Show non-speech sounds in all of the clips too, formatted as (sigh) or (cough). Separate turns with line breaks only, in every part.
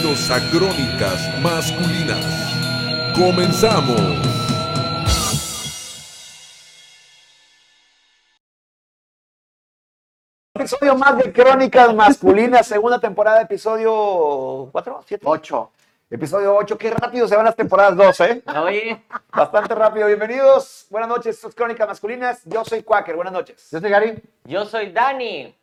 las acrónicas masculinas. Comenzamos.
episodio más de Crónicas Masculinas, segunda temporada, episodio 4, 7, 8. Episodio 8, qué rápido se van las temporadas 2, ¿eh?
Oye,
Bastante rápido. Bienvenidos, buenas noches, esto es Crónicas Masculinas. Yo soy Quaker, buenas noches.
Yo soy Gary.
yo soy Dani.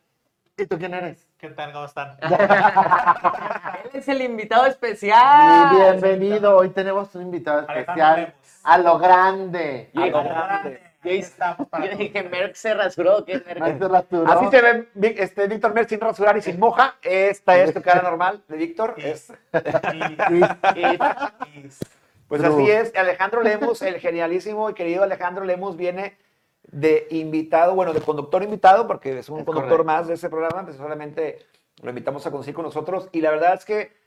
¿Y tú quién eres?
¿Qué tal? ¿Cómo están?
(laughs) Él es el invitado
Ah,
especial.
Y bienvenido. Hoy tenemos un invitado
Alejandro
especial
Lemos.
Ah,
a lo grande.
Yo dije-
Ahí estamos para
yo dije, Merck se rasuró. ¿Qué Merck?
Ahí se rasuró.
Así se ve Vic- este, Víctor Mer sin rasurar y sin moja. Esta es tu cara normal de Víctor. Es-
(laughs) Y- y- y-
Pues
True.
así es, Alejandro Lemus, el genialísimo y querido Alejandro Lemus viene de invitado, bueno, de conductor invitado, porque es un
Es
conductor
correcto.
más de ese programa, pues solamente lo invitamos a conducir con nosotros. Y la verdad es que,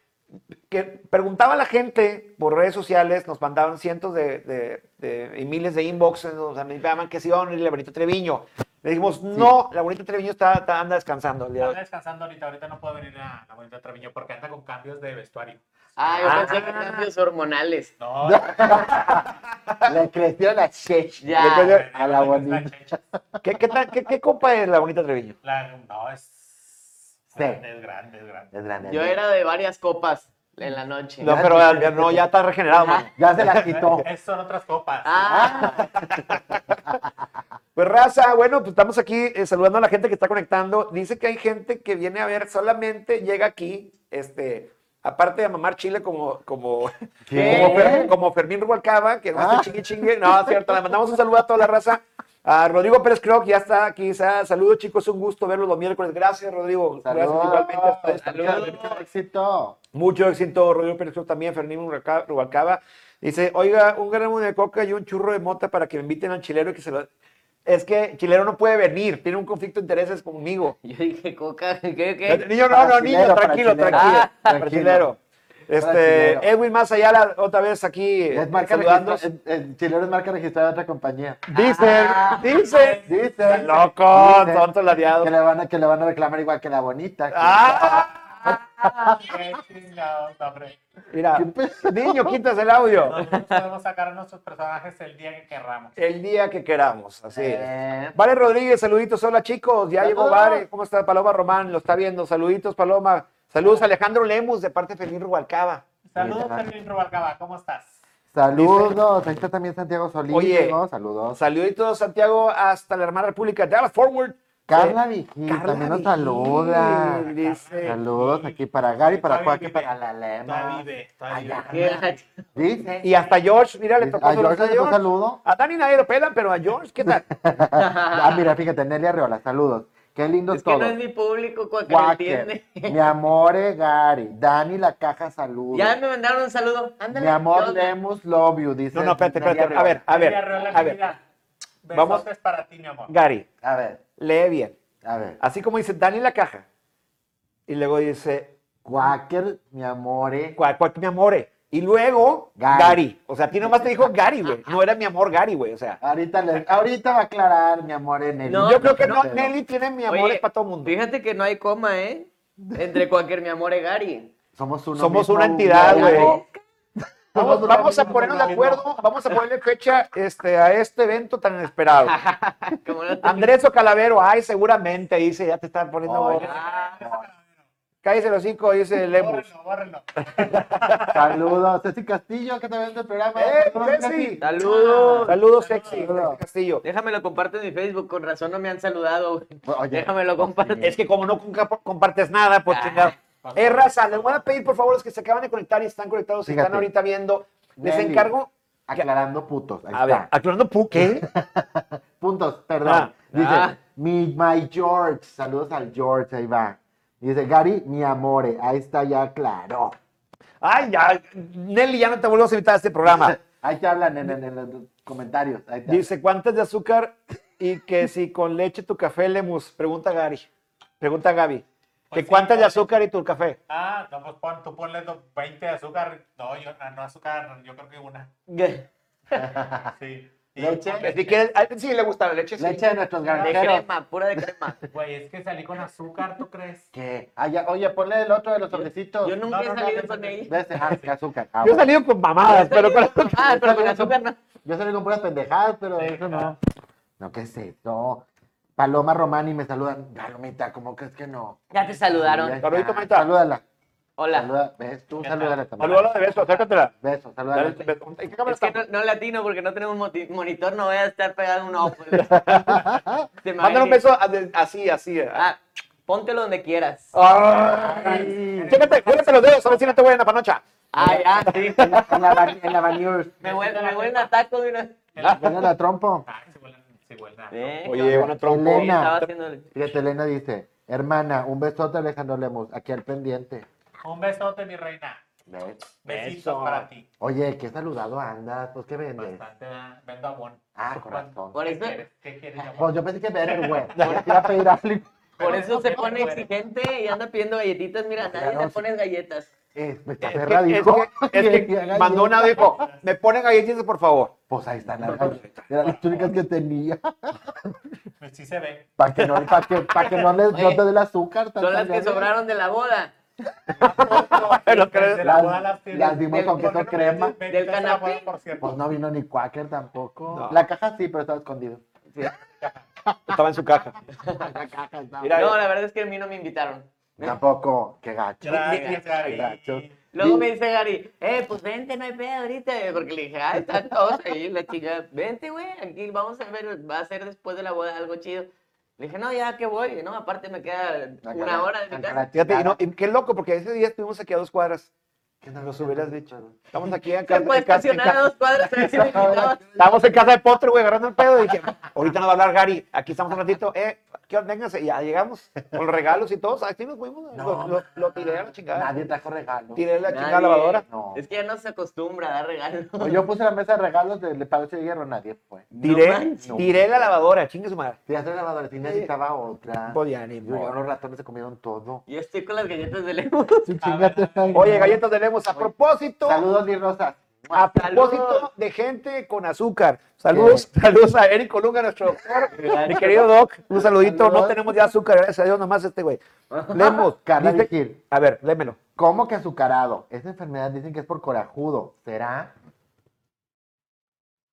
que preguntaba a la gente por redes sociales, nos mandaban cientos de, de- de- y miles de inboxes, nos mandaban que si iban a ir la bonita Treviño. Le dijimos, no, la bonita Treviño está, está- anda descansando el día de hoy.
Anda descansando ahorita, ahorita no puedo venir a la bonita Treviño porque anda con cambios de vestuario.
Ah, yo
Ah.
pensé que cambios hormonales. (laughs)
No,
Le creció la cheche.
Ya.
A la bonita.
¿Qué, qué, tal- qué- qué copa es la bonita Treviño?
La- no, es
Sí.
grande, es grande, es grande.
Es grande.
Yo era de varias copas en la noche.
No, pero ya- no, ya está regenerado, mano.
Ya se la
(laughs)
quitó.
Es- son otras copas.
Ah,
Pues raza, bueno, pues estamos aquí eh, saludando a la gente que está conectando. Dice que hay gente que viene a ver, solamente llega aquí, este, aparte de mamar chile como, como,
(laughs) ¿Qué?
como, Fer- como Fermín Rubalcaba, que no
Ah.
está chingue chingue. No, es cierto, le mandamos un saludo a toda la raza. A Rodrigo Pérez Croc, ya está aquí. sa- Saludos, chicos, un gusto verlos los miércoles. Gracias, Rodrigo. Gracias
Saludos.
igualmente a ustedes también.
Saludos.
Mucho éxito.
Mucho éxito, Rodrigo Pérez Cruz también, Fermín Rubalca- Rubalcaba. Dice, oiga, un gramo de coca y un churro de mota para que me inviten al chilero y que se lo... Es que chilero no puede venir, tiene un conflicto de intereses conmigo.
yo dije, coca, ¿qué, qué?
Niño, no,
Para
no,
chilero,
niño,
para
tranquilo,
chilero.
tranquilo.
Ah,
para
tranquilo.
chilero. Este,
chilero.
Edwin más allá otra vez aquí
Es marca
saludando.
registrada. El chilero es marca registrada de otra compañía.
Dicen,
Ah.
dicen,
Dicen.
Loco,
dicen
son tolareados.
Que le, van a, que le van a reclamar igual que la bonita. que-
¡Ah!
(laughs) Qué chingados, hombre.
Mira,
Qué pe-
niño, quitas el
(laughs)
audio.
Nosotros podemos sacar a nuestros personajes el día que querramos.
El día que queramos, así es.
Eh,
Vale Rodríguez, saluditos, hola chicos, ya llegó
Saludos.
Vare, ¿cómo está Paloma Román? Lo está viendo, saluditos Paloma, saludos a Alejandro Lemus de parte de Fermín Rubalcaba.
Saludos,
Mira.
Fermín Rubalcaba, ¿cómo estás?
Saludos. Ahí está también Santiago Solís.
Oye.
¿no? Saludos.
Saluditos Santiago hasta la hermana República, Dallas Forward.
Carla
Eh,
Vigil
Carla
también nos
Vigil,
saluda.
dice.
Saludos aquí para Gary, para
Todavía
Joaquín,
vive,
para la
Todavía
Lema.
vive, todavía
Allá.
vive.
(laughs) ¿Qué?
Dice.
Y hasta George, mira, le tocó
A
saludos
George
a
Ah, le tocó un
George.
saludo.
A Dani nadie lo pela, pero a George, ¿qué
(laughs)
tal?
Ah, mira, fíjate, Nelly Arreola, saludos. Qué lindo
(laughs) Es que
todo.
no es mi público, cuaca, ¿me
Quaker,
entiende?
mi amor eh, Gary, Dani la caja saludos.
Ya me mandaron un saludo. Ándale.
mi amor
yo-
Lemus love you, dice.
No, no, espérate,
Nelly
espérate, a
Arreola.
ver, a ver,
Ella arreola
a
mi
ver,
vida.
Vamos.
Besotes para ti, mi amor.
Gary,
A ver,
lee bien,
a ver.
así como dice Dani en la caja, y luego dice,
Quaker, mi amor eh,
¿Cuál, cuál, mi amore? Y luego, Gary.
Gary.
O sea, a ti nomás te dijo Gary, güey. No era mi amor Gary, güey. O sea,
Ahorita, le- ahorita va a aclarar, mi amor eh, Nelly.
No,
yo creo que no,
pero-
Nelly tiene mi
Oye,
amor es para todo mundo.
Fíjate que no hay coma, ¿eh? Entre cualquier mi amor y Gary.
Somos, uno
Somos
mismo,
una entidad,
grupo.
güey. Vamos,
Somos
vamos a
una
ponernos de
misma
acuerdo, vamos a ponerle fecha este, a este evento tan esperado.
Como no te-
Andrés o Calavero, ay, seguramente, dice, ya te están poniendo.
Ay,
bolas.
Ah,
Cállese los cinco, dice Lemus.
Bórrenlo, bórrenlo.
Saludos, Ceci Castillo, que también del programa.
¡Eh,
Saludos,
Ceci!
Saludos.
Saludos, sexy,
Saludos.
Ceci Castillo.
Déjame lo comparto en mi Facebook, con razón no me han saludado. güey.
Oye.
(laughs) Déjame lo comparto.
Es que como no compa- compartes nada, pues
Ah.
chingado. Eh, raza, les voy a pedir por favor los que se acaban de conectar y están conectados y
Fíjate.
están ahorita viendo, les
Nelly.
encargo
Aclarando putos. Ahí
A ver,
está.
aclarando pu, ¿qué?
Puntos, perdón.
Ah,
Dice,
ah.
mi my George. Saludos al George, ahí va. Dice, Gary, mi amore. Ahí está, ya claro.
Ay, ya, Nelly, ya no te volvemos a invitar a este
(laughs)
programa.
Ahí te hablan en, en- en los comentarios. Ahí te
Dice, ¿cuántas de azúcar y que si con leche tu café lemus? Pregunta Gary. Pregunta Gaby.
Pues
¿Que
sí,
cuántas de
oye.
azúcar y tu café?
Ah, no, pues pon, tú ponle do- 20 de azúcar. No, yo, ah, no azúcar, yo creo que una.
¿Qué?
Sí.
Leche.
Si quieres, a- sí le gusta la leche, sí.
Leche de nuestros
De
granjeros.
crema, pura de crema.
Güey, es que salí con azúcar, ¿tú crees?
¿Qué? Ah, ya, oye, ponle el otro de los sobrecitos.
Yo nunca
No,
he
no, no,
salido
no,
con
no.
ella.
¿Ves? Ah, que azúcar. Ah,
Yo he
bueno.
salido con
(laughs)
mamadas, pero con-
Ah, pero con azúcar no.
Yo salí con puras pendejadas, pero eso no. No, ¿qué es eso? Paloma Romani me saludan. Palomita, ¿cómo crees que no?
Ya te
Ya
saludaron.
está.
Saludito, Maita.
Salúdala.
Hola.
Saluda- ¿Ves? Tú
¿Qué tal?
salúdala también.
Salúdala de beso, acércatela.
Beso, salúdala.
Dale un beso. ¿En qué cámara
Es que
estamos?
no, no latino porque no tenemos moti- monitor, no voy a estar pegado en un ojo. Se me va a
Mándale un
venir.
beso a- de- así, así. eh.
Ah, póntelo donde quieras.
Oh. Ay. Chécate, cuélgate los dedos, a ver si no te voy a la panocha.
Ah, ya, sí.
En la, en la, ba- en la Baniers.
Me huelen me huelen a taco de una.
Venga la trompo.
Ah, se huelen, se huelen a-
Eh,
Oye, una trompo.
sí, estaba
Elena.
haciéndole.
Fíjate, Elena dice, hermana, un besote a Alejandro Lemos, aquí al pendiente.
Un besote, mi reina.
¿Ves?
Besitos para ti.
Oye, qué saludado andas, pues qué vendes.
Bastante, ¿verdad? vendo amor.
Ah, corazón.
Por
¿Qué
eso-
quieres? ¿Qué quieres, mi
Pues
amor?
yo pensé que vender, güey. Yo te iba a pedir a Flip.
Por
Pero
eso
no,
se
no
pone
puede.
exigente y anda pidiendo galletitas. Mira, nadie
Claro,
le
sí.
pone galletas.
Eh, pues, esta
Es que-
perra
es
dijo. (laughs)
que- es (laughs) que
haga
mandó un
dieta.
audio y dijo, me ponen galletitas, por favor.
Pues ahí están las galletas. Eran las únicas que tenía.
Pues sí se ve.
Para que no, para que, para que no les
Oye,
no te dé el azúcar.
Son
tantas
las que
galletas.
sobraron de la boda.
Pero creo-
Desde la boda
Las,
las tienes.
las dimos con
¿Por qué
queso
no
crema.
me dices,
Del
"Vete a la boda",
canapé.
Por cierto.
Pues no vino ni Quaker tampoco.
No.
La caja sí, pero
(laughs)
estaba escondido.
Estaba en su caja.
La caja estaba.
Mira, eh.
No, la verdad es que a mí no me invitaron.
Tampoco, qué gacho.
Gracias,
Qué gacho.
Gaby.
Luego
Sí.
me dice Gary, eh, pues vente, no hay pedo ahorita, eh, porque le dije, ah, están todos ahí, la chica, vente, güey, aquí vamos a ver, va a ser después de la boda algo chido. Le dije, no, ya que voy, ¿no? Aparte me queda
La
una
cara-
hora de mi
la
casa.
cara-
Fíjate, y, no, y qué loco, porque ese día estuvimos aquí a dos cuadras. Que no nos hubieras dicho. Estamos aquí en
Se
casa.
puede
en casa- en
estacionar a
casa-
dos cuadras a ver si
(laughs)
me invitaban.
Estábamos en casa de Potter, güey, agarrando el pedo. Y dije, ahorita nos va a hablar Gary. Aquí estamos un ratito. Eh, ¿qué onda? Vénganse. Y ya llegamos con los regalos y todo. Aquí nos fuimos. lo, lo- lo tiré a la chingada.
Nadie trajo regalo.
Tiré a la chingada
Nadie.
lavadora.
No.
Es que ya no se acostumbra a dar regalos. (laughs)
Pues Yo puse la mesa de regalos del Palacio de Hierro, nadie fue.
No
Tiré,
manches.
tiré la lavadora. Chingue su madre.
Si hace lavadora, si necesitaba otra.
Pues ya, ni
Yo, ya
modo.
los ratones se
(laughs)
comieron todo.
Yo estoy con las galletas de
(laughs)
Lego.
Sí, chingate.
Oye, galletas de Lemos, a propósito.
Saludos, mi Rosa.
A propósito
Saludos.
de gente con azúcar. Saludos, saludos a Eric Colunga, nuestro doctor. Mi querido Doc, un saludito. No
Saludos.
tenemos ya azúcar, gracias a Dios, nomás este güey. Lemos,
Carla
dice-
Vigil.
A ver, lémelo.
¿Cómo que azucarado? Esa enfermedad dicen que es por corajudo. ¿Será?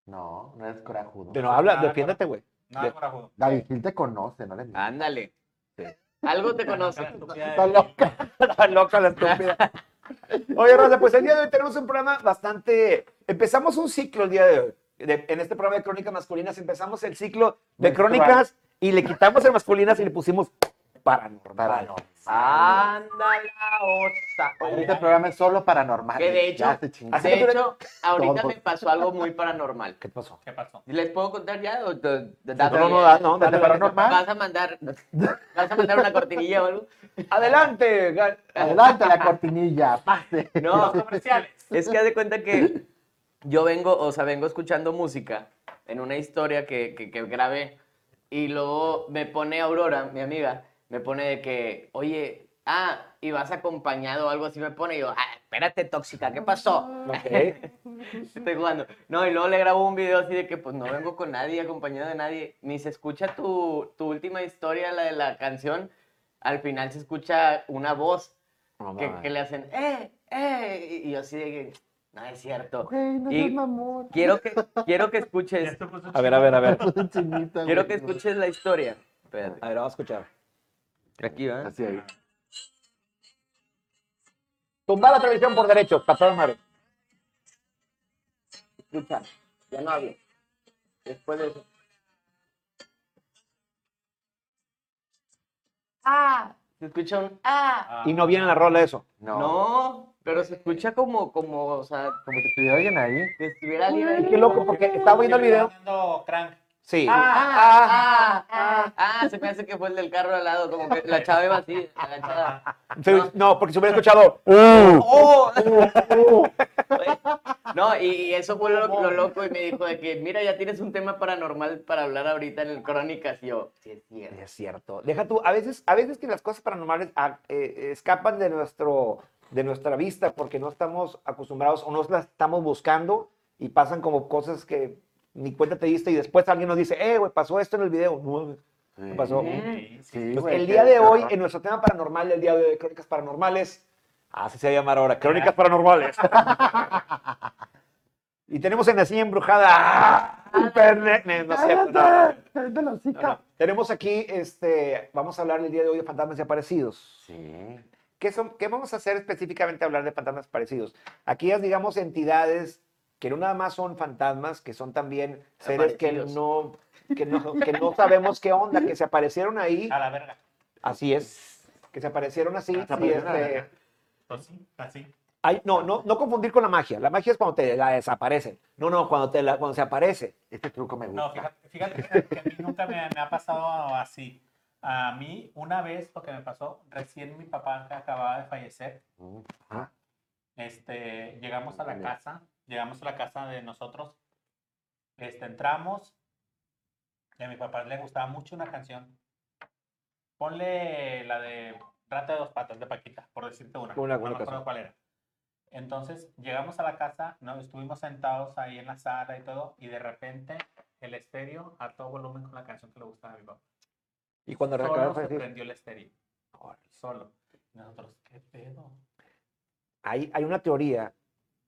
No, no es corajudo.
De no habla,
Nada,
defiéndete, güey.
Nada corajudo.
David Gil te conoce, no le mientas.
Ándale. Algo te
(laughs)
conoce.
Está loca.
Está loca la estúpida. Oye, Rosa, pues el día de hoy tenemos un programa bastante. Empezamos un ciclo el día de hoy. De- en este programa de Crónicas Masculinas empezamos el ciclo de
Menstrual.
Crónicas y le quitamos el masculinas y le pusimos paranormal.
Paranormal.
Ah, Ándala, osa.
Este programa es solo paranormal.
Que de hecho-
Ya se chingó.
Así
De
que tú-
hecho, ahorita
Ah, Todo.
me pasó algo muy paranormal.
¿Qué pasó?
¿Qué pasó?
¿Les puedo contar ya? o te-
No,
te- date-
no, no, da- no, dale, paranormal.
Dale, paranormal.
Vas a mandar, vas a mandar una cortinilla o algo.
Adelante, Gal-
Adelante la cortinilla, pase.
Los
No,
comerciales.
es que haz de cuenta que yo vengo, o sea, vengo escuchando música en una historia que, que, que grabé y luego me pone Aurora, mi amiga, me pone de que, oye, ah, y vas acompañado o algo así me pone y yo, ah, espérate, tóxica, ¿qué pasó?
(laughs) Ok.
Estoy jugando. No, y luego le grabo un video así de que pues no vengo con nadie, acompañado de nadie. Ni se escucha tu, tu última historia, la de la canción. Al final se escucha una voz
No,
que,
mames.
que le hacen, ¡eh, eh! Y yo así de que, no es cierto.
Güey, no
Y-
seas mamón.
Quiero que, quiero que escuches,
Esto puso
A ver, a ver, a ver.
Chinita,
quiero
güey.
que escuches la historia. Espérate,
A ver, vamos a escuchar.
aquí va.
Así ahí.
Tumbar la televisión por derechos, patada madre.
Escucha, ya no hablo. Después de eso. ¡Ah! Se escucha un ¡ah!
Ah,
Y no viene la rola eso.
No.
No, pero se escucha como, como, o sea,
Como si estuviera alguien ahí.
que estuviera libre.
Y qué loco, porque estaba viendo el video.
Fernando Crank.
Sí.
Ah, ah, ah, ah, se me hace que fue el del carro al lado, como que la chava iba así, agachada.
ah. Se-
no.
no, porque se hubiera escuchado.
(laughs) ¡Oh! No, y, y eso fue lo, lo loco y me dijo de que, mira, ya tienes un tema paranormal para hablar ahorita en el Crónicas. Y yo, sí, es cierto.
Es cierto. Deja tú, a veces, a veces que las cosas paranormales ah, eh, escapan de, nuestro, de nuestra vista porque no estamos acostumbrados o no las estamos buscando y pasan como cosas que ni cuenta te diste y después alguien nos dice, eh, güey, pasó esto en el video. No, mames, ¿qué pasó?
Mm. ¿Eh?
Sí, sí.
Sí,
Pues,
güey,
el
qué
día de hoy,
terror.
en nuestro tema paranormal del día de hoy, Crónicas Paranormales, así Ah, se va a llamar ahora, Crónicas Paranormales. (laughs) y tenemos en Así Embrujada, ¡ah! Super ne- no es cierto, no.
¡Cállate! ¡Cállate la hocica!
No, no. Tenemos aquí, este, vamos a hablar el día de hoy de fantasmas y aparecidos.
Sí.
¿Qué, son, ¿Qué vamos a hacer específicamente hablar de fantasmas aparecidos? Aquellas, digamos, entidades que no nada más son fantasmas, que son también seres que
Aparecidos.
no, que, no, que no sabemos qué onda, que se aparecieron ahí.
A la verga.
Así es. Que se aparecieron así.
Se
y
aparecieron a la
este,
verga.
Así, Pues así.
ay, no, no, no confundir con la magia. La magia es cuando te la desaparecen. No, no, cuando, te la, cuando se aparece.
Este truco me gusta.
No, fíjate, fíjate que a mí nunca me, me ha pasado así. A mí, una vez, lo que me pasó, recién mi papá que acababa de fallecer,
Mm, ajá.
este, llegamos a la
Ándale.
casa, llegamos a la casa de nosotros, este, entramos, y a mi papá le gustaba mucho una canción. Ponle la de Rata de dos patas de Paquita, por decirte
Una
una. no
buena
me acuerdo
canción.
cuál era. Entonces llegamos a la casa, ¿no? estuvimos sentados ahí en la sala y todo, y de repente el estéreo a todo volumen con la canción que le gustaba a mi papá.
Y cuando
Solo
recargas,
se
decir,
prendió el estéreo. Solo. Y Nosotros, ¿qué pedo?
hay, hay una teoría,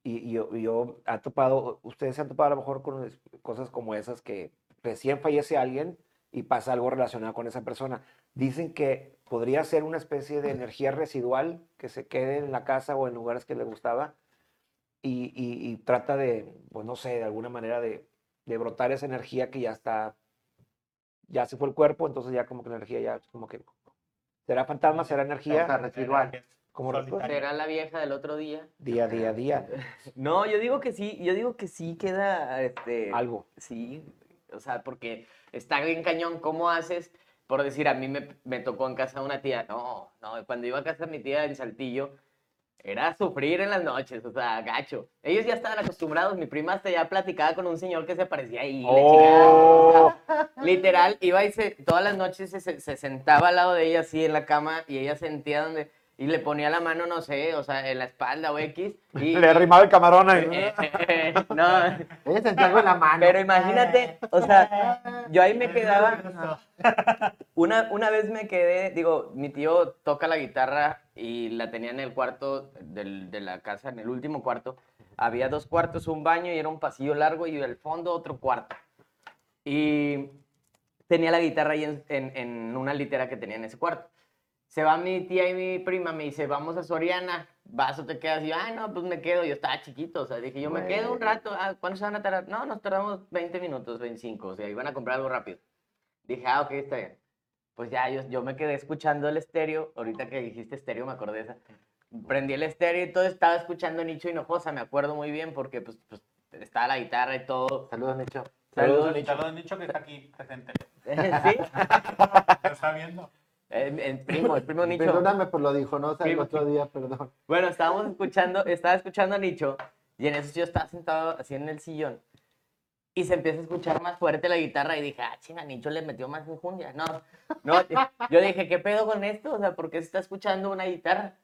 y, y yo, y yo ha topado, ustedes se han topado a lo mejor con es- cosas como esas que recién fallece alguien y pasa algo relacionado con esa persona. Dicen que podría ser una especie de energía residual que se quede en la casa o en lugares que le gustaba y, y- y trata de, pues no sé, de alguna manera de, de brotar esa energía que ya está, ya se fue el cuerpo, entonces ya como que la energía ya como que... ¿Será fantasma? ¿Será
O sea,
energía?
residual.
Como
solitario.
¿Será la vieja del otro día?
día, día, día,
No, yo digo que sí, yo digo que sí queda este
algo.
Sí, o sea, porque está bien cañón, ¿cómo haces? Por decir, a mí me, me tocó en casa de una tía, no, no, cuando iba a casa de mi tía en Saltillo, era sufrir en las noches, o sea, gacho. Ellos ya estaban acostumbrados, mi prima hasta ya platicaba con un señor que se aparecía ahí. la
¡Oh!
chingada. Literal, iba y se, todas las noches se, se- se sentaba al lado de ella así en la cama y ella sentía donde, y le ponía la mano, no sé, o sea, en la espalda o X. Y,
(laughs) Le arrimaba el camarón eh. ahí.
(laughs) no,
Ella sentía algo en la mano.
pero imagínate, o sea, yo ahí me quedaba. Una, una vez me quedé, digo, mi tío toca la guitarra y la tenía en el cuarto del- de la casa, en el último cuarto. Había dos cuartos, un baño y era un pasillo largo y al fondo otro cuarto. Y tenía la guitarra ahí en, en- en una litera que tenía en ese cuarto. Se va mi tía y mi prima, me dice, vamos a Soriana, vas o te quedas. Y yo, ah, no, pues me quedo. Yo estaba chiquito, o sea, dije, yo me
Güey.
quedo un rato. Ah, ¿Cuántos se van a tardar? No, nos tardamos 20 minutos, 25. O sea, iban a comprar algo rápido. Dije, ah, ok, está bien. Pues ya, yo, yo me quedé escuchando el estéreo. Ahorita que dijiste estéreo, me acordé de esa. Prendí el estéreo y todo, estaba escuchando Nicho Hinojosa, me acuerdo muy bien, porque pues, pues estaba la guitarra y todo.
Saludos, Nicho.
Saludos,
Saludos.
Nicho. Saludos, Nicho, que está aquí
(laughs)
presente.
¿Sí?
Lo está viendo.
El, el primo, el primo Nicho.
Perdóname por lo dijo, ¿no? O sea, el
Sí,
otro día, perdón.
Bueno, estábamos escuchando, estaba escuchando a Nicho y en eso yo estaba sentado así en el sillón y se empieza a escuchar más fuerte la guitarra y dije, ah, chinga, Nicho le metió más enjundia. No, no, (laughs) yo dije, ¿qué pedo con esto? O sea, ¿por qué se está escuchando una guitarra?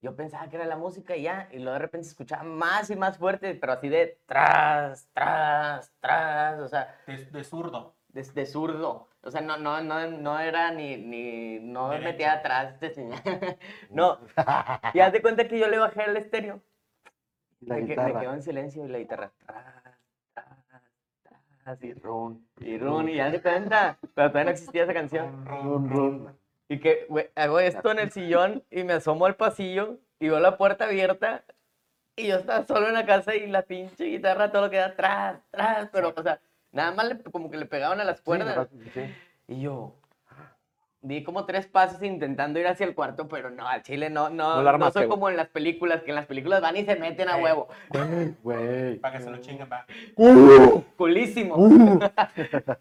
Yo pensaba que era la música y ya, y luego de repente se escuchaba más y más fuerte, pero así de tras, tras, tras, o sea,
De, de zurdo.
de, de zurdo. O sea, no, no, no, no era ni, ni no me
Derecho.
metía atrás. de señal. (laughs)
(laughs)
no. Y haz de cuenta que yo le bajé el estéreo.
La
me, que- me
guitarra.
quedó en silencio y la guitarra. tras, tras, tras, y-
Run,
Y run, y haz de cuenta. Pero todavía no existía esa canción.
run, run.
Y que güey, hago esto en el sillón y me asomo al pasillo y veo la puerta abierta. Y yo estaba solo en la casa y la pinche guitarra todo lo que da atrás, atrás. Pero, o sea, nada más le- como que le pegaban a las cuerdas.
Sí, sí.
Y yo "Ah". di como tres pasos intentando ir hacia el cuarto, pero no, al chile no,
No
no,
la
no,
armaste,
soy
güey.
como en las películas, que en las películas van y se meten a
Eh.
huevo.
Güey, güey.
Para que se lo chinguen, va.
Culísimo.
Uh.
(laughs)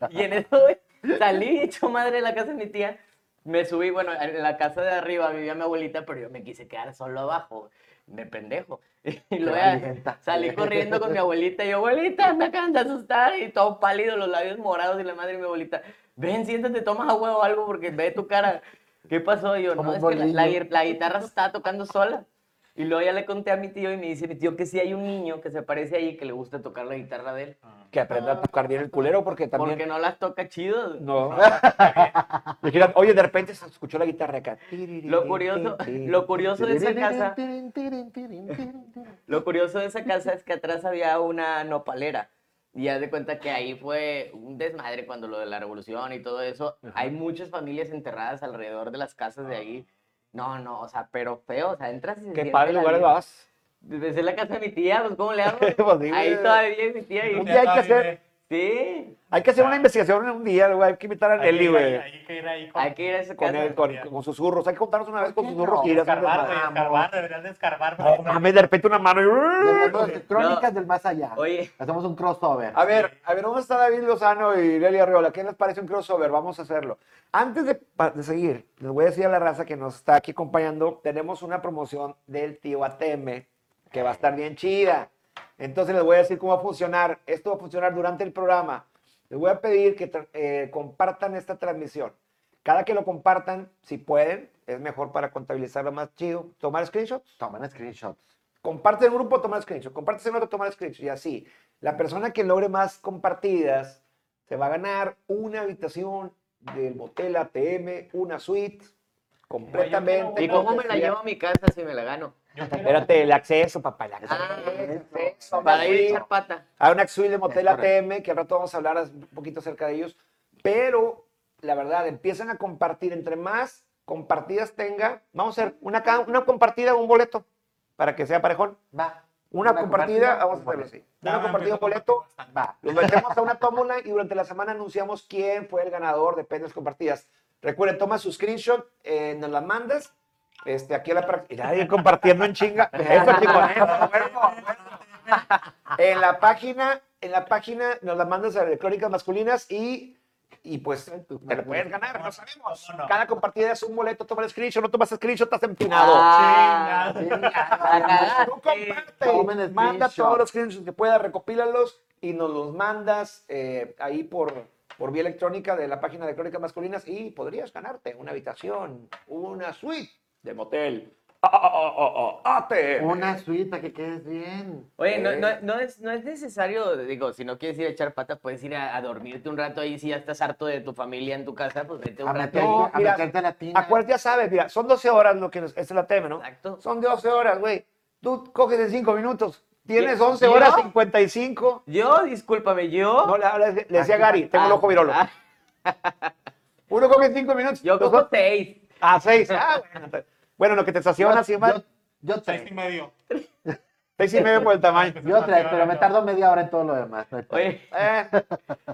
y en eso güey, salí hecho madre de la casa de mi tía. Me subí, bueno, en la casa de arriba vivía mi abuelita, pero yo me quise quedar solo abajo. Me pendejo. (laughs) Y luego ya
valienta.
salí corriendo con mi abuelita. Y yo, abuelita, me acaban de asustar. Y todo pálido, los labios morados. Y la madre de mi abuelita, ven, siéntate, tomas agua o algo porque ve tu cara. ¿Qué pasó? Y yo,
Como
no,
un
es que la- la,
bolillo.
guir- la guitarra se estaba tocando sola. Y Y luego ya le conté a mi tío y me dice mi tío que sí hay un niño que se parece ahí que le gusta tocar la guitarra de él.
Que aprenda a tocar bien el culero porque también...
Porque no las toca chido.
No. (laughs) Le giran, Oye, de repente se escuchó la guitarra acá.
Lo curioso- lo curioso de esa casa- Lo curioso de esa casa es que atrás había una nopalera. Y haz de cuenta que ahí fue un desmadre cuando lo de la revolución y todo eso. Hay muchas familias enterradas alrededor de las casas de ahí. No, no, o sea, pero feo, o sea, entras y se
Qué
siente
padre
la
lugares
vibra.
vas.
Desde la casa de mi tía, pues, ¿cómo le hago?
(laughs) Pues, digo,
ahí
eh.
todavía es mi tía.
Un
Y...
día hay que hacer-
Sí,
Hay que hacer una investigación en un día, güey. Hay que invitar a Nelly, güey.
Hay que ir ahí con.
hay que ir a esa
Con,
casa.
él, con, con susurros. Hay que contarnos una vez con
¿Por qué
susurros
no?
y ir a hacer
Escarbar,
desmadre.
güey, escarbar, deberías de escarbar.
No mames, de repente una mano
Deberíamos
y...
hacer Crónicas
No.
del más allá.
Oye,
Hacemos un crossover.
A ver, a ver, ¿dónde está David Lozano y Lely Arriola? ¿Qué les parece un crossover? Vamos a hacerlo. Antes de, pa- de seguir, les voy a decir a la raza que nos está aquí acompañando, tenemos una promoción del tío ATM que va a estar bien chida. Entonces les voy a decir cómo va a funcionar. Esto va a funcionar durante el programa. Les voy a pedir que tra- eh, compartan esta transmisión. Cada que lo compartan, si pueden, es mejor para contabilizarlo más chido. Tomar screenshots
Toman screenshots.
comparte en un grupo, tomar screenshot, comparte en otro, tomar screenshot, y así. La persona que logre más compartidas se va a ganar una habitación del motel ATM, una suite, completamente.
¿y cómo
pues,
me la llevo a mi casa si me la gano?
Espérate, el acceso, papá, el acceso.
Ah,
Acceso,
Para ir a
sí.
echar pata.
Hay una suite de motel
Es correcto.
ATM, que al rato vamos a hablar un poquito acerca de ellos, pero la verdad, empiezan a compartir, entre más compartidas tenga, vamos a hacer una, ca- una compartida, un boleto, para que sea parejón.
Va.
Una, compartida, vamos a
un
hacerlo
boleto.
así. Una compartida, un boleto,
Va.
Los metemos a una tómbola y durante la semana anunciamos quién fue el ganador, depende de las compartidas. Recuerden, toma su screenshot, eh, nos la mandas. Este, aquí a la pra- Mira, ahí compartiendo en chinga. (laughs) Eso, chico, eso, bueno, bueno. En la página, en la página nos la mandas a Crónicas Masculinas y, y pues te la puedes ganar, no sabemos.
¿Cómo no?
Cada compartida es un boleto, toma el screenshot, no tomas screenshot, estás empinado.
Ah, Pues,
Chingada.
Tú
Tomen
comparte,
el
Ah, eh, manda
screenshot.
todos los screenshots que puedas, recopílalos y nos los mandas eh, ahí por, por vía electrónica de la página de Crónicas Masculinas y podrías ganarte una habitación, una suite de motel. Ah, ah, ah, ah, ah, ATM.
Una suite para que quedes bien.
Oye, no,
Eh.
no, no es, no es necesario, digo, si no quieres ir a echar patas, puedes ir a, a dormirte un rato ahí. Si ya estás harto de tu familia en tu casa, pues vete
A
un rato.
meterte,
No,
a
mira,
meterte a la tina.
Acuérdate, ya sabes, mira, son 12 horas lo que nos- es la ATM, ¿no?
Exacto.
Son 12 horas, güey. Tú coges en 5 minutos. Tienes
¿Yo?
11 horas 55.
Yo, discúlpame, yo.
No, le, le- le decía a
Aquí-
Gary, tengo el
Ah,
ojo virolo.
ah,
Uno coge en 5 minutos.
yo
los
como
otros-
seis.
Ah, seis. Ah, bueno. Bueno, lo que te estaciona, sí,
yo,
mal.
yo, yo
Seis
tres.
y medio.
Seis y medio por el tamaño.
Yo tres, pero me tardo media hora en todo lo demás. no hay pedo.
Oye,
Eh,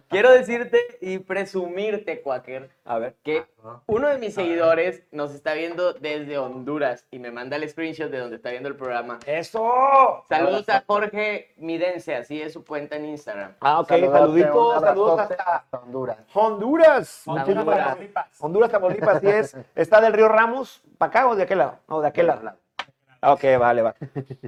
quiero decirte y presumirte, Quaker,
a ver.
que uno de mis seguidores nos está viendo desde Honduras y me manda el screenshot de donde está viendo el programa.
¡Eso!
Saludos a Jorge Midense, así es su cuenta en Instagram.
Ah, ok.
Saludote, un
Saluditos,
abrazote
saludos hasta
hasta Honduras.
Honduras.
Honduras,
Muchísimas gracias.
Tamaulipas.
Honduras, Tamaulipas, así es. ¿Está del río Ramos para acá o de aquel lado? No, de aquel lado. Ah, Ok, vale, va.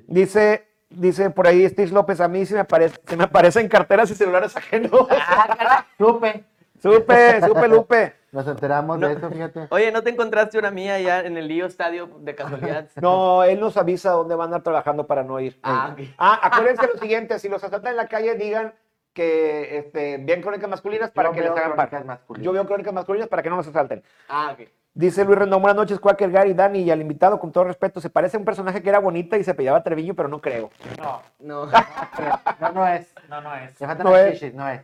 Dice, dice por ahí Steve López, a mí se me, aparece, se me aparecen carteras y celulares ajenos.
(laughs) Supe.
supe, supe, Lupe.
Nos enteramos de eso, fíjate.
Oye, ¿no te encontraste una mía allá en el lío estadio de casualidad? (laughs)
No, él nos avisa dónde van a andar trabajando para no ir.
Ah, ok.
Ah, acuérdense lo siguiente, si los asaltan en la calle, digan que este, vean crónicas masculinas para
Yo
que les
veo
hagan
Crónicas
par.
Masculinas.
Yo veo crónicas masculinas para que no nos asalten.
Ah, ok.
Dice Luis Rendón, buenas noches, Quaker, Gary, Dani y al invitado, con todo respeto, se parece a un personaje que era bonita y se peleaba Treviño, pero no creo.
No,
(laughs)
No.
No, no es.
no, no es.
Le faltan
No
las
es.
chichis, no
(laughs)
es.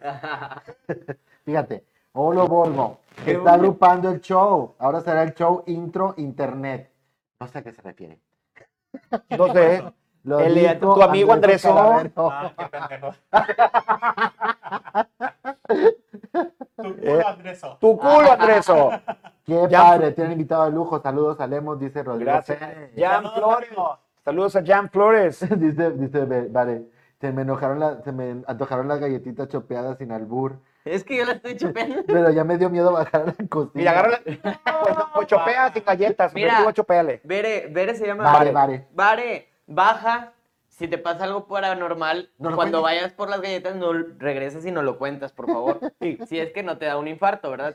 Fíjate, Olo Volvo está agrupando el show. Ahora será el show intro internet. No sé a qué se refiere.
No sé.
Lo
El-
dijo
tu amigo Andrés O.
Calavero.
Ah, qué
(laughs)
pendejo. Tu
Eh.
culo, Andreso.
Tu culo, Andreso.
Qué
Ya-
padre, tiene invitado de lujo. Saludos a Lemos, dice Rodrigo.
Gracias.
Pérez.
Jan
Saludos,
Flores.
amigo.
Saludos a Jan Flores.
(laughs) dice, dice, Be- vale. Se me enojaron la- se me antojaron las galletitas chopeadas sin albur.
Es que yo la estoy chupando.
Pero ya me dio miedo bajar a la cocina.
Mira, agarra la... Pues, pues chopea sin galletas.
Mira.
Mira. Tú chopeale.
Vere, Vere se llama.
Vare, vare.
Vare, baja. Si te pasa algo paranormal,
No lo
cuando
cuentes.
vayas por las galletas, no regreses y no lo cuentas, por
(laughs)
favor. Si es que no te da un infarto, ¿verdad?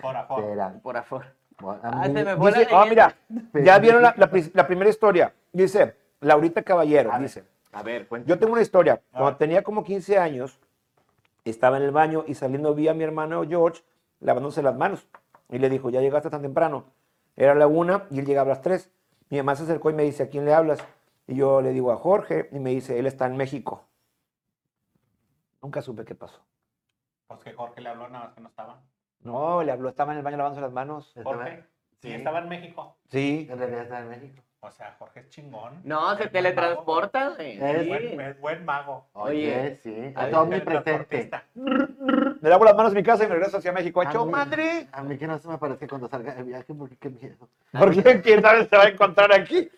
Por favor.
Espera.
Por favor.
Bueno, a
Ah,
mí-
se me fue la
Dice- ah,
leyenda.
mira, ya vieron la, la pri- la primera historia. Dice, Laurita Caballero,
A ver.
dice,
A ver, cuéntame.
yo tengo una historia.
A
Cuando
ver.
tenía como 15 años, estaba en el baño y saliendo vi a mi hermano George lavándose las manos. Y le dijo, ya llegaste tan temprano. Era la una y él llegaba a las tres. Mi mamá se acercó y me dice, ¿a quién le hablas? Y yo le digo a Jorge y me dice, él está en México. Nunca supe qué pasó.
Pues que Jorge le habló nada más que no estaba.
No, le habló, estaba en el baño lavándose las manos.
Jorge, sí,
sí.
estaba en México.
Sí.
En realidad está en México.
O sea, Jorge es chingón.
No, se
Es buen mago,
teletransporta, güey.
güey.
Es-
Es
Sí.
buen, es buen mago.
Oye,
Oye,
sí.
a ver,
Todo mi presente.
Teletransportista.
Me lavo las manos en mi casa y me regreso hacia México.
Ah,
¡Hecho
mira.
madre!
A mí que no se me aparece cuando salga de viaje porque qué miedo.
Porque quién sabe se va a encontrar aquí.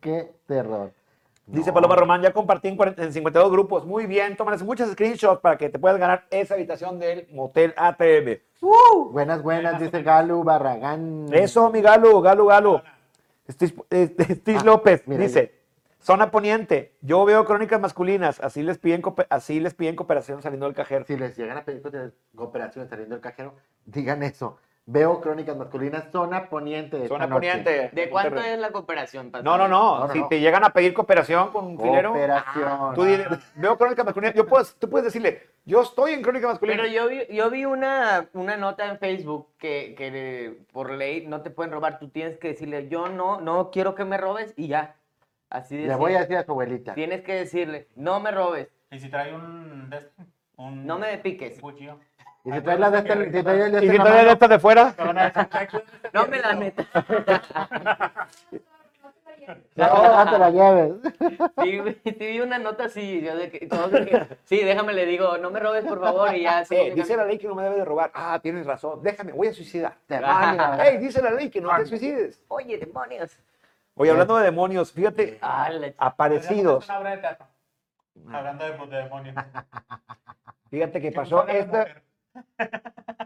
Qué terror.
(laughs) Dice
No.
Paloma Román, ya compartí en, 40 en 52 grupos. Muy bien, tómales muchos screenshots para que te puedas ganar esa habitación del motel ATM.
Buenas, buenas, dice Galo Barragán.
Eso, mi Galo, Galo, Galo. Steve, este, Steve
Mm. Ah,
López
mira,
dice, zona poniente, yo veo crónicas masculinas, así les piden, coope- así les piden cooperación saliendo del cajero.
Si les llegan a pedir cote- cooperación saliendo del cajero, digan eso. Veo crónicas masculinas, zona poniente. de
zona
esta noche.
poniente.
¿de cuánto es la cooperación? Pato?
No, no, no,
No, no,
si
no.
te llegan a pedir cooperación con un filero, Ah,
Cooperación.
tú di- veo crónicas masculinas, yo puedo, tú puedes decirle, yo estoy en crónicas masculinas.
Pero yo vi, yo vi una, una nota en Facebook que, que de- por ley no te pueden robar. Tú tienes que decirle, yo no, no quiero que me robes y ya. Así de
Le voy a decir a tu abuelita.
Tienes que decirle, no me robes,
Y si trae un. de este, un
no me piques,
cuchillo.
Y si traes las de este, si traes las de
y
este
si
en la
todavía
mano,
ya estás de fuera,
Te van a (laughs) decir, "Ay, cuida este
no me la
fierrito".
metas.
no, no te la lleves.
(laughs) Sí, güey, sí vi una nota así, yo de que, todos de que, sí, déjame, le digo, no me robes, por favor, y (laughs) ya. sí,
Eh,
me
dice
cambio.
la ley que no me debe de robar. Ah, tienes razón. Déjame, voy a
(laughs)
suicidar.
Te
Ah.
bañas.
Ey, dice la ley que no te suicides.
Oye, demonios.
Oye, hablando de demonios, fíjate,
Ah, la ch-
Podríamos
(laughs)
aparecidos.
hacer una obra de teatro. Hablando de, de demonios.
Fíjate que
¿Qué
pasó esta.
este?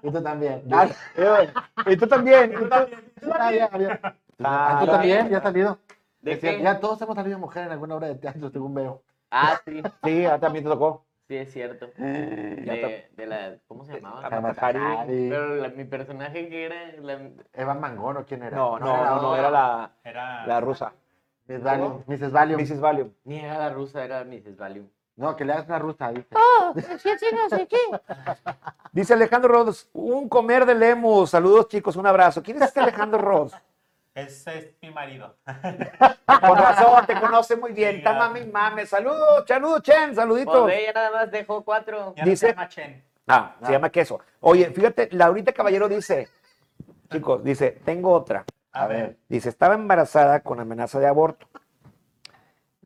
Y tú también.
(laughs) Eh, Y tú también. y tú-
Ah, ya, ya.
Ah,
¿Tú también? ¿Ya has salido?
¿De
Decía,
qué?
Ya todos hemos salido mujer en alguna obra de teatro, según veo.
Ah, sí,
Sí, ah, también te tocó.
sí, es cierto.
Ya
De, de la, ¿cómo se llamaba?
Matahari.
Pero la- mi personaje que era, la-
Eva Mangón o quién era.
No, no, no, no, era la,
Era.
la rusa.
Miss Valium. Mrs. Valium.
Mrs. (laughs) Valium.
ni era la rusa, era Mrs. Valium.
No, que le hagas una rusa, dice.
Oh, Dice Alejandro Rodos, un comer de lemos. Saludos, chicos, un abrazo. ¿Quién es este Alejandro Rodos?
Ese es mi marido.
Con razón, te conoce muy bien. Está
Sí,
mame y mame. Saludos, saludos, Chen, saluditos.
Pues ella nada más dejó cuatro.
Ya no
Dice-
se llama Chen.
Ah, se llama queso. Oye, fíjate, Laurita Caballero dice, chicos, dice, tengo otra.
A, ver.
Dice, estaba embarazada con amenaza de aborto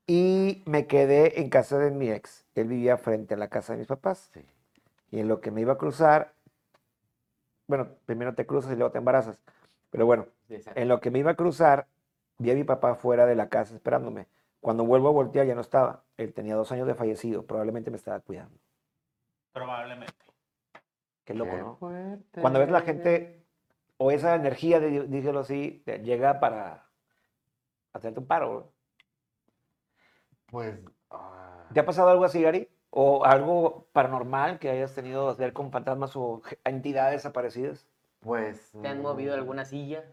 y me quedé en casa de mi ex. Él vivía frente a la casa de mis papás. Y en lo que me iba a cruzar, bueno, primero te cruzas y luego te embarazas. Pero bueno, en lo que me iba a cruzar, vi a mi papá fuera de la casa esperándome. Cuando vuelvo a voltear ya no estaba. Él tenía dos años de fallecido. Probablemente me estaba cuidando.
Probablemente.
Qué loco,
Qué
¿no?
fuerte.
cuando ves la gente o esa energía, de, dígelo así, te llega para hacerte un paro. ¿no?
Pues. ah,
¿Te ha pasado algo así, Gary? ¿O algo paranormal que hayas tenido que ver con fantasmas o ge- entidades desaparecidas?
Pues.
¿Te han
mm,
movido alguna silla?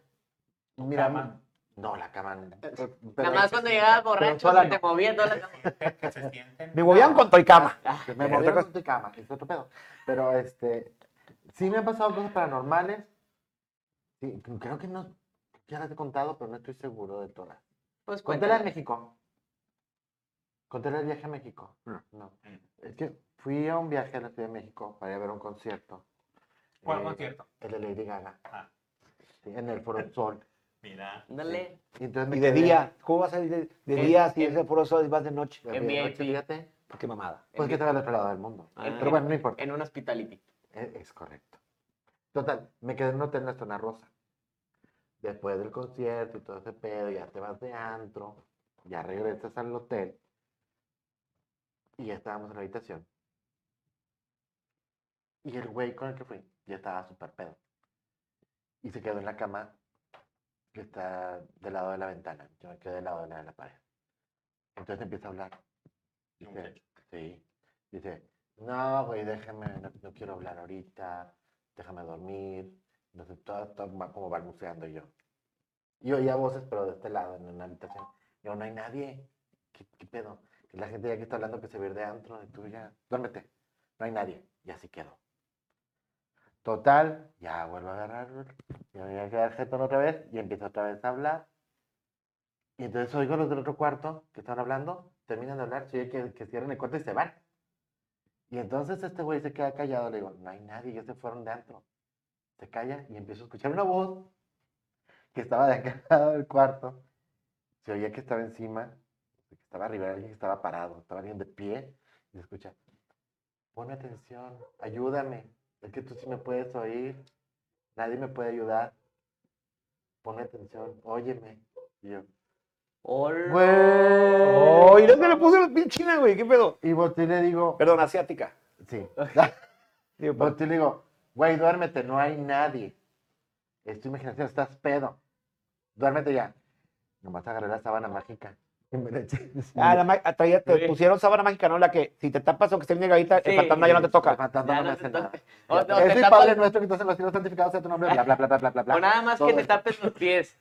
Mira,
Cama.
no, la cama. no. Pero-
Nada más cuando llegaba borracho
sola
se te
no.
movía toda la
Que, que se sienten.
Me movían con toy cama.
Me movieron con tu cama, es otro pedo. Pero este. Sí me han pasado cosas paranormales. Sí, creo que no. Ya las he contado, pero no estoy seguro de todas.
Pues
Conté la de
cuéntame.
México. Conté la del viaje a México. No.
Mm.
Es que fui a un viaje a la Ciudad de México para ir a ver un concierto.
¿Cuál
Eh,
concierto?
El de Lady Gaga.
Ah.
Sí, en el Foro del Sol.
Mira.
Ándale.
Y, entonces me
Ah, Y de
quedé-
día, ¿cómo vas a ir de, de
En-
día si
en-
es el puro sol y vas de noche?
de
En
día,
VIP.
noche, Fíjate,
Qué mamada.
pues
en,
que estaba al otro lado del mundo.
Ah.
Pero bueno, no importa.
en un hospitality.
Es, es correcto. Total, me quedé en un hotel en la zona rosa. Después del concierto y todo ese pedo, ya te vas de antro, ya regresas al hotel. Y ya estábamos en la habitación. Y el güey con el que fui ya estaba súper pedo. Y se quedó en la cama que está del lado de la ventana. Yo me quedé del lado de la, de la pared. Entonces empieza a hablar. Dice,
Muchacho.
sí. Dice, no, güey, déjame, no, no quiero hablar ahorita, déjame dormir, Entonces todas, todas va- como balbuceando y yo. Y oía voces, pero de este lado, en una habitación. Yo, no hay nadie. ¿Qué, qué pedo? Que la gente ya que está hablando que se va a ir de antro, y tú ya, duérmete. No hay nadie. Y así quedó. Total, ya vuelvo a agarrar, ya voy a quedar jetón otra vez y empiezo otra vez a hablar. Y entonces oigo los del otro cuarto que están hablando, terminan de hablar, se oye que, que cierran el cuarto y se van. Y entonces este güey se queda callado, le digo, no hay nadie, ya se fueron de antro. Se calla y empiezo a escuchar una voz que estaba de acá al (laughs) lado del cuarto. Se oía que estaba encima, que estaba arriba, alguien que estaba parado, estaba alguien de pie y se escucha, ponme atención, ayúdame, es que tú sí me puedes oír, nadie me puede ayudar, ponme atención, óyeme. Y yo,
Hola.
Güey.
¡Oh! Y no se le puso la pinchina, güey. ¿Qué pedo?
Y volteé y le digo,
Perdón, asiática.
sí.
Digo, pero-
Volteé y le digo, güey, duérmete, no hay nadie. Es tu imaginación, estás pedo. Duérmete ya. Nomás agarré la sábana mágica. Y me la eché.
Ah, la ma- ah, traía- te
Sí.
pusieron sábana mágica, ¿no? La que si te tapas o que esté bien llegadita,
Sí.
el fantasma ya no te
El
toca.
fantasma
Ya
no
no
me
te
hace
toca.
nada.
O- o
Es
te
mi
tapas-
padre nuestro que estás en los cielos santificados sea tu nombre, bla, bla, bla, bla, bla, bla, bla.
O nada más
Todo
que te
eso.
tapes los pies.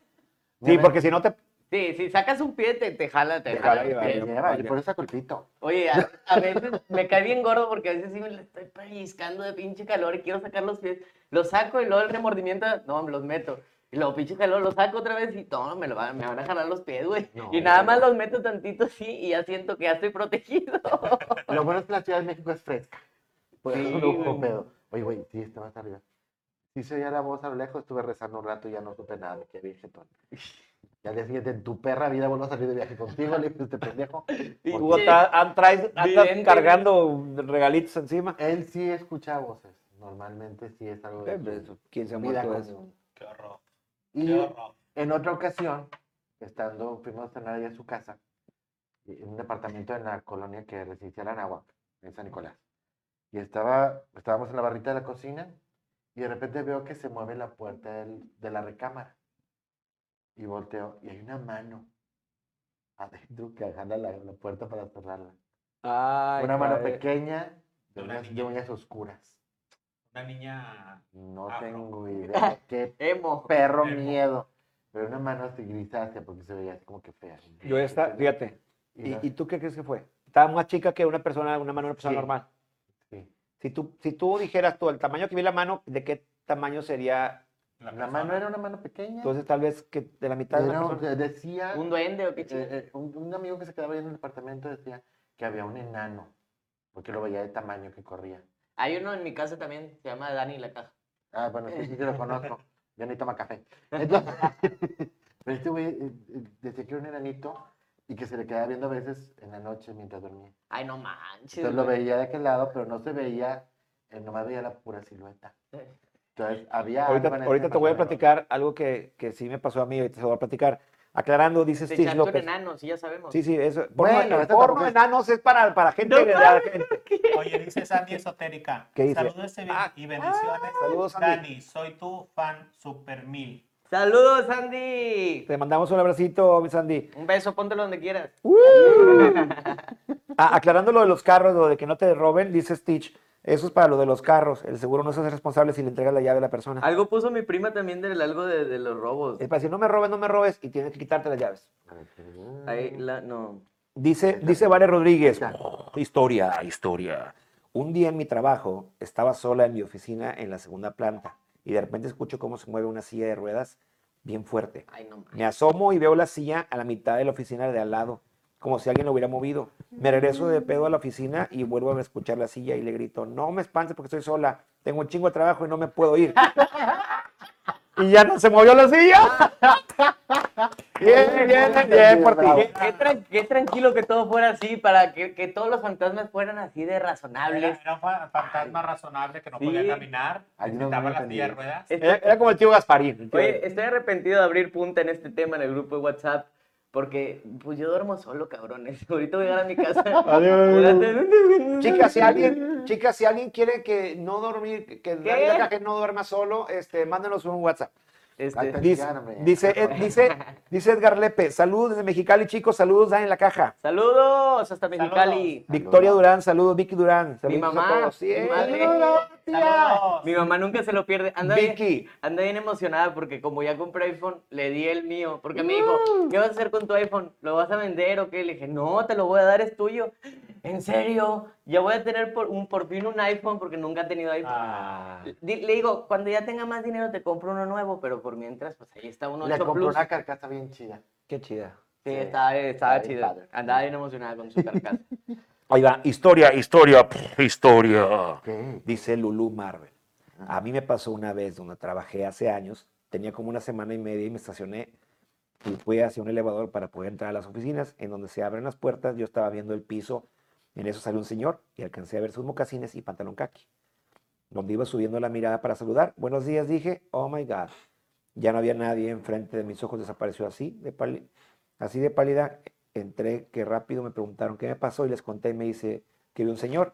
Sí, porque si no te.
Sí, si sacas un pie, te, te jala, te,
Te
jala.
jala y
los
va,
pies.
ya.
Lleva, y por eso culpito.
Oye, a, a veces me cae bien gordo porque a veces sí me la estoy pellizcando de pinche calor y quiero sacar los pies. Los saco y luego el remordimiento, no, me los meto. Y luego pinche calor, los saco otra vez y no, me, lo van, me van a jalar los pies, güey.
No,
y nada
güey.
más los meto tantito así y ya siento que ya estoy protegido.
(laughs) Lo bueno es que la Ciudad de México es fresca. Por eso
Sí,
no hubo
güey.
pedo. Oye, güey, sí, estaba hasta arriba. Sí se oía la voz a lo lejos, estuve rezando un rato y ya no supe nada, me quedé bien jetón. Y al día siguiente, en tu perra vida vuelvo a salir de viaje contigo, le dije este pendejo.
Y
Tú
Sí.
ata- an- traes- andas
Vidente.
cargando regalitos encima.
Él sí escucha voces, normalmente sí es algo de
Eh,
su
Pues, ¿Quién se ha
vida
muerto de eso?
común.
Qué horror. Qué
Y
horror.
en otra ocasión, estando, fuimos a cenar ahí a su casa, y- en un departamento en la colonia que residencial Anáhuac, en San Nicolás. Y estaba, estábamos en la barrita de la cocina y de repente veo que se mueve la puerta del- de la recámara. Y volteo y hay una mano adentro que jala la, la puerta para cerrarla.
Ay,
una mano
padre.
pequeña de
De una
unas, de
niña.
uñas oscuras.
Una niña.
No
Afro.
tengo
(laughs)
idea qué
Emo.
perro
Emo.
miedo. Pero una mano así grisácea porque se veía así como que fea.
Yo ya está, fíjate.
Y
¿Y,
la-
y tú qué crees que fue? Estaba más chica que una persona, una mano de una persona
Sí.
normal.
sí.
Si tú, si tú dijeras tú el tamaño que vi la mano, ¿de qué tamaño sería?
La,
La mano
persona.
era una mano pequeña.
Entonces tal vez que de la mitad de una
Era un-
persona.
decía,
Un duende o qué
eh,
chingada.
eh, un, un amigo que se quedaba ahí en el apartamento decía que había un enano, porque lo veía de tamaño que corría.
Hay uno en mi casa también, se llama Dani la caja.
Ah, bueno, sí, sí, sí lo conozco.
(laughs)
Yo ni toma café. Entonces, (laughs) pero este güey eh, eh, decía que era un enanito y que se le quedaba viendo a veces en la noche mientras dormía.
Ay, no manches.
Entonces lo
güey.
veía de aquel lado, pero no se veía, eh, nomás veía la pura silueta.
Eh.
Entonces había.
Ahorita,
algo en ese
ahorita te voy a
apartamento.
platicar algo que, que sí me pasó a mí, ahorita se lo voy a platicar. Aclarando, dice
Se
Stitch
echaron
López.
enano, sí, ya sabemos.
Sí, sí, eso.
Bueno,
Porno,
este
porno
tampoco es-
enanos es para, para gente.
No
de la gente.
Oye, dice Sandy Esotérica.
¿Qué dice?
Saludos y ben-
Ah,
y bendiciones.
saludos, Sandy.
Sandy, soy tu fan super mil.
Saludos, Andy.
Te mandamos un abracito, mi Sandy.
Un beso, póntelo donde quieras.
Ah, aclarando lo de los carros, lo de que no te roben, dice Stitch, eso es para lo de los carros. El seguro no se hace responsable si le entregas la llave a la persona.
Algo puso mi prima también del algo de, de los robos.
Es para decir, no me robes, no me robes, y tienes que quitarte las llaves.
Ahí la, no.
Dice, dice Vale Rodríguez. Historia, historia. Un día en mi trabajo estaba sola en mi oficina en la segunda planta y de repente escucho cómo se mueve una silla de ruedas bien fuerte.
Ay, no.
Me asomo y veo la silla a la mitad de la oficina de al lado, como si alguien lo hubiera movido. Me regreso de pedo a la oficina y vuelvo a escuchar la silla y le grito, no me espantes porque estoy sola, tengo un chingo de trabajo y no me puedo ir. y ya no se movió la silla. bien, bien, bien, por ti.
Bravo.
Qué, qué tran- qué tranquilo que todo fuera así, para que, que todos los fantasmas fueran así de
Era,
razonables.
era un fa- fantasma razonable que no
Sí.
podía caminar.
Ay, no, no
Necesitaba
lo
la silla de
entendí.
ruedas.
Este-
Era, era como el tío Gasparín. el tío-
Oye, estoy arrepentido de abrir punta en este tema en el grupo de WhatsApp. Porque, pues yo duermo solo, cabrones. (laughs) Ahorita voy a llegar a mi casa. Adiós.
Chicas,
(laughs)
si alguien, chicas, si alguien quiere que no dormir, que- que
¿Qué?
David Acaje no duerma solo, este, mándenos un WhatsApp.
Este,
Ay,
Dice,
Claro, hombre.
dice, Ed- dice, dice Edgar Lepe, saludos desde Mexicali, chicos, saludos ahí en la caja.
saludos hasta Mexicali.
Victoria Durán, saludos, Vicky Durán,
Mi
saludos
mamá,
a todos. Sí,
mi madre.
saludos.
tía.
Mi mamá nunca se lo pierde. Anda bien,
Vicky,
anda bien emocionada porque como ya compré iPhone, le di el mío. Porque me dijo,
Mm.
¿qué vas a hacer con tu iPhone? ¿Lo vas a vender o qué? Le dije, no, te lo voy a dar, es tuyo. En serio, ya voy a tener por, un, por fin un iPhone porque nunca he tenido iPhone.
Ah,
Di- Le digo, cuando ya tenga más dinero te compro uno nuevo, pero por mientras, pues ahí está uno
Le
8
compró
Plus.
una carcasa bien chida.
qué chida.
Sí, estaba, estaba
Está bien
chido.
padre.
Andaba bien emocionada con
(laughs)
su carcasa.
Ahí va,
Historia, historia, pff, historia.
¿Qué?
Dice Lulu Marvel. A mí me pasó una vez donde trabajé hace años, tenía como una semana y media y me estacioné y fui hacia un elevador para poder entrar a las oficinas, en donde se abren las puertas, yo estaba viendo el piso, en eso salió un señor y alcancé a ver sus mocasines y pantalón caqui, donde iba subiendo la mirada para saludar. Buenos días, dije, oh my God. Ya no había nadie enfrente de mis ojos, desapareció así de, pali- así de pálida. Entré, que rápido me preguntaron qué me pasó y les conté y me dice que vi un señor.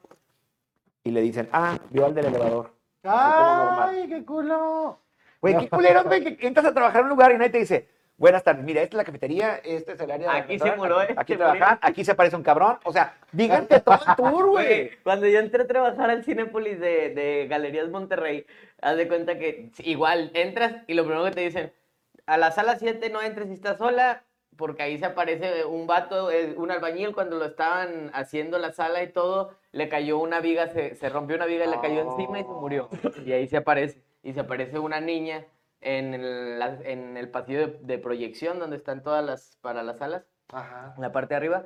Y le dicen, ah, vio al del elevador. Así como normal.
¡Ay, qué culo!
Güey, qué culero, güey, que entras a trabajar en un lugar y nadie te dice, buenas tardes, mira, esta es la cafetería, este es el área de
Aquí se
restaurante,
muró, eh,
Aquí
se
trabajan,
murieron.
aquí se aparece un cabrón. O sea, dígate todo el tour, güey.
Güey, Cuando yo entré a trabajar al Cinépolis de, de Galerías Monterrey, haz de cuenta que igual entras y lo primero que te dicen, a la sala 7 no entres si estás sola, porque ahí se aparece un vato, eh, un albañil, cuando lo estaban haciendo la sala y todo, le cayó una viga, se, se rompió una viga, y le cayó encima y se murió. Y ahí se aparece, y se aparece una niña en el, la- en el pasillo de, de proyección donde están todas las, para las salas
Ajá.
en la parte de arriba.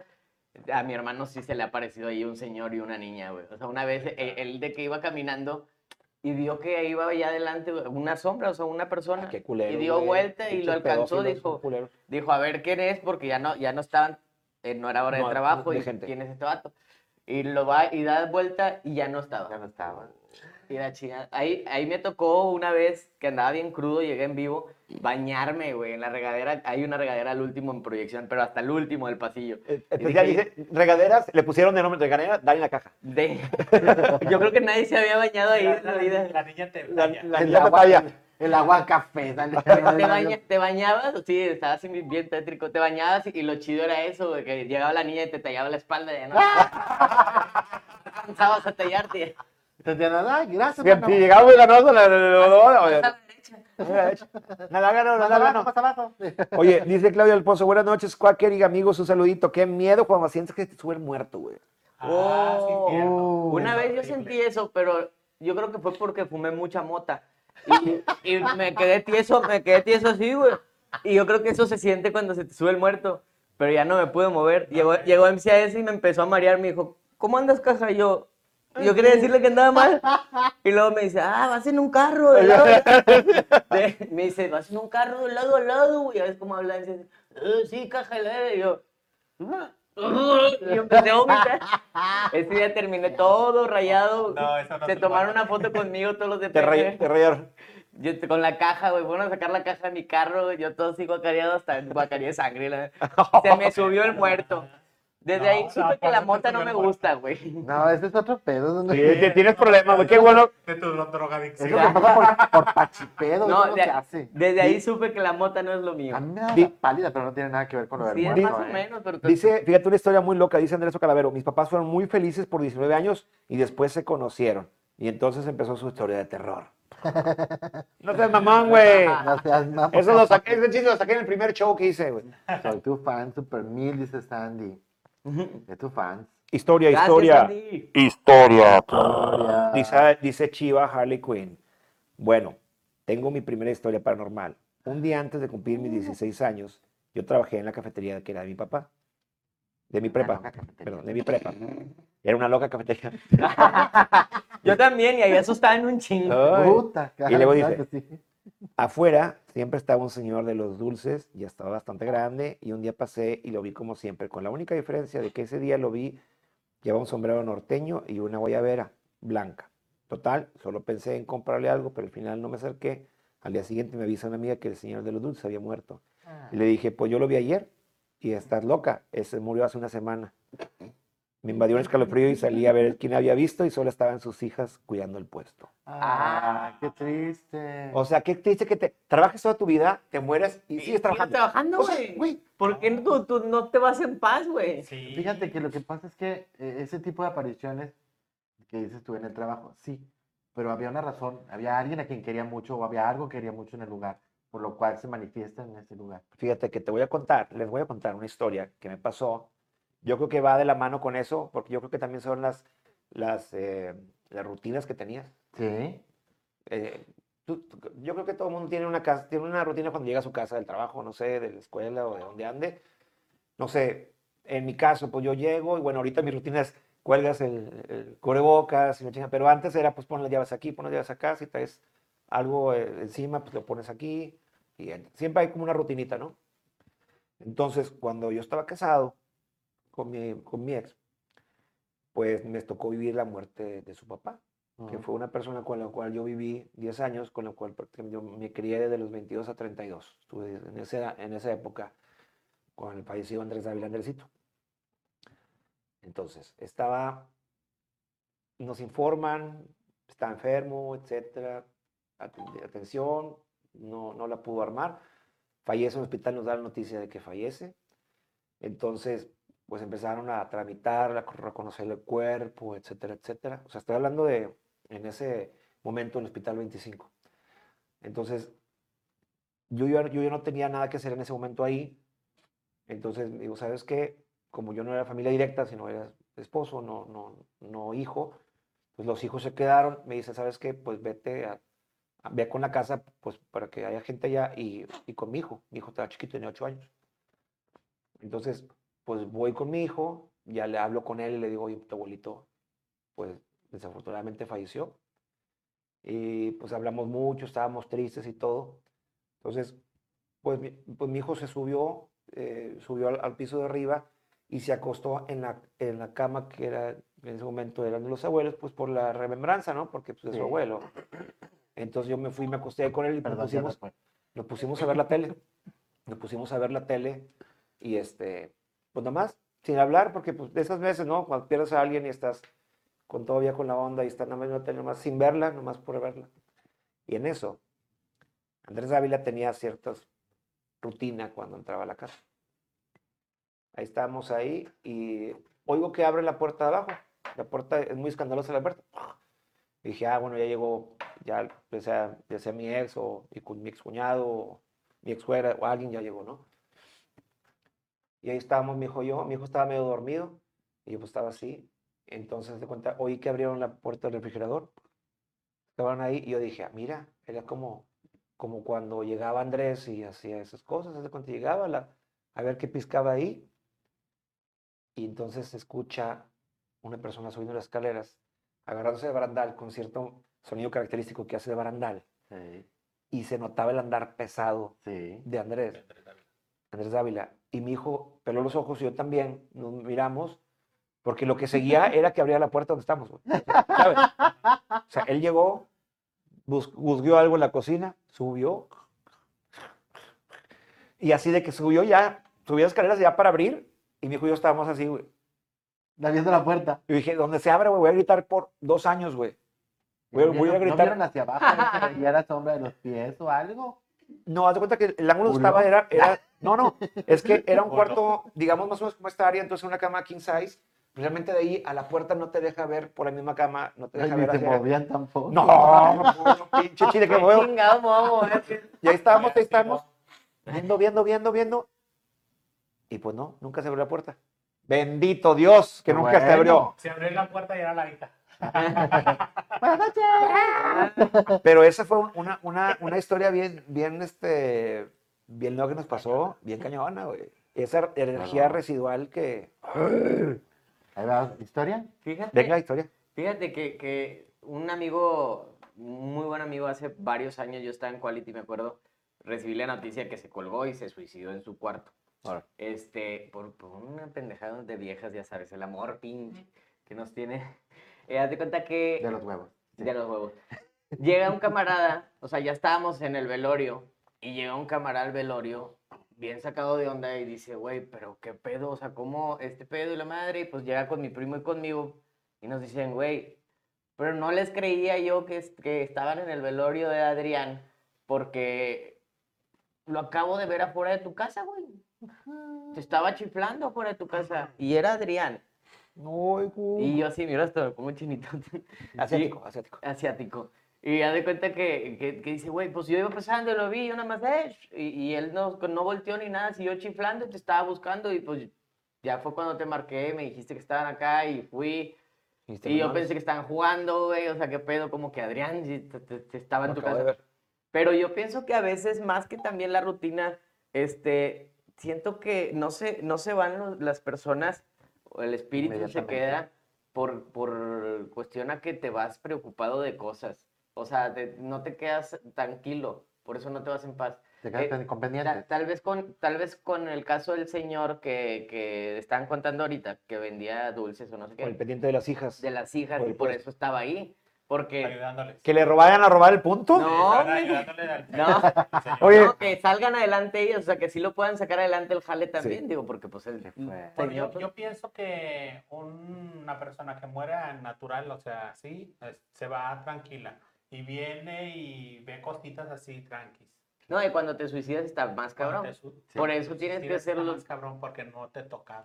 A mi hermano sí se le ha aparecido ahí un señor y una niña, güey. O sea, una vez e- él, de que iba caminando y vio que iba allá adelante güey, una sombra, o sea, una persona.
Ah, Qué culero,
y dio
güey.
vuelta y lo
Pinches
alcanzó,
pedófilos,
dijo,
culero.
dijo, a ver quién es, porque ya no, ya no estaban, eh, no era hora
No,
de trabajo,
de
y
gente.
quién es este vato. Y lo va y da vuelta y ya no
Ya
estaba.
no estaba.
Y la chingada. Ahí, ahí me tocó una vez que andaba bien crudo, llegué en vivo, bañarme, güey, en la regadera. Hay una regadera al último en proyección, pero hasta el último del pasillo.
Eh,
Y
Especial
dije,
dice, regaderas, le pusieron de nombre regadera, dale en la caja.
De- (laughs) Yo creo que nadie se había bañado ahí en la vida.
la niña te
La-
falla.
la-
el,
ya me
agua,
falla.
el, el agua café. dale.
(laughs) ¿Te, baña- te bañabas? Sí, estaba así bien tétrico. Te bañabas y, y lo chido era eso, güey, que llegaba la niña y te tallaba la espalda. Ya no cansabas a tallarte.
Entonces, nada, ay, gracias.
Bien,
mano.
si llegamos ganoso, la- la- la- la-
Vas a
oye,
la derecha.
Nada gano,
Más
nada
abajo,
gano.
más abajo.
Oye, dice Claudio Alfonso, buenas noches, Quaker y amigos, un saludito. Qué miedo cuando sientes que te sube el muerto, güey.
Ah, sí,
Oh.
cierto.
Una vez yo
horrible.
sentí eso, pero yo creo que fue porque fumé mucha mota. Y, y me quedé tieso, me quedé tieso así, güey. Y yo creo que eso se siente cuando se te sube el muerto. Pero ya no me pude mover. Llegó, llegó MCAS y me empezó a marear. Me dijo, ¿cómo andas, caja? Y yo, yo quería decirle que andaba mal. Y luego me dice, ah, vas en un carro. de
(laughs)
lado a lado". De- me dice, vas en un carro de lado a lado, güey. Ya ves cómo habla. Y dice, "Eh, sí, caja. de lado". Y yo, "Ah". y yo empecé a vomitar. Ese día terminé todo rayado.
No, eso no
se
te lo
tomaron
van a-
una foto conmigo todos los de
Te,
PG.
rayaron. te rayaron.
Yo te- con la caja, güey. Fueron a sacar la caja de mi carro, güey. Yo todo así guacareado hasta guacareé de sangre. la- Se me subió el muerto.
Ah.
Desde
No,
ahí
no,
supe que
¿cuándo
la
te
mota
subió
no
el
me
muerto?
gusta, güey.
No, ese es otro pedo. ¿no?
Sí, te- tienes
no,
problemas, güey. Qué
no,
bueno.
De tu dro- drogadicción.
Eso que pasa por, por pachipedo.
No,
eso no
de-
se hace.
desde ahí supe que la mota no es lo mío.
A mí me da
Di-
la pálida, pero no tiene nada que ver con lo del
Sí, es
muerto.
más o
¿eh?
menos, pero
Dice, fíjate una historia muy loca, dice Andrés Calavero, mis papás fueron muy felices por 19 años y después se conocieron. Y entonces empezó su historia de
(laughs)
terror. No seas mamón, güey.
No seas mamón.
Eso lo saqué, ese chiste lo saqué en el primer show que hice, güey.
Soy tu fan, super mil, dice Sandy. Es tu fan.
Historia,
Gracias,
historia.
Andy.
Historia.
Gloria.
Dice, dice Chiva Harley Quinn. Bueno, tengo mi primera historia paranormal. Un día antes de cumplir
Mm.
mis 16 años, yo trabajé en la cafetería que era de mi papá. De mi
Ah,
prepa.
loca cafetería.
Perdón, de mi prepa. Era una loca cafetería.
Yo también, y ahí asustaban un
Ah,
chingo.
Puta,
Y luego
claro
dice,
que sí.
Afuera siempre estaba un señor de los dulces, ya estaba bastante grande, y un día pasé y lo vi como siempre, con la única diferencia de que ese día lo vi, llevaba un sombrero norteño y una guayabera blanca. Total, solo pensé en comprarle algo, pero al final no me acerqué. Al día siguiente me avisa una amiga que el señor de los dulces había muerto. Y le dije, pues yo lo vi ayer y estás loca, ese murió hace una semana. Me invadió un escalofrío y salí a ver quién había visto y solo estaban sus hijas cuidando el puesto.
Ah, qué triste.
O sea, qué triste que te trabajes toda tu vida, te mueres y sigues trabajando.
trabajando,
O sea,
güey.
güey,
¿Por qué tú, tú no te vas en paz, güey?
Sí.
Fíjate que lo que pasa es que eh, ese tipo de apariciones que dices tú en el trabajo, sí, pero había una razón, había alguien a quien quería mucho o había algo que quería mucho en el lugar, por lo cual se manifiesta en ese lugar.
Fíjate que te voy a contar, les voy a contar una historia que me pasó. Yo creo que va de la mano con eso, porque yo creo que también son las, las, eh, las rutinas que tenías.
Sí,
Eh, tú- tú- yo creo que todo el mundo tiene una, casa, tiene una rutina cuando llega a su casa del trabajo, no sé, de la escuela o de donde ande. No sé, en mi caso, pues yo llego y bueno, ahorita mis rutinas cuelgas el, el cubrebocas y la chinga, pero antes era pues pon las llaves aquí, pon las llaves acá, si traes algo eh, encima, pues lo pones aquí. Y en- siempre hay como una rutinita, ¿no? Entonces, cuando yo estaba casado con mi, con mi ex, pues me tocó vivir la muerte de su papá que
ujú.
fue una persona con la cual yo viví 10 años, con la cual prácticamente yo me crié desde los 22 a 32. Estuve en esa, en esa época con el fallecido Andrés Dávila Andresito. Entonces, estaba, nos informan, está enfermo, etcétera, aten- atención, no, no la pudo armar. Fallece en el hospital, nos da la noticia de que fallece. Entonces, pues empezaron a tramitar, a reconocer el cuerpo, etcétera, etcétera. O sea, estoy hablando de en ese momento en el Hospital 25. Entonces, yo ya, yo ya no tenía nada que hacer en ese momento ahí. Entonces, digo, ¿sabes qué? Como yo no era familia directa, sino era esposo, no, no, no hijo, pues los hijos se quedaron. Me dicen, ¿sabes qué? Pues vete a, a- ve con la casa, pues para que haya gente allá y, y con mi hijo. Mi hijo estaba chiquito, tenía ocho años. Entonces, pues voy con mi hijo, ya le hablo con él y le digo, oye, tu abuelito, pues desafortunadamente falleció. Y pues hablamos mucho, estábamos tristes y todo. Entonces, pues mi, pues, mi hijo se subió, eh, subió al, al piso de arriba y se acostó en la, en la cama que era, en ese momento eran de los abuelos, pues por la remembranza, ¿no? Porque pues, es
Sí.
su abuelo. Entonces yo me fui, me acosté ahí con él y nos
Perdón, ya
pusimos,
después.
nos pusimos a ver la tele. Nos pusimos a ver la tele y este, pues nomás, sin hablar, porque pues de esas veces, ¿no? Cuando pierdes a alguien y estás con todavía con la onda y estás nada más viendo la tele, nomás sin verla, nomás por verla. Y en eso, Andrés Dávila tenía ciertas rutina cuando entraba a la casa. Ahí estábamos ahí y oigo que abre la puerta de abajo. La puerta es muy escandalosa la puerta. Y dije, ah, bueno, ya llegó, ya, ya sea, ya sea mi ex o y con mi ex cuñado o mi ex suegra o alguien ya llegó, ¿no? Y ahí estábamos, mi hijo y yo. Mi hijo estaba medio dormido y yo pues estaba así. Entonces, de cuenta, oí que abrieron la puerta del refrigerador. Estaban ahí y yo dije, ah, mira, era como, como cuando llegaba Andrés y hacía esas cosas. Haz de cuenta, llegaba la- a ver qué piscaba ahí. Y entonces se escucha una persona subiendo las escaleras, agarrándose de barandal con cierto sonido característico que hace de barandal.
Sí,
Y se notaba el andar pesado
sí.
de Andrés. Andrés Dávila. Y mi hijo peló los ojos y yo también nos miramos, porque lo que (laughs) seguía era que abría la puerta donde estamos. güey. ¿Sabes? O sea, él llegó, bus- buscó algo en la cocina, subió. Y así de que subió ya, subió las escaleras ya para abrir. Y mi hijo y yo estábamos así, güey.
Abriendo la puerta.
Yo dije, donde se abra, güey, voy a gritar por dos años, güey. Voy, a-
¿No
voy a
vieron- ¿No
gritar.
vieron
(laughs)
hacia abajo? ¿Y era sombra de los pies o algo?
No, haz de cuenta que el ángulo
¿Culo?
donde estaba era, era- no,
(laughs)
no, es que era un
¿O no?
cuarto, digamos más o menos como esta área, entonces una cama king size, realmente de ahí a la puerta no te deja ver, por la misma cama no te
Ay,
deja
Ni
ver
se
hacia... No,
movían tampoco.
no, pinche chile que me muevo.
Chingado, vamos,
(laughs)
eh.
Y ahí estábamos, ahí estábamos, viendo, viendo, viendo, viendo, y pues no, nunca se abrió la puerta. Bendito Dios, que nunca se abrió.
Se abrió la puerta y era la hija.
Pero esa fue un- una, una, una historia bien, bien, este, bien lo que nos pasó, bien cañona, güey. Esa er-, energía
Claro.
residual que...
Ahí va, ¿historia?
Fíjate.
Venga la historia.
Fíjate que, que un amigo, un muy buen amigo, hace varios años yo estaba en Quality, me acuerdo, recibí la noticia que se colgó y se suicidó en su cuarto.
Ahora.
Este, por, por una pendejada de viejas, ya sabes, el amor pinche que nos tiene. Eh, haz de cuenta que...
De los huevos. sí.
De los huevos. Llega un camarada, o sea, ya estábamos en el velorio, y llega un camarada al velorio, bien sacado de onda, y dice, güey, pero qué pedo, o sea, ¿cómo este pedo y la madre? Y pues llega con mi primo y conmigo, y nos dicen, güey, pero no les creía yo que, es- que estaban en el velorio de Adrián, porque lo acabo de ver afuera de tu casa, güey. Te estaba chiflando afuera de tu casa, y era Adrián.
Ay, güey.
Y yo así, mira, esto como un chinito
Asiático, asiático.
asiático. Y haz de cuenta que, que, que dice, güey, pues yo iba pasando y lo vi, yo nada más, eh, sh- y, y él no, no volteó ni nada, siguió chiflando, te estaba buscando y pues ya fue cuando te marqué, me dijiste que estaban acá y fui. Y yo pensé que estaban jugando, güey, o sea, qué pedo, como que Adrián sí, te, te- te estaba en tu casa. Pero yo pienso que a veces, más que también la rutina, este, siento que no se, no se van los- las personas, o el espíritu se
Inmediatamente.
queda por, por cuestión a que te vas preocupado de cosas. O sea, te- no te quedas tranquilo, por eso no te vas en paz.
Te quedas
eh,
pen- con pendientes.
Ta- tal, vez con, tal vez con el caso del señor que, que estaban contando ahorita, que vendía dulces o no sé
Con el
qué,
pendiente de las hijas.
de las hijas,
por
y
el
por
puesto.
eso estaba ahí. Porque,
Ayudándoles.
¿Que le robaran a robar el punto?
No.
Estaban
hombre.
ayudándole al-
no,
al señor.
Oye.
No, que salgan adelante ellos, o sea, que sí lo puedan sacar adelante el jale también, digo, porque pues el
Qué fue.
Bueno,
señor, pues,
yo, yo pienso que una persona que muera natural, o sea, así, es- se va tranquila. Y viene y ve cositas así, tranquis.
no, y cuando te suicidas está más
Cuando
cabrón.
te su-
Por
te
eso tienes que
suicidas, está
hacerlo.
más cabrón, porque no te tocaba.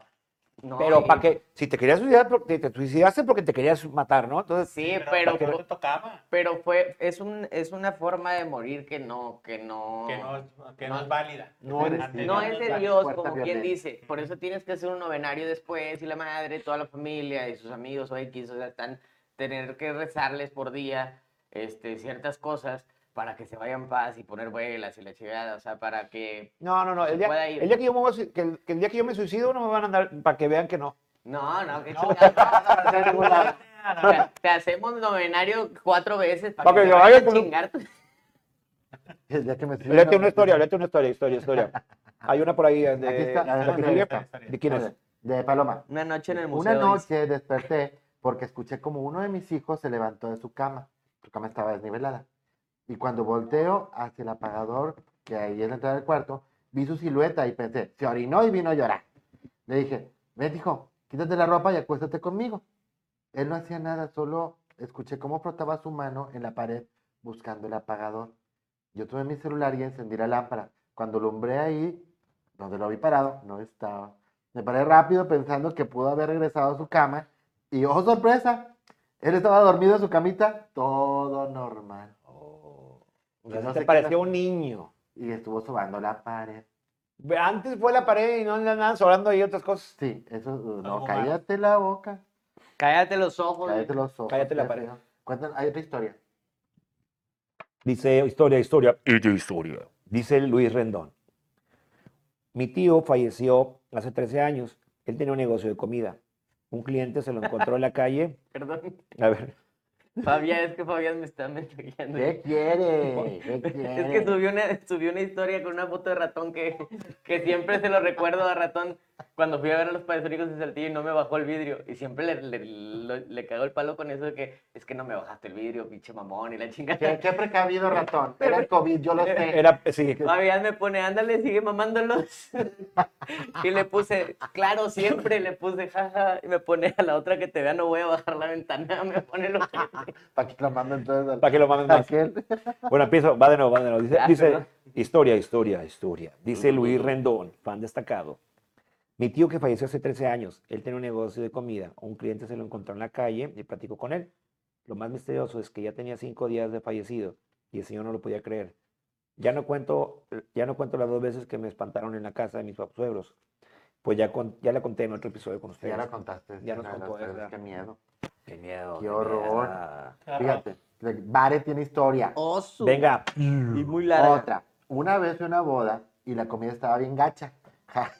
No,
Pero
y-
para que, si te querías suicidar, porque te, te suicidaste porque te querías matar, ¿no? Entonces,
Sí,
pero,
pero,
no
pero,
te tocaba.
fue, es un, es una forma de morir que no, que no.
Que no, es- que no
No.
es válida.
No
eres-
Ante-
No
Sí,
es
la- la
de Dios,
puerta
como quien
violenta.
dice. Por eso tienes que hacer un novenario después y la madre, toda la familia y sus amigos o X, o sea, están, tener que rezarles por día este, ciertas cosas para que se vayan en paz y poner velas y la chivada, o sea, para que...
no, no, no. El
Se
día,
puede ir.
el día que yo me, voy a sui- que el, que el día que yo me suicido no me van a andar para que vean que no.
No, no, que
No, "Ah,
O sea, te hacemos novenario cuatro veces para
Para que
que, te
lo hagas
vayas a
con un-
chingar. tu-
(laughs) El día que me suicido-
Léete una historia, léete una historia, historia, historia. (laughs) Hay una por ahí de,
Aquí está,
la
la
que
de-
sigue.
Esta historia.
¿De quién es?
De Paloma.
Una noche en el museo.
Una
dice.
noche desperté porque escuché como uno de mis hijos se levantó de su cama. Su cama estaba desnivelada. Y cuando volteo hacia el apagador, que ahí es la entrada del cuarto, vi su silueta y pensé, se orinó y vino a llorar. Le dije, ven hijo, quítate la ropa y acuéstate conmigo. Él no hacía nada, solo escuché cómo frotaba su mano en la pared buscando el apagador. Yo tomé mi celular y encendí la lámpara. Cuando lumbré ahí, donde lo vi parado, no estaba. Me paré rápido pensando que pudo haber regresado a su cama y ¡oh sorpresa! Él estaba dormido en su camita, todo normal.
Oh. O
Yo
sea,
no
te
sé
parecía
quién
un niño.
Y estuvo sobando la pared.
Ve, Antes fue la pared y no le andaban sobrando ahí otras cosas.
Sí, eso. uh, No,
Algo malo.
cállate la boca.
Cállate los ojos.
Cállate los ojos.
Cállate la
qué
pared.
feo. Cuéntanos, hay otra historia.
Dice historia, historia.
Y de historia.
Dice Luis Rendón. Mi tío falleció hace 13 años. Él tenía un negocio de comida. Un cliente se lo encontró en la calle.
Perdón.
A ver.
(laughs) Fabián, es que Fabián me está mensajeando.
¿Qué quiere? Eh, ¿Qué quiere?
Es que subió una, subió una historia con una foto de ratón que, que siempre se lo recuerdo a ratón cuando fui a ver a los Padres de Saltillo y no me bajó el vidrio. Y siempre le, le, lo- le cagó el palo con eso de que es que no me bajaste el vidrio, pinche mamón, y la
¿Qué,
chingada.
(laughs)
qué precavido ratón. Era el COVID, yo lo sé.
Era, sí.
Fabián me pone, ándale, sigue mamándolos. (laughs) y le puse, claro, siempre le puse jaja. Y me pone a la otra que te vea, no voy a bajar la ventana. (laughs) Me pone lo que.
(laughs)
¿Para que lo mando entonces al
Para que lo mames más.
aquel?
Bueno, empiezo, va de nuevo, va de nuevo. Dice,
Ya,
dice,
perdón.
historia, historia, historia. Dice Luis Rendón, fan destacado. Mi tío que falleció hace 13 años, él tenía un negocio de comida. Un cliente se lo encontró en la calle y platicó con él. Lo más misterioso es que ya tenía cinco días de fallecido y el señor no lo podía creer. Ya no cuento, ya no cuento las dos veces que me espantaron en la casa de mis suegros. Pues ya, con- ya la conté en otro episodio con ustedes.
Ya la contaste.
Ya nos
una de las
contó
tres,
esa.
Qué miedo.
Qué miedo.
Qué
qué
horror.
miedo.
Fíjate, Bare tiene historia.
Oso.
Venga,
Y muy larga.
Otra. Una vez fui a una boda y la comida estaba bien gacha. (laughs)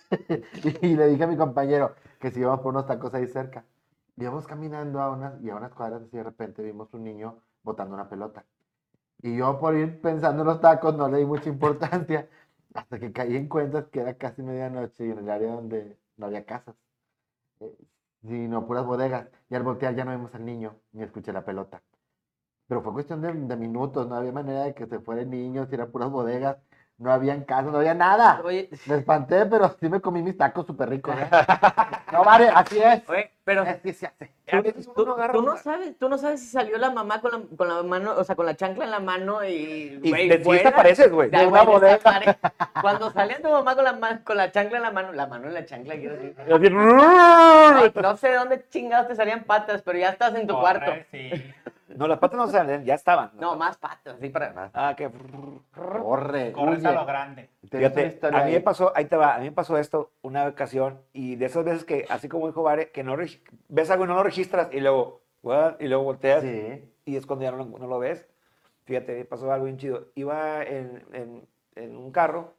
y le dije a mi compañero que si íbamos por unos tacos ahí cerca. Íbamos caminando a unas, y a unas cuadras y de repente vimos un niño botando una pelota. Y yo por ir pensando en los tacos no le di mucha importancia (laughs) hasta que caí en cuenta que era casi medianoche y en el área donde no había casas. eh, Sino puras bodegas. Y al voltear ya no vimos al niño ni escuché la pelota. Pero fue cuestión de, de minutos, no había manera de que se fuera el niño, si eran puras bodegas. No habían casas, no había nada.
Oye,
Me espanté, pero sí me comí mis tacos súper ricos.
(laughs)
¿eh? No, vale, así es.
oye, pero
Así se hace.
A veces
tú,
Eh, uno agarra
tú no
una-
sabes, tú no sabes si salió la mamá con la, con la mano, o sea, con la chancla en la mano y,
Y
güey,
de- sí
fuera.
desapareces, güey.
Ya,
de
güey,
una bodega.
desapare- Cuando salía tu mamá con la, ma- con la chancla en la mano, la mano en la chancla, quiero decir.
Y así, "Rrrr".
No sé de dónde chingados te salían patas, pero ya estás en tu
Corre,
cuarto.
Sí.
No, las patas no salen, ya estaban.
No, más patas, así para
(laughs)
más.
Ah, que.
Corre,
Corres
huye.
a lo grande.
Tenías una
Fíjate,
historia
a mí me
ahí.
pasó, ahí te va, a mí me pasó esto una ocasión y de esas veces que, así como dijo Vare, que no reg- ves algo y no lo registras y luego, what, y luego volteas
Sí.
y es cuando ya no lo, no lo ves. Fíjate, me pasó algo bien chido. Iba en, en- en un carro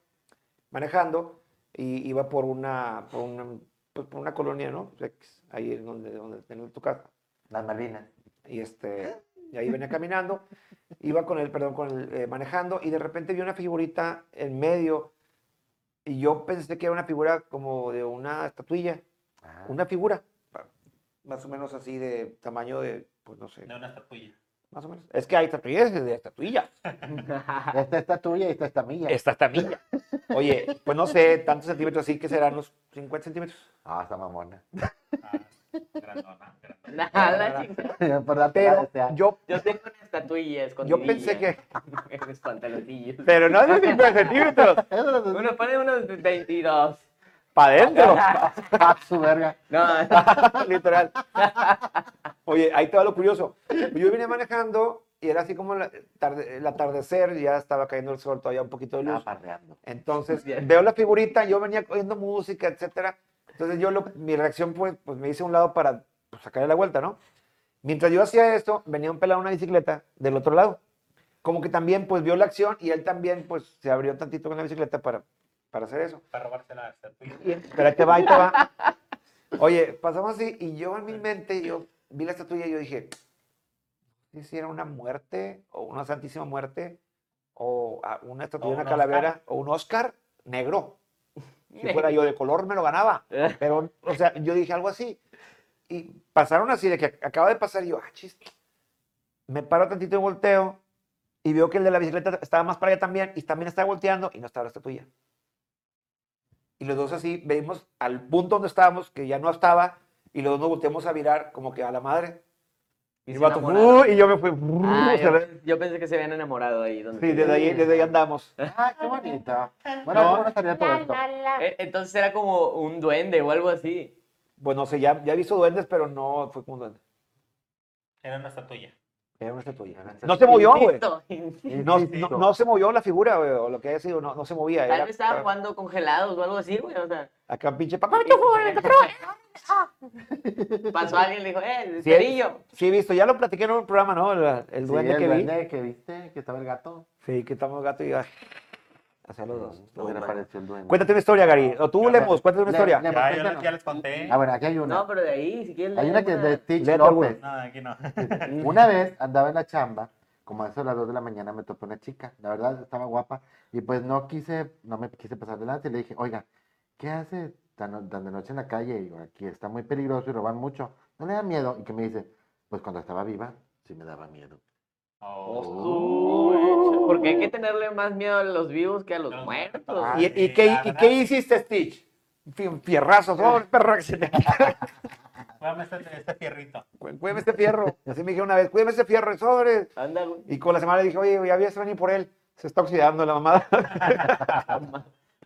manejando y iba por una, por una, pues, por una colonia, ¿no? X, Ahí en donde, donde tenés tu casa
Las Malvinas.
y este y ahí venía caminando iba con el perdón con el eh, manejando y de repente vi una figurita en medio y yo pensé que era una figura como de una estatuilla
Ah,
una figura pa- más o menos así de tamaño de pues no sé
De una estatuilla.
más o menos es que hay estatuillas de estatuilla
Esta está tuya y esta está mía.
esta estatuilla oye pues no sé tantos centímetros así que serán unos 50 centímetros
Ah, está mamona. (laughs)
Ah, grandona, grandona.
Nada, la chingada.
Por darte la este
pero
desea.
yo
Yo tengo una estatuilla
yo pensé
(laughs)
que
En mis pantaloncillos.
pero no de 50 centímetros
Eso es lo-
Uno pone unos 22.
para adentro
(laughs) Ah, su verga.
(laughs)
No,
Literal. Oye, ahí te va lo curioso. Yo vine manejando y era así como la- tarde- el atardecer, ya estaba cayendo el sol, todavía un poquito de
Estaba
luz.
parreando.
Entonces
Bien.
veo la figurita, yo venía oyendo música, etcétera. Entonces yo, lo- mi reacción fue, pues me hice a un lado para pues, sacarle la vuelta, ¿no? Mientras yo hacía esto, venía un pelado en una bicicleta del otro lado. Como que también, pues vio la acción y él también, pues se abrió tantito con la bicicleta para, para hacer eso.
Para robarse la estatuilla.
Pero ahí te va, ahí te
(laughs)
va. Oye, pasamos así y yo en mi mente, yo vi la estatua y yo dije, "No sé si era una muerte o una santísima muerte o ah, una estatua,
O
una
un
calavera o un Oscar negro. Si
(laughs)
(laughs)
fuera yo de color me lo ganaba. Pero, o sea, yo dije algo así. Y pasaron así, de que ac- acaba de pasar y yo, ah, chis. Me paro tantito y volteo y veo que el de la bicicleta estaba más para allá también y también estaba volteando y no estaba la estatua. Y los dos así, venimos al punto donde estábamos, que ya no estaba, y los dos nos volteamos a virar como que a la madre. Y, el
se
vato,
enamoraron.
"Uh", y yo me fui. "Uh",
Ah,
o sea,
yo, yo pensé que se habían enamorado ahí. Donde
sí, desde ahí, desde ahí andamos.
Ah, qué bonito. Bueno,
No.
¿cómo no salió todo esto?
Eh, Entonces era como un duende o algo así.
Bueno, no sé, ya, ya he visto duendes, pero no fue como un duende.
Era una estatuilla.
Era una estatua.
Era una estatua.
No se movió, güey.
Insisto, insisto.
Eh, No, no,
Insisto.
no se movió la figura, güey, o lo que haya sido, no, no se movía.
Tal
era-
vez estaban jugando congelados o algo así, güey. O sea,
Acá pinche papá, vete a jugar, vete a jugar".
(laughs) pasó alguien y le dijo, eh,
Sí, es-
cerillo.
Sí, he visto, ya lo platiqué en un programa, ¿no? El, el
Sí,
duende
el
que vi.
duende que viste, que estaba el gato.
Sí, que estamos gato y ay, hacia los dos.
No hubiera aparecido el duende.
Cuéntate una historia, Gary. O tú,
Ya,
Lemos, cuéntate una
Le-
historia.
Lemos,
Ya, yo les-
cuéntanos.
ya les conté.
Ah, bueno, aquí hay una.
No, pero de ahí, si quieres.
Hay
leemos
una que es de Stitch
Léete
López.
No, aquí no.
Una vez andaba en la chamba, como a eso a las 2 de la mañana me topé una chica, la verdad estaba guapa, y pues no quise, no me quise pasar delante, y le dije, oiga, ¿qué hace tan, no- tan de noche en la calle? Y yo, aquí está muy peligroso y roban mucho, ¿no le da miedo? Y que me dice, pues cuando estaba viva, sí me daba miedo.
Oh.
Uy, Porque hay que tenerle más miedo a los vivos que a los
Los
muertos.
muertos.
¿Y,
Ay,
y qué,
la
¿Y
verdad.
qué hiciste, Stitch? Fie- Fierrazos, oh, perro, que se te quita.
Dame este, este fierrito.
Cu- Cuídame este fierro. Así me dijeron una vez, cuídame este fierro, y sobre.
Anda, güey.
Y con la semana le dije, oye, ya habías venido por él. Se está oxidando la mamada.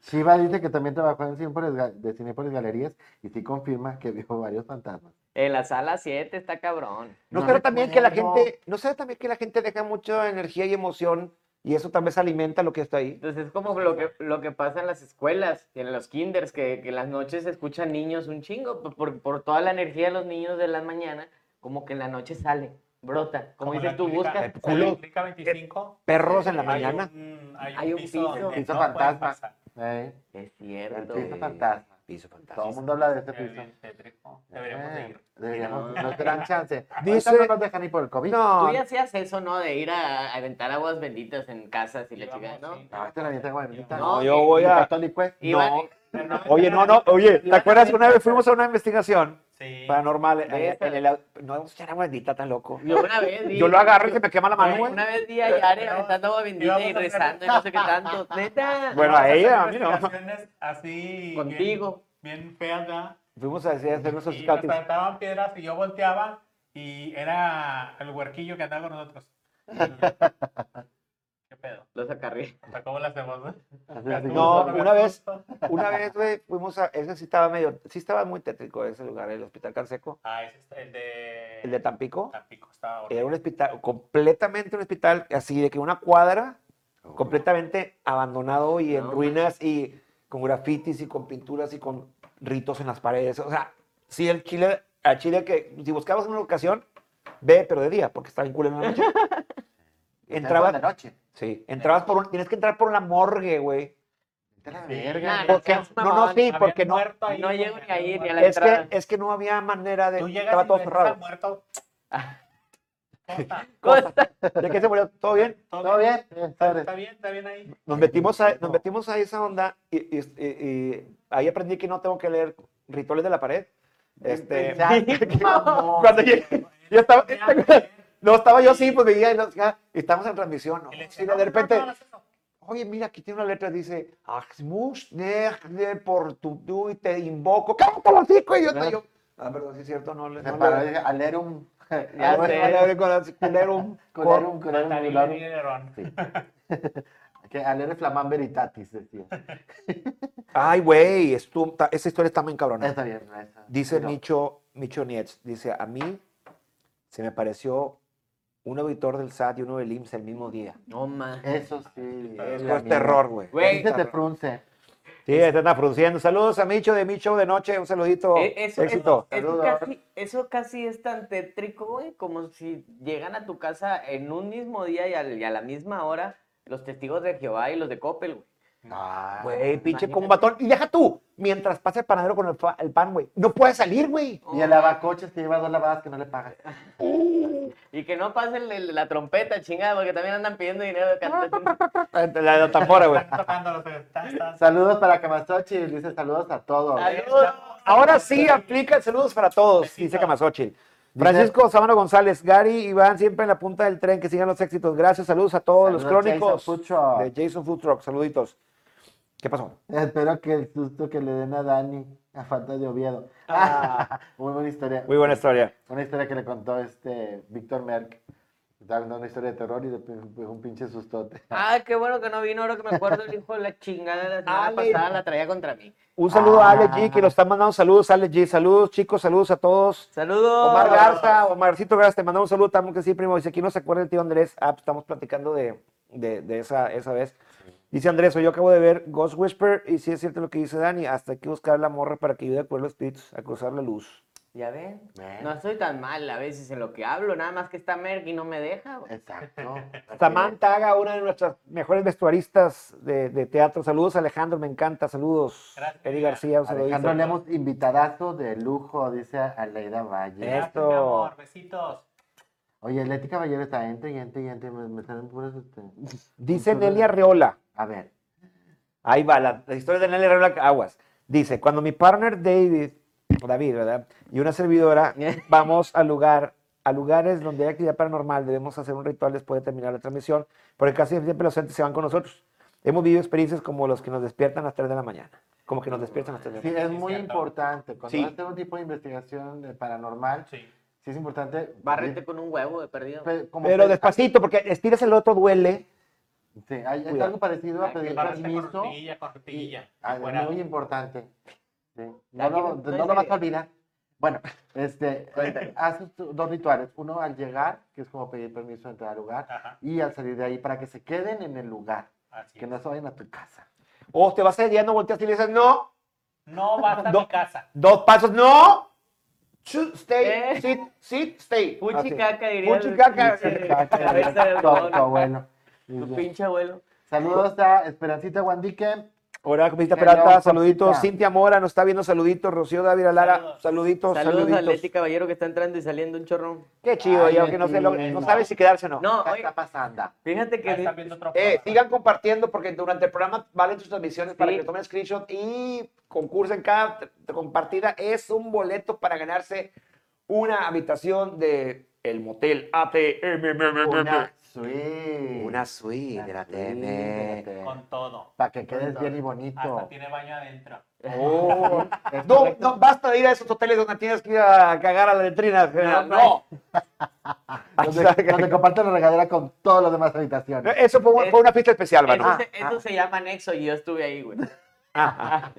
Shiva dice que también trabajó en Cinépolis, Ga- de Cinépolis Galerías, y sí confirma que vio (laughs) varios fantasmas.
En la sala 7 está cabrón.
¿No,
No
será también que la
recuerdo.
gente, no será también que la gente deja mucha energía y emoción y eso tal vez alimenta lo que está ahí?
Entonces es como lo que, lo que pasa en las escuelas, en los kinders, que, que las noches se escuchan niños un chingo, por- por, por toda la energía de los niños de la mañana, como que en la noche sale, brota. Como, dices
la
tú,
clínica-
buscas.
la
culo.
clínica 25.
Perros en la
hay
mañana.
un- hay,
Hay
un
un
piso,
piso.
donde
Piso
no pueden
fantasma.
pasar.
¿eh?
Es
El
cierto.
piso
güey.
fantasma.
Piso
Todo el mundo habla de ese piso.
El Pedrico. Deberíamos
Ah.
de ir.
Eh, deberíamos, nos darán chance.
Dice-
Dice, no nos dejan ni por el COVID.
No,
Tú ya hacías eso, ¿no? De ir a a aventar aguas benditas en casas y la chica,
Íbamos,
¿no?
sí.
No, este la avienta con el
No,
no, yo voy a...
Católico, eh.
Iban-
Pero
Oye, no, no, oye, ¿te acuerdas que una vez fuimos a una investigación?
Sí.
paranormal.
Ahí
eh,
está.
en el au- no vamos a echar agua bendita, tan loco.
Yo una vez vi-
Yo lo agarro y se me quema la mano,
Güey,
güey.
Una vez vi a Yare
No,
aventando agua bendita y
íbamos a hacer-
rezando y no sé qué tanto. Neta,
Bueno, a
Vamos hacer
ella, a mí no.
investigaciones Así.
contigo.
Bien, bien feas, ¿verdad?
Fuimos a hacer hacer nuestros
Y nos
scoutings.
aventaban piedras y yo volteaba y era el huerquillo que andaba con
(laughs)
nosotros. ¿Qué pedo?
Los acarré.
Hasta ¿Cómo lo hacemos? güey?
Así, así.
No,
Hasta tú,
una vez-
Roberto.
Una vez, güey, fuimos a. Ese sí estaba medio. Sí estaba muy tétrico ese lugar, el Hospital Canseco.
Ah, ese es el de.
El de Tampico.
Tampico estaba
Era
horrible.
un hospital, completamente un hospital, así de que una cuadra completamente abandonado y en
No,
ruinas y con grafitis y con pinturas y con ritos en las paredes. O sea, sí, el Chile, a Chile que si buscabas una ocasión, ve, pero de día, porque está bien culero en la
(laughs)
noche.
Entraba de
Entrabas,
noche.
sí, entrabas por, un- tienes que entrar por la morgue, güey.
Vete a la
Sí.
verga.
Nah,
güey.
Porque,
seas
no, no,
mamón.
sí,
Había
porque no,
muerto ahí,
no
güey,
llego ni
había
ahí, ni
muerto.
a la
es que,
entrada.
es que no había manera de,
Tú llegas
estaba
y
todo
ves al
cerrado.
muerto. ¿Cómo está?
Costa.
¿De qué se murió? ¿Todo bien?
¿Todo bien? Eh, sobre.
¿Está bien? ¿Está bien ahí?
Nos metimos a, nos
No.
metimos a esa onda y, y- y- y ahí aprendí que no tengo que leer rituales de la pared. Este,
(laughs)
(laughs)
Mamón.
cuando llegué, yo estaba,
Ya,
(laughs) no, estaba yo así, pues veía, y no- ya, estamos en transmisión, ¿no?
y le
Y
decía, no,
de
no,
repente,
no, no, no, no.
oye, mira, aquí tiene una letra, dice, "Axmush nech de por tu tú y te invoco, cállate los hocico, y yo,
Ah.
yo, ah, perdón, sí es cierto, no, le-
Se
no
paró y
le-
dije, a leer un.
Ya
a
no
(laughs) leer-
sé.
le- no le- con- con- leer un-
con
con-
leer un- con leer un-
Hasta
con
ahí
leer
le dieron.
un- que A leer el flamán veritatis, decía.
Ay, güey, estu- ta- esa historia está muy cabrona.
Está bien. esa-
Dice
no.
Micho, Micho Nietz, dice, a mí se me apareció un auditor del SAT y uno del IMSS el mismo día.
No, man.
Eso sí.
Eso
la
es
mierda.
terror, güey.
Güey.
Dice te frunce.
Sí, se está produciendo. Saludos a Micho de Micho de noche, un saludito.
Eh, Eso, es-
Éxito.
es
Saludos.
casi, eso casi es tan tétrico, güey, como si llegan a tu casa en un mismo día y al- y a, la misma hora los testigos de Jehová y los de Coppel, güey.
No.
Güey, pinche
imagínate.
combatón. Y deja tú, mientras pasa el panadero con el, fa- el pan, güey. No puedes salir, güey.
Y el lavacoches que lleva dos lavadas que no le pagan.
Y que no pase el- el- la trompeta, chingada, porque también andan pidiendo dinero. de cantante.
La de la tambora, güey.
Están tocando los- están- están-
Saludos para Camasochi. Dice saludos a todos.
Saludos.
Ahora sí aplica saludos para todos, dice Camasochil. Francisco Sabano González, Gary, Iván, siempre en la punta del tren, que sigan los éxitos. Gracias, saludos a todos los
Saludos,
crónicos
Jason Pucho.
de Jason Food Truck, saluditos. ¿Qué pasó?
Espero que el susto que le den a Dani a falta de Oviedo. (laughs) Muy buena historia.
Ah. Muy buena historia.
Una historia que le contó este Víctor Merck. Estaba contando una historia de terror y de pin- un pinche sustote.
Ah, qué bueno que no vino ahora que me acuerdo el hijo de la chingada la semana
Ale.
pasada la traía contra mí.
Un saludo a Ale G,
Ah.
que nos está mandando saludos, Ale G, saludos chicos, saludos a todos.
Saludos.
Omar Garza, Omarcito Garza, te mandamos un saludo también que sí, primo. Dice, aquí no se acuerda el tío Andrés. Ah, pues, estamos platicando de, de- de esa, esa vez. Dice Andrés, oye, yo acabo de ver Ghost Whisper y sí es cierto lo que dice Dani, hasta hay que buscar la morra para que ayude a curar los espíritus, a cruzar la luz.
Ya ven,
Ven.
no soy tan mal a veces en lo que hablo, nada más que está Merck y no me deja, güey.
Exacto.
(laughs) Samantha Haga, una de nuestras mejores vestuaristas de, de teatro. Saludos, Alejandro, me encanta. Saludos,
Gracias.
Eri García, un saludito.
Alejandro Lemos, invitadazo de lujo, dice Aleida Valle.
Eh.
Gracias,
Esto.
mi amor, Besitos.
Oye, Leti Caballero está entre y entre y entre. Me, me salen puras. este,
Dice Nelly Arreola.
A ver.
Ahí va, la, la historia de Nelly Arreola Aguas. Dice, cuando mi partner David, David, ¿verdad? Y una (laughs) servidora, vamos al lugar, a lugares donde hay actividad paranormal, debemos hacer un ritual después de terminar la transmisión, porque casi siempre los entes se van con nosotros. Hemos vivido experiencias como los que nos despiertan a las 3 de la mañana. Como que nos despiertan a las 3 de la
Sí,
mañana.
es
Sí,
muy
cierto.
importante. Cuando
Sí.
haces un tipo de investigación de paranormal, sí.
Sí.
es importante.
Bárrete con un huevo de perdido.
Pues,
Pe- como
Pero
pe-
despacito, porque estiras el otro, duele.
Sí, hay, es
Cuidado.
algo parecido a
Hay que
pedir
Bárrate con
permiso.
tortilla, con
y-
tortilla.
ah,
Fuera.
es muy importante. Sí, No,
Aquí
lo,
no estoy
no lo vas
medio-
a olvidar. Bueno, este, haces tu- dos rituales. Uno al llegar, que es como pedir permiso de entrar al lugar,
Ajá,
y al salir de ahí para que se queden en el lugar,
así
que
es.
no se vayan a tu casa.
O te vas sediando, volteas y le dices, no.
No vas a
No.
mi casa.
Dos pasos, no. Chu- Stay,
Eh.
sit, sit, stay.
Puchi
Así.
caca, diría. el
ah, Puchi caca.
pinche cabeza de
Tu- tu
huevón,
abuelo.
Tu
Dice,
pinche abuelo.
Saludos a Esperancita Guandique,
Hola, Copita
Hello,
Peralta,
Copita.
saluditos. Cintia Mora nos está viendo, saluditos. Rocío Dávila Lara,
Saludos.
saluditos,
Saludos a
saluditos.
Leti Caballero que está entrando y saliendo un chorrón.
Qué chido,
Ay,
ya que no,
Leti,
sé lo-
ven,
no
no.
sabes si quedarse o no.
No,
¿Qué
oiga,
está pasando?
fíjate que
Ahí están
de-
viendo otro
Eh,
programa.
sigan compartiendo porque durante el programa valen sus transmisiones para
Sí.
que tomen screenshot y concursen. Cada t- compartida es un boleto para ganarse una habitación de el motel ATM.
Una suite.
Una suite de la TM.
Con todo.
Para que quedes bien y
Hasta
bonito.
tiene baño adentro.
Oh.
Es
No,
correcto.
no, basta de ir a esos hoteles donde tienes que ir a cagar a la letrina. No, (laughs)
no.
Donde, donde comparten la regadera con todas las demás habitaciones.
Eso fue, un- fue una pista especial,
eso,
Manu.
se, eso
ah.
se llama anexo y yo estuve ahí, güey.
(laughs)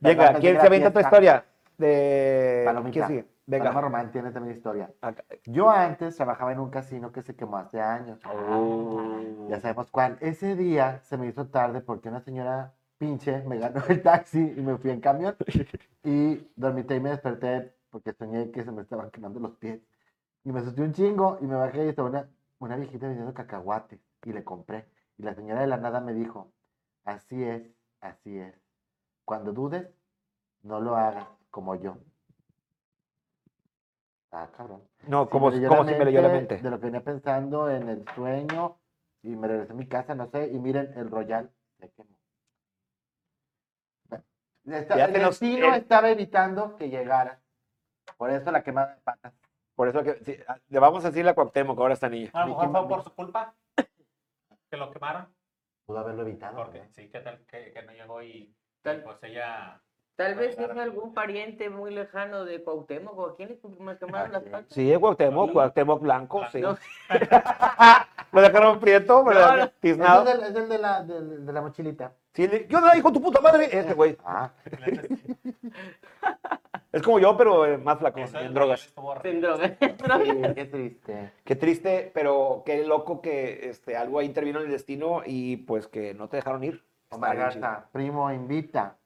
Venga, ¿quién
Perdón, pensé
se
que
avienta
era
tu
fiesta.
historia? De...
Palomita.
¿Quién sigue? Venga.
Paloma Román tiene también historia.
Acá.
Yo antes trabajaba en un casino que se quemó hace años. Ya sabemos cuál. Ese día se me hizo tarde porque una señora pinche me ganó el taxi y me fui en camión. Y dormité y me desperté porque soñé que se me estaban quemando los pies. Y me asusté un chingo y me bajé y estaba una, una viejita vendiendo cacahuates y le compré. Y la señora de la nada me dijo, así es, así es. Cuando dudes, no lo hagas como yo. Ah, cabrón.
No,
Sí,
como,
leyó
como
la
si me leyó la
mente,
mente.
De lo que venía pensando en el sueño y me regresé a mi casa, no sé, y miren, el Royal se quemó. Está-
Ya
el
te nos-
destino
el-
estaba evitando que llegara. Por eso la quemada de patas.
Por eso que, sí, ah, le vamos a decirle a Cuauhtémoc ahora esta niña.
A lo mejor
Vicky-
fue por su culpa Ah, que lo quemaron.
Pudo haberlo evitado.
Porque
¿verdad?
sí, que tal que, que no llegó y
Tal-
pues (laughs) ella.
Tal vez fue algún pariente muy lejano de Cuauhtémoc o a quién le me quemaron las
Aquí.
patas.
Ah, Sí, es Cuauhtémoc,
No.
Cuauhtémoc blanco, sí.
No.
(laughs) Lo dejaron prieto, ¿verdad?
No, no.
Tiznado.
Es el, es el de, la, del- de la mochilita.
Sí, le- ¿Qué onda, hijo de tu puta madre? Este güey.
Ah,
este
Es como yo, pero eh, más flaco,
Eso
en
es-
drogas.
estuvo horrible.
Sin (laughs) droga.
qué triste.
Qué triste, pero qué loco que este, algo ahí intervino en el destino y pues que no te dejaron ir.
Omar
Está bien chido.
Garza, primo, invita.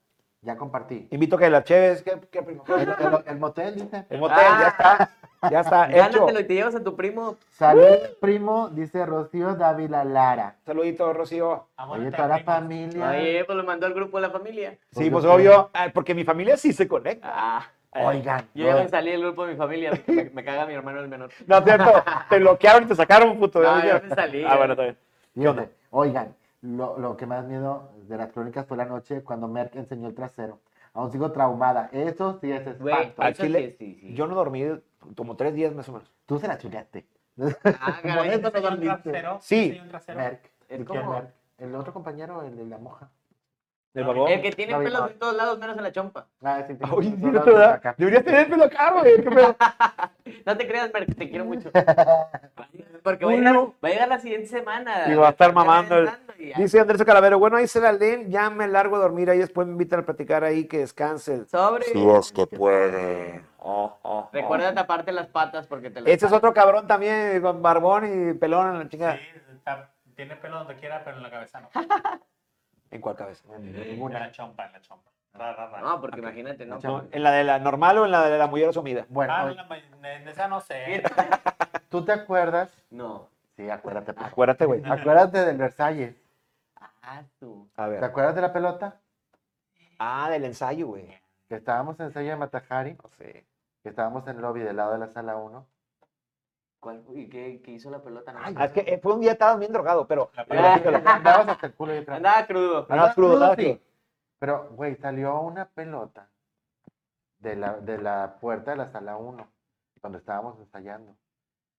Ya compartí.
Invito a que la cheves. ¿Qué, qué primo?
El, el- el motel, dice.
El motel, ya está. Ya
(laughs)
está. Hecho.
Ah. Gánatelo y te llevas a tu primo.
(laughs)
Salud, primo, dice Rocío Dávila Lara.
Saludito, Rocío.
Amor,
Oye,
te
toda la
abrimos.
familia.
Oye, pues lo mandó al grupo de la familia.
Sí,
yo
pues
creo.
obvio, ah, porque mi familia sí se conecta.
Ah,
Oigan,
yo
no,
ya me salí del grupo de mi familia. porque Me, me caga mi hermano el menor.
No, es cierto, te bloquearon y te sacaron, puto.
No,
Oye.
ya me salí,
Ah,
ya.
bueno, está bien.
fíjate, Oigan, lo, lo que más miedo de las crónicas fue la noche cuando Merck enseñó el trasero. Aún sigo traumada. Eso sí es
Güey,
espanto.
al
eso
Ah, chile,
sí, sí, sí.
Yo no dormí como tres días más o menos.
Tú se la chuleaste.
(laughs)
Ah, caray,
Por eso
¿Enseñó un
dormiste.
trasero?
Sí.
¿Enseñó un trasero?
Merck.
Es
Dije,
como-
Merck. El otro compañero, el de la moja.
¿Del
No,
babón?
El que tiene
No, mi
pelos
madre.
en todos lados, menos en la chompa.
Ah, sí, tengo
Oye,
un
mira
solo
tu edad.
acá.
Deberías tener pelo caro, güey. ¿Qué pedo?
No te creas, Merck, te
(laughs)
quiero mucho. Porque va a,
Uno.
llegar, va a llegar la siguiente semana.
Y va a estar mamando el-
reventando y ya.
Dice Andrés Calavero, bueno, ahí se la leen, ya me largo a dormir ahí, después me invitan a platicar ahí, que descansen.
Sobre.
que puede.
Oh, Recuerda taparte las patas porque te las.
Este es otro cabrón también, con barbón y pelón en la chingada.
Sí, está- tiene pelo donde quiera, pero en la cabeza no.
¿En cuál cabeza?
En la chompa, en la chompa. Ra, ra, ra.
No, Ah, porque imagínate, ¿no?
No, ¿En la de la normal o en la de la mujer asumida?
Bueno,
Ah,
oye,
en la ma- en esa no sé.
¿tú te acuerdas?
No.
Sí,
(laughs)
acuérdate. pues.
Acuérdate, güey.
Acuérdate del Versalles.
Ah, tú.
A
¿Te
ver.
acuerdas de la pelota?
Ah, del ensayo, güey.
Que estábamos en Sella de Matajari,
No sé.
que estábamos en el lobby del lado de la sala
(laughs)
1.
¿Cuál fue? ¿Y qué, qué hizo la pelota? No me
Ah, es que eh, fue un día estabas bien drogado, pero...
La
Ah.
platícalo.
Andabas hasta el culo de
acuerdo. Andaba crudo.
Ah, no, es crudo, no, es crudo.
Pero, güey, salió una pelota de la, de la puerta de la sala 1, donde estábamos ensayando.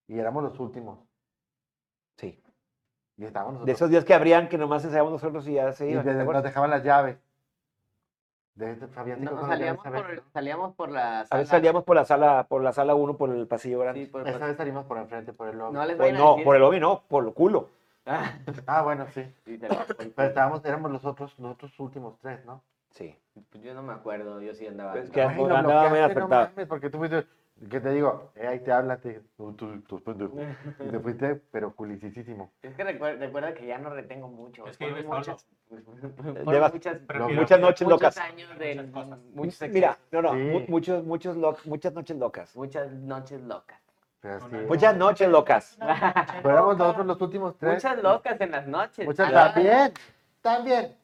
Y éramos los últimos.
Sí.
Y estábamos
De
nosotros.
esos días que abrían, que nomás ensayamos nosotros y ya se
y
iban.
de-
¿te
nos
acuerdas?
dejaban las llaves. De este, Fabián se
No,
quedó con las llaves
salíamos,
esa vez,
por,
¿no?
salíamos por la
A
sala.
veces salíamos por la sala, por la sala 1, por el pasillo grande.
Sí, por-
Esa vez salimos por enfrente, por el lobby.
no les
Pues
vayan a
no,
decir-
por el lobby no, por el culo.
Ah,
Ah, bueno, sí.
(laughs)
sí, te
Pues
la-
Pero estábamos, éramos los otros, los otros últimos tres, ¿no?
Sí.
Yo no me acuerdo, yo sí andaba.
Pues que-
Ay, lo
andaba muy
bloqueaste, no
afectado.
mames, porque tú fuiste, que te digo, eh, ahí te hablas, te dije, tú, tú, tú, pendejo. Y te fuiste, pero culicísimo.
(laughs) Es que recuer- recuerda que ya no retengo mucho.
Es que
fueron
vives solo.
muchas,
(laughs)
fueron
Llevas-
muchas,
Prefiero-
muchas noches locas.
muchos años de
Muchas cosas.
muchos excesos,
Mira, no, no,
Sí.
mu- muchos, muchos lo- muchas noches locas.
muchas noches locas.
Pero sí.
Una-
Muchas noches locas.
Pero éramos nosotros los últimos tres.
Muchas locas en las noches.
Muchas
Ah,
también. También.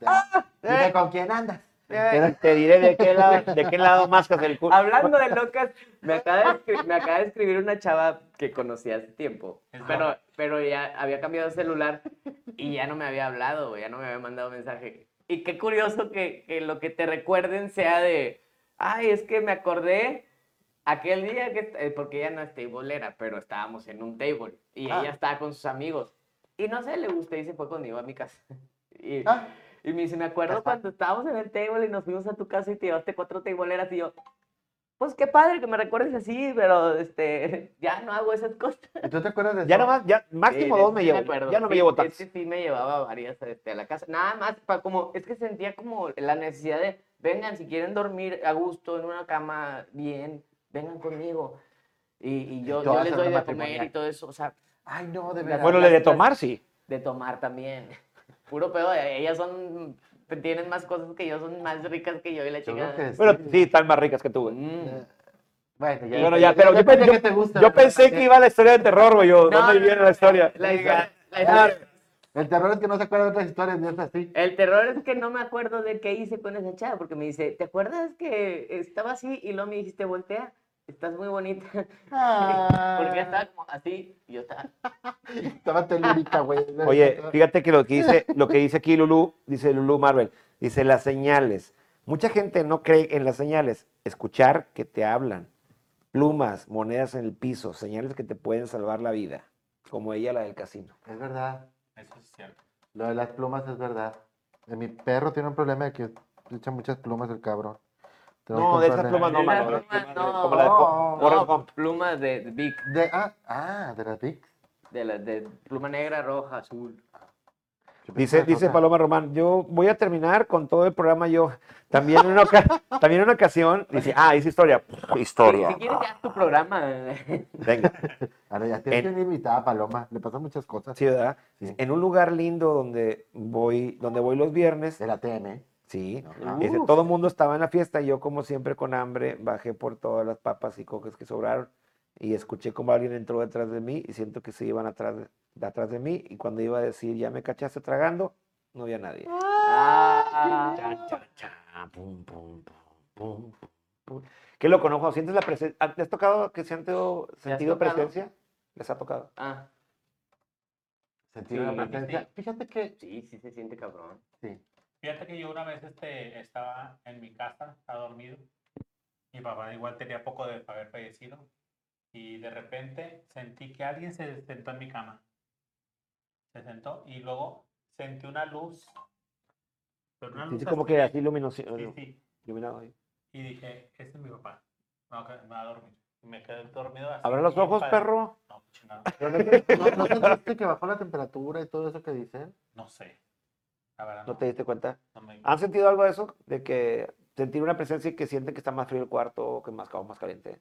Dime
eh.
con quién andas.
Eh, Te diré de qué lado, de qué lado mascas el
(laughs)
culo.
Hablando de locas, me acaba de, escri- me acaba de escribir una chava que conocí hace tiempo.
Es
Pero,
guapa.
pero ya había cambiado de celular y ya no me había hablado, ya no me había mandado mensaje. Y qué curioso que, que lo que te recuerden sea de, ay, es que me acordé aquel día que, eh, porque ella no es tableera, pero estábamos en un table y
Ah.
ella estaba con sus amigos. Y no sé, le gusté y se fue conmigo a mi casa. (laughs) Y,
Ah,
y me dice, me acuerdo cuando estábamos en el table y nos fuimos a tu casa y te llevaste cuatro tableeras y yo, pues qué padre que me recuerdes así, pero este, (laughs) ya no hago esas cosas.
¿y ¿Tú te acuerdas de
Ya
eso?
nomás, ya (laughs) máximo
Sí, de
dos
eso
me
sí
llevo.
acuerdo.
Ya no me
Sí,
llevo
de ese
tantas.
sí me llevaba varias este, a la casa. Nada más, para como, es que sentía como la necesidad de, vengan, si quieren dormir a gusto en una cama bien, vengan conmigo. Y, y yo, yo
todas
les
eran
doy de comer
matrimonial.
y todo eso, o sea,
Ay, no, de verdad.
Bueno, le de tomar, sí.
de tomar también. (laughs) Puro pedo, ellas son, tienen más cosas que yo, son más ricas que yo y la
Yo
chica.
creo que
Pero
sí.
sí, están más ricas que tú, ¿eh? güey.
Mm.
Bueno, ya,
Bueno, ya, pero yo,
pensé
yo-
que te gusta.
yo
¿verdad?
pensé que iba a la historia de terror, güey. Yo,
No,
¿dónde
no,
viene
no,
la historia?
La historia- la
Ah,
historia-
El terror es que no se acuerdan de otras historias, no es así.
El terror es que no me acuerdo de qué hice con esa chava, porque me dice, ¿te acuerdas que estaba así y luego me dijiste, voltea? Estás muy bonita. (laughs)
Ah.
Porque ella estaba como así y yo estaba...
Estaba telúrica, (laughs) güey.
Oye, fíjate que lo que dice, lo que dice aquí Lulú, dice Lulú Marvel, dice las señales. Mucha gente no cree en las señales. Escuchar que te hablan. Plumas, monedas en el piso, señales que te pueden salvar la vida. Como ella, la del casino.
Es verdad.
Eso es cierto.
Lo de las plumas es verdad. Eh, Mi perro tiene un problema de que le echa muchas plumas el cabrón. Tengo que
No, de esas
comprarle-
plumas no,
De las
mano.
plumas no.
Como la de
No,
Forrest
No,
Gump.
plumas de de Vic,
De, ah, ah, de las Vic.
de, la, de pluma negra, roja, azul.
Yo pensé
Dice,
que
dice
era
Paloma Román, yo voy a terminar con todo el programa yo. También en una, oca- (laughs) también en una ocasión, dice, ah, dice historia.
Historia.
Si quieres, ya haz tu programa.
Venga,
otra. Ahora ya tienes una invitada, Paloma. Le pasan muchas cosas.
ciudad.
Sí.
En un lugar lindo donde voy, donde voy los viernes.
De la TM.
Sí.
Ajá.
Dice, todo el mundo estaba en la fiesta y yo, como siempre, con hambre, bajé por todas las papas y coques que sobraron y escuché como alguien entró detrás de mí y siento que se iban atrás de, de atrás de mí y cuando iba a decir, ya me cachaste tragando, no había nadie.
Ah,
Qué loco, ¿no, Juan? ¿Sientes la presencia? ¿Te has tocado que se han tenido- sentido
tocado?
presencia? ¿Les ha tocado?
ah,
Sentir
Sí,
la presencia.
sí.
Fíjate que.
sí, sí se siente cabrón.
Sí.
Fíjate que yo una vez este, estaba en mi casa, estaba dormido. Mi papá igual tenía poco de haber fallecido. Y de repente sentí que alguien se sentó en mi cama. Se sentó y luego sentí una luz. Pero una
Sientes
luz
como
así,
que así luminoso,
sí, sí.
iluminado. ahí.
Y dije, este es mi papá. No, que me va a dormir. Y me quedé dormido así.
Abre los
bien
ojos,
padre.
perro.
No, chingado.
pero ¿No te- no- no sentiste que bajó la temperatura y todo eso que dicen?
No sé. La verdad,
¿No te Ah, diste cuenta?
no me-
¿Han sentido algo de eso? De que sentir una presencia y que sienten que está más frío el cuarto o que más, o más caliente.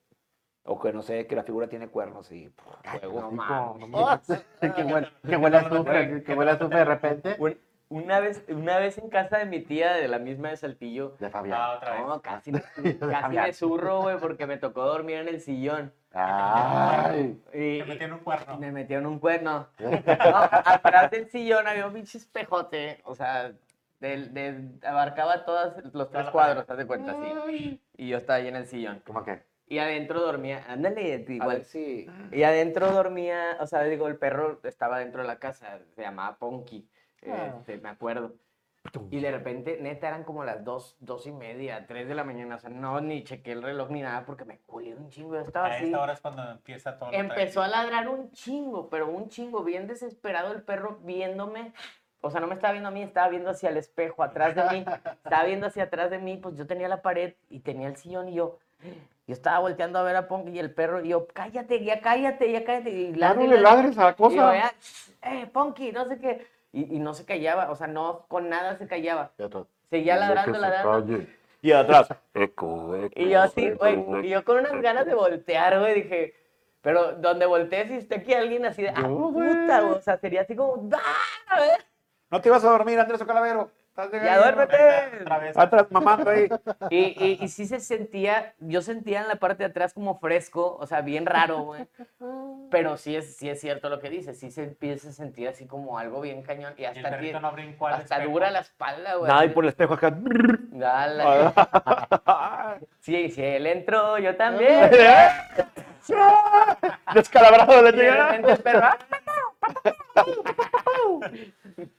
O que no sé, que la figura tiene cuernos y puf, fuego.
No
Así como,
mames.
no
(laughs)
mames. Que huele- que huele a azufre, Ah, que huele a azufre de repente.
Un- Una vez, una vez en casa de mi tía, de la misma de Saltillo,
De Fabián.
Ah, otra vez.
No, casi,
(laughs)
me- casi me zurro, güey, porque me tocó dormir en el sillón.
Ay. (laughs)
Y,
Te metí en un cuerno.
me metió en un cuerno. No, atrás del sillón había un pinche espejote, o sea, del- del- abarcaba todos los tres
la
cuadros,
pared.
haz de cuenta, sí. Y yo estaba ahí en el sillón.
¿Cómo que?
Y adentro dormía, ándale,
A ver
(laughs) igual.
si-
Y adentro dormía, o sea, digo, el perro estaba dentro de la casa, se llamaba Ponky, este, me acuerdo. Y de repente, neta, eran como las dos, dos y media, tres de la mañana, o sea, no, ni chequé el reloj ni nada porque me culé un chingo, yo estaba
A
así.
esta hora es cuando empieza todo. lo
Empezó a ladrar un chingo, pero un chingo, bien desesperado el perro viéndome. O sea, no me estaba viendo a mí, estaba viendo hacia el espejo, atrás de mí. Estaba viendo hacia atrás de mí, pues yo tenía la pared y tenía el sillón y yo, yo estaba volteando a ver a Ponky y el perro y yo, cállate, ya cállate, ya cállate. Y ladre,
no le
ladre.
ladres a la
Y yo,
cosa.
"Ya, eh, Ponky, no sé qué. Y, y no se callaba, o sea, no, con nada se callaba.
Y otro,
Seguía ladrando, ladrando.
Y atrás.
Eco, eco.
Y yo así,
eco,
güey, y yo con unas ganas de voltear, güey, dije, pero donde volteé, si está aquí alguien así de, ah, puta, güey, o sea, sería así como, ¡ah!
¿No te ibas a dormir, Andrés Ocalavero? Estás de
Ya
gallo.
duérmete.
Otra vez.
Atrás mamando ahí.
Y, y, y sí se sentía, yo sentía en la parte de atrás como fresco, o sea, bien raro, güey. Pero sí es, sí es cierto lo que dices, sí se empieza a sentir así como algo bien cañón y
Y el
hasta, ti-
perrito no brincó al
hasta
espejo.
dura la espalda, güey.
Nada, y
así.
por el espejo acá. (laughs)
Dale. (laughs) Sí, si él entró,
(laughs)
yo también.
Descalabrado de
Y de repente el perro, ¡ah!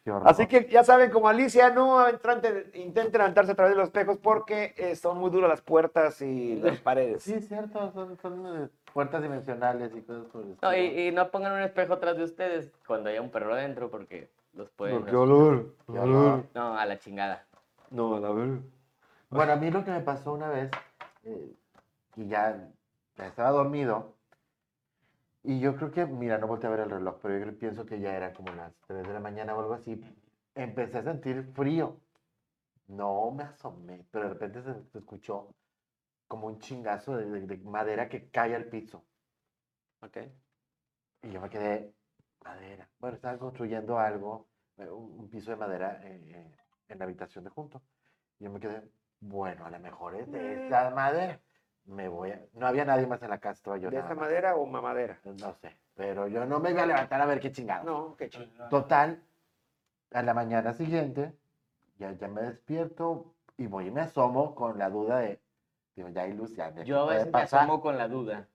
Qué horror.
Así que ya saben, como Alicia, no intenten, intenten levantarse a través de los espejos porque eh, son muy duras las puertas y las paredes.
Sí, es cierto, son, son eh, puertas dimensionales y cosas por el
No,
estilo.
y, y no pongan un espejo atrás de ustedes cuando haya un perro adentro porque los pueden...
Qué olor, qué
Qué
olor.
horror.
No, a la chingada.
No, a la verga.
Bueno, a mí lo que me pasó una vez, eh, que ya ya estaba dormido, y yo creo que, mira, no volteé a ver el reloj, pero yo creo- pienso que ya era como las 3 de la mañana o algo así. Empecé a sentir frío. No me asomé, pero de repente se, se escuchó como un chingazo de, de- de madera que cae al piso.
Okay.
Y yo me quedé, madera. Bueno, estaban construyendo algo, eh, un, un piso de madera eh, eh, en la habitación de junto. Y yo me quedé, bueno, a lo mejor es
Mm.
de esta madera. Me voy a... No había nadie más en la casa, estaba yo
¿De
nada
esta
más.
madera o mamadera?
No sé, pero yo no me iba a levantar a ver qué chingado.
No, qué chido.
Total, a la mañana siguiente, ya, ya me despierto y voy y me asomo con la duda de, digo, ya hay luz, ya me
Yo a
puede
veces me
pasar.
asomo con la duda.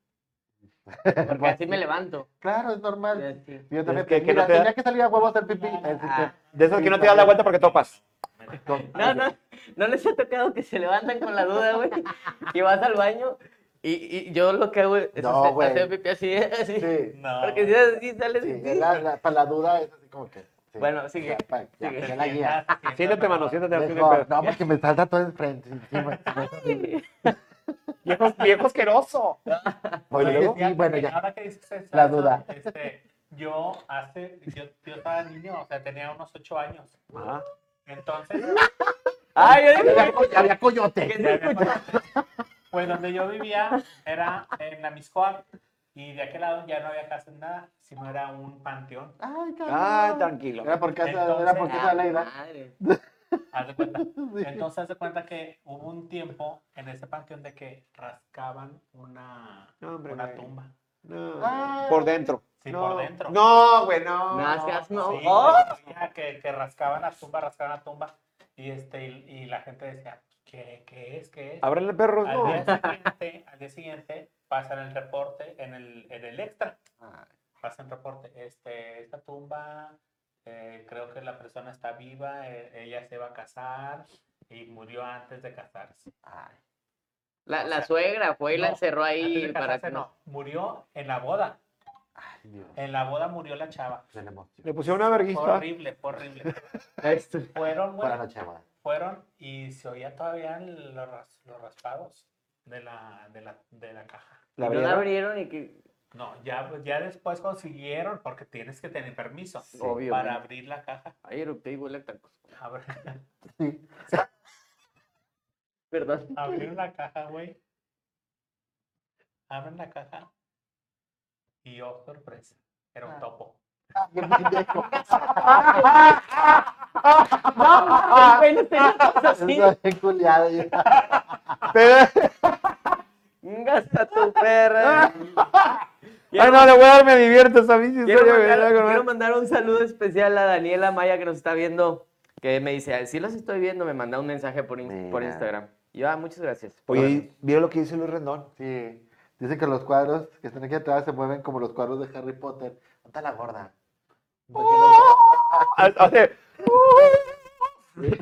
Porque así me levanto.
Claro, es normal.
Así.
Yo también,
que- que
mira,
no te da-
tenía que salir a huevo a hacer pipí. Así que-
Ah.
De esos que no te das la vuelta porque topas.
Con-
No, no, no les ha tocado que se levantan con la duda, güey. Y vas al baño. Y, y yo lo que hago es
No,
hacer-
güey.
hacer pipí así, (laughs) así.
Sí,
No.
Porque si así sales.
sí,
así.
es la- la- para la duda es así como que. sí,
Bueno, sigue.
Ya, pa- ya,
Sigue.
ya la
Ah,
guía.
Siéntate, mano, siéntate. así de
Mejor,
pedo.
no, porque me salta todo enfrente. encima, encima.
Viejo, viejo asqueroso.
Oye,
Oye,
luego,
fíjate
y bueno,
que
ya.
Ahora que dices eso,
La duda.
este, yo hace, yo, yo estaba niño, o sea, tenía unos ocho años.
Ajá.
Entonces,
(laughs) Ay, yo dije,
Había, co- había coyote.
¿qué
ya
se
había
escucha?
conocido. pues donde yo vivía era en la Miscoac y de aquel lado ya no había casa ni nada, sino era un panteón.
Ay,
Ah,
cabrón.
tranquilo.
Era por casa, era
Entonces,
por casa
Ah,
de Leida.
madre.
Haz de cuenta.
Sí.
Entonces, haz de cuenta que hubo un tiempo en ese panteón de que rascaban una,
No, hombre,
una
güey.
tumba.
No.
Ah.
Por dentro.
Sí,
no.
por dentro.
No, güey, no.
No seas no.
Sí,
¡Oh!
oía que, que rascaban la tumba, rascaban la tumba. Y, este, y, y la gente decía, ¿qué, qué es? ¿Qué es?
Ábrele perros,
al,
no.
día siguiente, al día siguiente pasan el reporte en el, en el extra.
Ah,
Pasan reporte. Este, esta tumba, eh, creo que la persona está viva, eh, ella se va a casar y murió antes de casarse.
ay.
La, la suegra fue y la
No,
encerró
Antes de
ahí para
casarse
que no.
no, Murió en la boda.
Ay, Dios.
En la boda murió la chava.
De la emoción.
Le pusieron una
Fue
verguista.
horrible, fue
(laughs)
horrible.
Esto.
Fueron, güey,
Buenas noches, boda.
fueron y se oía todavía los, ras- los raspados de la, de la, de la caja.
La
no la
abrieron.
abrieron y que.
No, ya, ya después consiguieron, porque tienes que tener permiso
Obvio,
para
¿no?
abrir la caja.
Ay, erupté y huele a tacos.
Abrir,
Sí.
Perdón.
(laughs) abrir la caja, güey. Abren la caja. Y oh, sorpresa. Era un
Ah.
topo.
Qué pendejo. (laughs)
Ah, güey, no tenía cosas así.
Estoy culiado yo.
Gasta tu perra. ah,
Ay, no, le voy a dar, me diviertes a mí. Si
Quiero
soy yo,
mandar,
¿verdad?
quiero mandar un saludo especial a Daniela Maya que nos está viendo, que me dice, si los estoy viendo, me manda un mensaje por, in- por
Mira.
Instagram. Y Yo, ah, muchas gracias.
Oye, ¿y ¿vieron lo que dice Luis Rendón?
Sí. Dice que los cuadros que están aquí atrás se mueven como los cuadros de Harry Potter. ¿Dónde está la gorda? ¿Por qué no-
Ah, o sea,
Pues,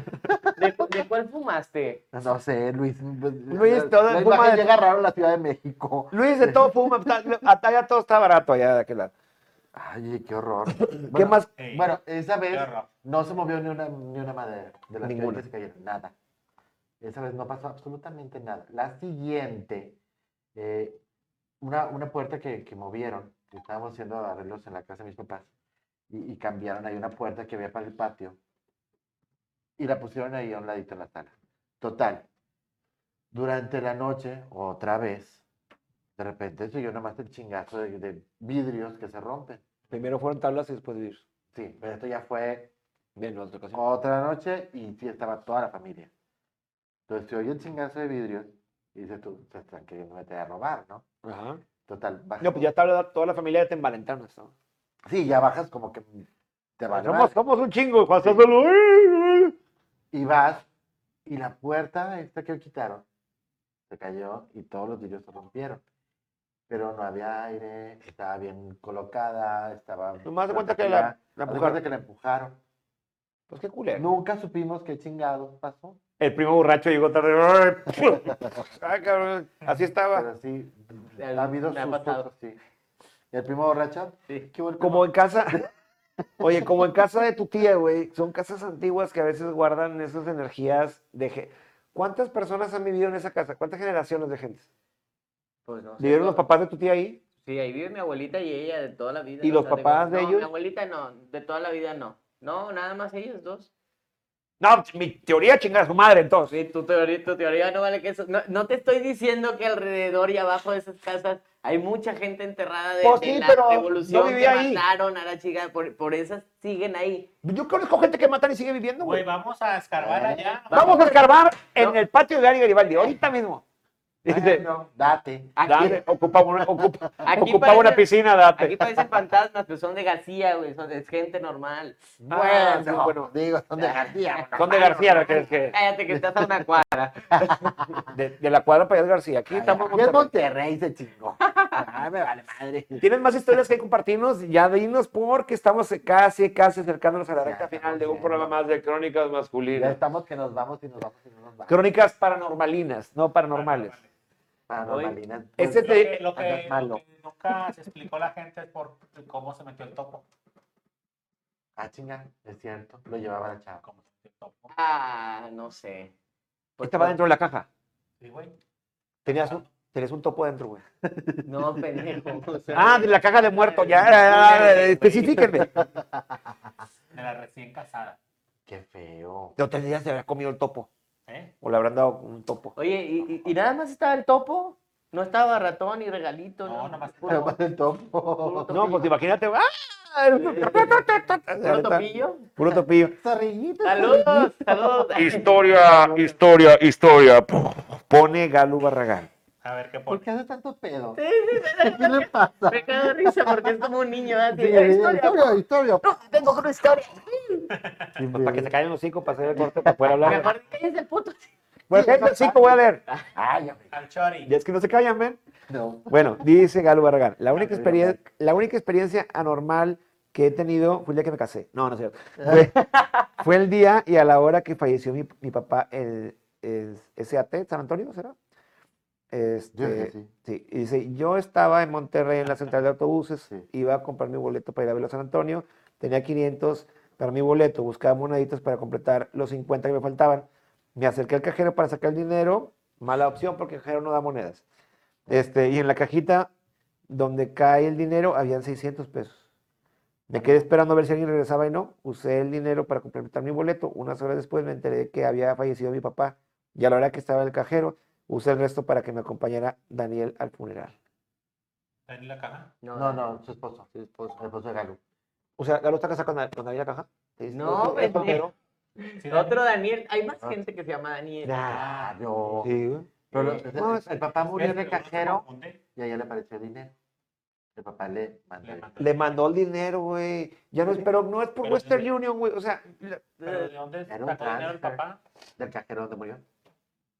¿De, cu- de cuál fumaste?
No, sé, Luis. pues,
¡Oh! Luis,
la-
todo
la
el
imagen
tema de-
llega raro a la Ciudad de México.
Luis de todo fuma, está- hasta allá todo está barato allá de aquel lado.
Ay,
(laughs)
qué horror.
¿Qué
Bueno,
más?
Ey,
Bueno, eh, esa
qué
vez
horror.
no se movió ni una, ni una madera de las
Ninguna.
que se cayeron, nada. Esa vez no pasó absolutamente nada. La siguiente, eh, una, una puerta que, que movieron, que estábamos haciendo arreglos en la casa de mis papás, y, y cambiaron ahí una puerta que había para el patio, y la pusieron ahí a un ladito en la sala. Total, durante la noche, otra vez, de repente se oyó nomás el chingazo de- de vidrios que se rompen.
Primero fueron tablas y después vivir.
Sí, pero esto ya fue
Bien, otra ocasión.
Otra noche y sí estaba toda la familia. Entonces se oye el chingazo de vidrios y dices tú, se están queriendo meter a robar, ¿no?
Ajá.
Total, bajas.
No, pues ya está toda la familia de Valentanas, ¿no?
Sí, ya bajas como que te vale
somos,
madre.
somos un chingo, pasándolo.
Y vas y la puerta esta que quitaron se cayó y todos los vidrios se rompieron. Pero no había aire, estaba bien colocada, estaba...
Nomás de cuenta que la, la
Haz de
mujer-
cuenta que la empujaron.
Pues qué culero.
Nunca supimos qué chingados pasó.
El primo borracho llegó tarde. (laughs) Ay, cabrón. Así estaba.
Pero sí,
El-
ha habido
me ha
sustos
pasado.
así. ¿Y el primo borracho?
Sí.
¿Qué hubo el
Como en casa. (laughs) Oye, como en casa de tu tía, güey. Son casas antiguas que a veces guardan esas energías de. ge- ¿Cuántas personas han vivido en esa casa? ¿Cuántas generaciones de gente?
Pues no sé,
¿Vivieron
no-
los papás de tu tía ahí?
Sí, ahí vive mi abuelita y ella de toda la vida.
¿Y
o
los
sea, te
papás
cuento-
de
no,
ellos?
Mi abuelita no, de toda la vida no. No, nada más ellos dos.
No, pues, mi teoría chingada su madre, entonces.
Sí, tu teoría, tu teoría no vale que eso. No, no te estoy diciendo que alrededor y abajo de esas casas hay mucha gente enterrada de,
Pues
de
sí,
la
pero
revolución
yo viví
que
ahí.
mataron a la chica. Por, por esas siguen ahí.
Yo conozco gente que matan y sigue viviendo,
Güey,
güey.
vamos a escarbar allá.
Vamos a escarbar en
No.
el patio de Ari Garibaldi, ahorita mismo. Dice,
Bueno, date.
Aquí,
dame, ocupaba una, ocupa-
Aquí
ocupaba una
parece-
piscina, date.
aquí parecen fantasmas, pero son de García, güey. Son, es gente normal.
Ah,
Bueno,
sí, bueno.
digo, son de García.
Son de García, ¿no crees que?
Cállate que estás a una cuadra.
De, de la cuadra para allá de García. Aquí
Ay,
estamos.
aquí en
Monterrey.
Monterrey se chingó. Ay, me vale madre.
¿Tienen más historias que compartirnos? Ya dinos porque estamos casi, casi acercándonos a la
Ya
recta
estamos
final de un
bien.
programa más de Crónicas
Ya
Masculinas.
estamos que nos vamos y nos vamos y no nos vamos.
Crónicas paranormalinas, no paranormales.
Ah, Paranormalidad.
Ese
Pues,
Lo que, lo
Andas
que- lo
malo.
que nunca se explicó la gente es por cómo se metió el topo.
Ah, chinga, es cierto. Lo llevaba la chava.
Cómo se metió el topo.
Ah, no sé. Pues,
Esta va dentro de la caja.
Sí, güey.
Tenías un, tenías un topo dentro, güey.
No, pendejo. o sea,
Ah, de la caja de muertos, ya.
Culero, güey.
Especifíquenme. (laughs)
De la recién casada.
Qué feo.
No tendrías de haber comido el topo.
¿eh?
O le habrán dado un topo.
Oye, ¿y, y- y nada más estaba el topo? No estaba ratón ni regalito.
No,
No,
nada más
Puro,
Nomás el topo.
No, pues imagínate. ¡ah! (laughs)
puro topillo.
Puro topillo.
Zorrillito.
Saludos, saludos.
Historia, historia, historia.
Pone Galo Barragán.
A ver qué
¿Por
pone.
qué hace tanto pedo?
Sí, sí, sí,
¿Qué le pasa?
(laughs) Me cago de risa porque es como un niño. Así,
Sí,
"Ay, historia".
historia, historia.
Tengo una historia.
Pues para que se caigan los cinco, para hacer el corte, para poder
Me
hablar.
acordé que es el puto.
Bueno, cállate los cinco, voy a leer.
Ay, hombre,
Al Chori.
Ya es que no se callan, ven.
no.
Bueno, dice Galo Barragán, la única,
Galo
experien- la única experiencia anormal que he tenido fue el día que me casé. No, no es cierto. Fue, fue el día y a la hora que falleció mi, mi papá, el, el SAT, San Antonio, ¿será?
Yo
Este,
dije sí.
Sí, y dice, yo estaba en Monterrey en la central de autobuses,
Sí.
iba a comprar mi boleto para ir a verlo a San Antonio, tenía 500 para mi boleto, buscaba moneditas para completar los 50 que me faltaban. Me acerqué al cajero para sacar el dinero, mala opción porque el cajero no da monedas. Este, y en la cajita donde cae el dinero habían 600 pesos. Me quedé esperando a ver si alguien regresaba y no. Usé el dinero para completar mi boleto. Unas horas después me enteré que había fallecido mi papá. Y a la hora que estaba en el cajero, usé el resto para que me acompañara Daniel al funeral.
Dale la caja.
No, eh, no, su esposo, su esposo, el esposo de Este, Galo.
O sea, Galo está casado con, con Daniel la caja.
No, pues,
¿Es
pendejo.
soltero?
Sí, Dani.
Otro Daniel. Hay más gente que se llama Daniel.
Ah, no. Eh, pues,
Sí, güey.
Pero lo- el-
No, es-
el papá murió de
Pero no se
cajero
confunde,
y a ella le apareció el dinero. El papá le mandó.
le
el-
mandó.
Le mandó el dinero, güey. Ya no es, pero no es por
Pero-
Western Union, güey. O sea, la-
¿Pero de dónde
Era un
sacó dinero el
transfer.
papá?
Del cajero donde murió.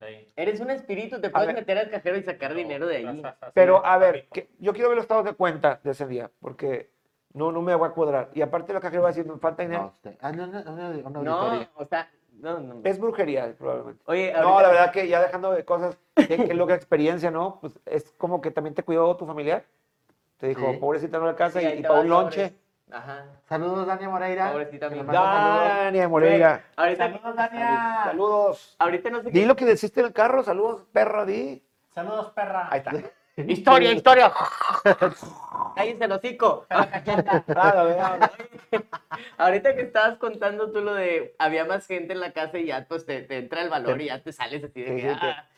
De ahí.
Eres un espíritu, te puedes
ver.
meter al cajero y sacar dinero de ahí.
Pero a ver, que- yo quiero ver los estados de cuenta de ese día, porque no, no me voy a cuadrar. Y aparte la cajera va a decir, me falta dinero.
No, usted. Ah, no, no, una, una
No,
auditoría.
o sea, no, no.
Es brujería, probablemente.
Oye,
No,
ahorita-
la verdad que ya dejando de cosas, que,
(laughs)
que loca experiencia, ¿no? Pues es como que también te cuidó tu familiar. Te dijo,
Sí.
pobrecita, no le alcanza
Sí,
y,
ahí
y
te
para
va
un
sobre-
lonche.
Ajá.
Saludos, Dani Moreira.
Pobrecita
Que le
mi-
manda saludos.
Dania Moreira,
Ahorita,
Saludos, Dania.
saludos.
ahorita no sé
Di lo que deciste en el carro, saludos, perra, di.
Saludos, perra.
Ahí está.
(laughs) Historia, historia. Cállense el hocico.
Ah, la verdad.
Ahorita que estabas contando tú lo de había más gente en la casa y ya pues te, te entra el valor y ya te sales así de
Sí,
que,
sí, sí.
ah.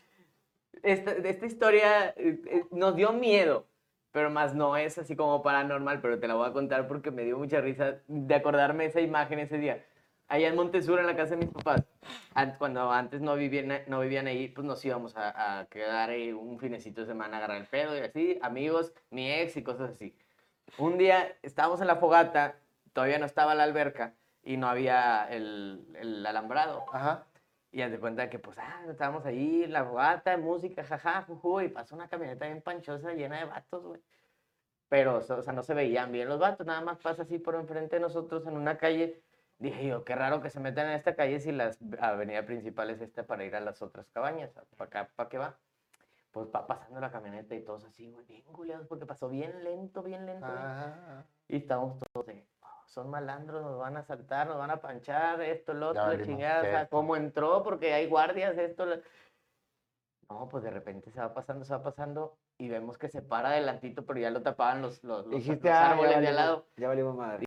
esta, esta historia eh, eh, nos dio miedo, pero más no es así como paranormal, pero te la voy a contar porque me dio mucha risa de acordarme esa imagen ese día. allá en Montesura, en la casa de mis papás, an- cuando antes no vivían, no vivían ahí, pues nos íbamos a, a quedar ahí un finecito de semana, a agarrar el pedo y así, amigos, mi ex y cosas así. Un día estábamos en la fogata, todavía no estaba la alberca y no había el, el alambrado.
(laughs) Ajá.
Y haz de cuenta que, pues, ah, estábamos ahí, la fogata, música, jaja, juju, y pasó una camioneta bien panchosa llena de vatos, güey. Pero, o sea, no se veían bien los vatos, nada más pasa así por enfrente de nosotros en una calle. Dije yo, qué raro que se metan en esta calle si la avenida principal es esta para ir a las otras cabañas, para acá, para qué va. Pues va pasando la camioneta y todos así, güey, bien culiados, porque pasó bien lento, bien lento. bien
Ah,
y estamos todos de, "Oh, son malandros, nos van a saltar, nos van a panchar, esto, lo
Ya
otro, la
valimos
chingada, o sea,
queso.
cómo entró, porque hay guardias, esto. lo-". No, pues de repente se va pasando, se va pasando, y vemos que se para adelantito, pero ya lo tapaban los, los, los-
Dijiste,
los
ah, ya
árboles de al
valimos-
lado.
Ya valimos madre.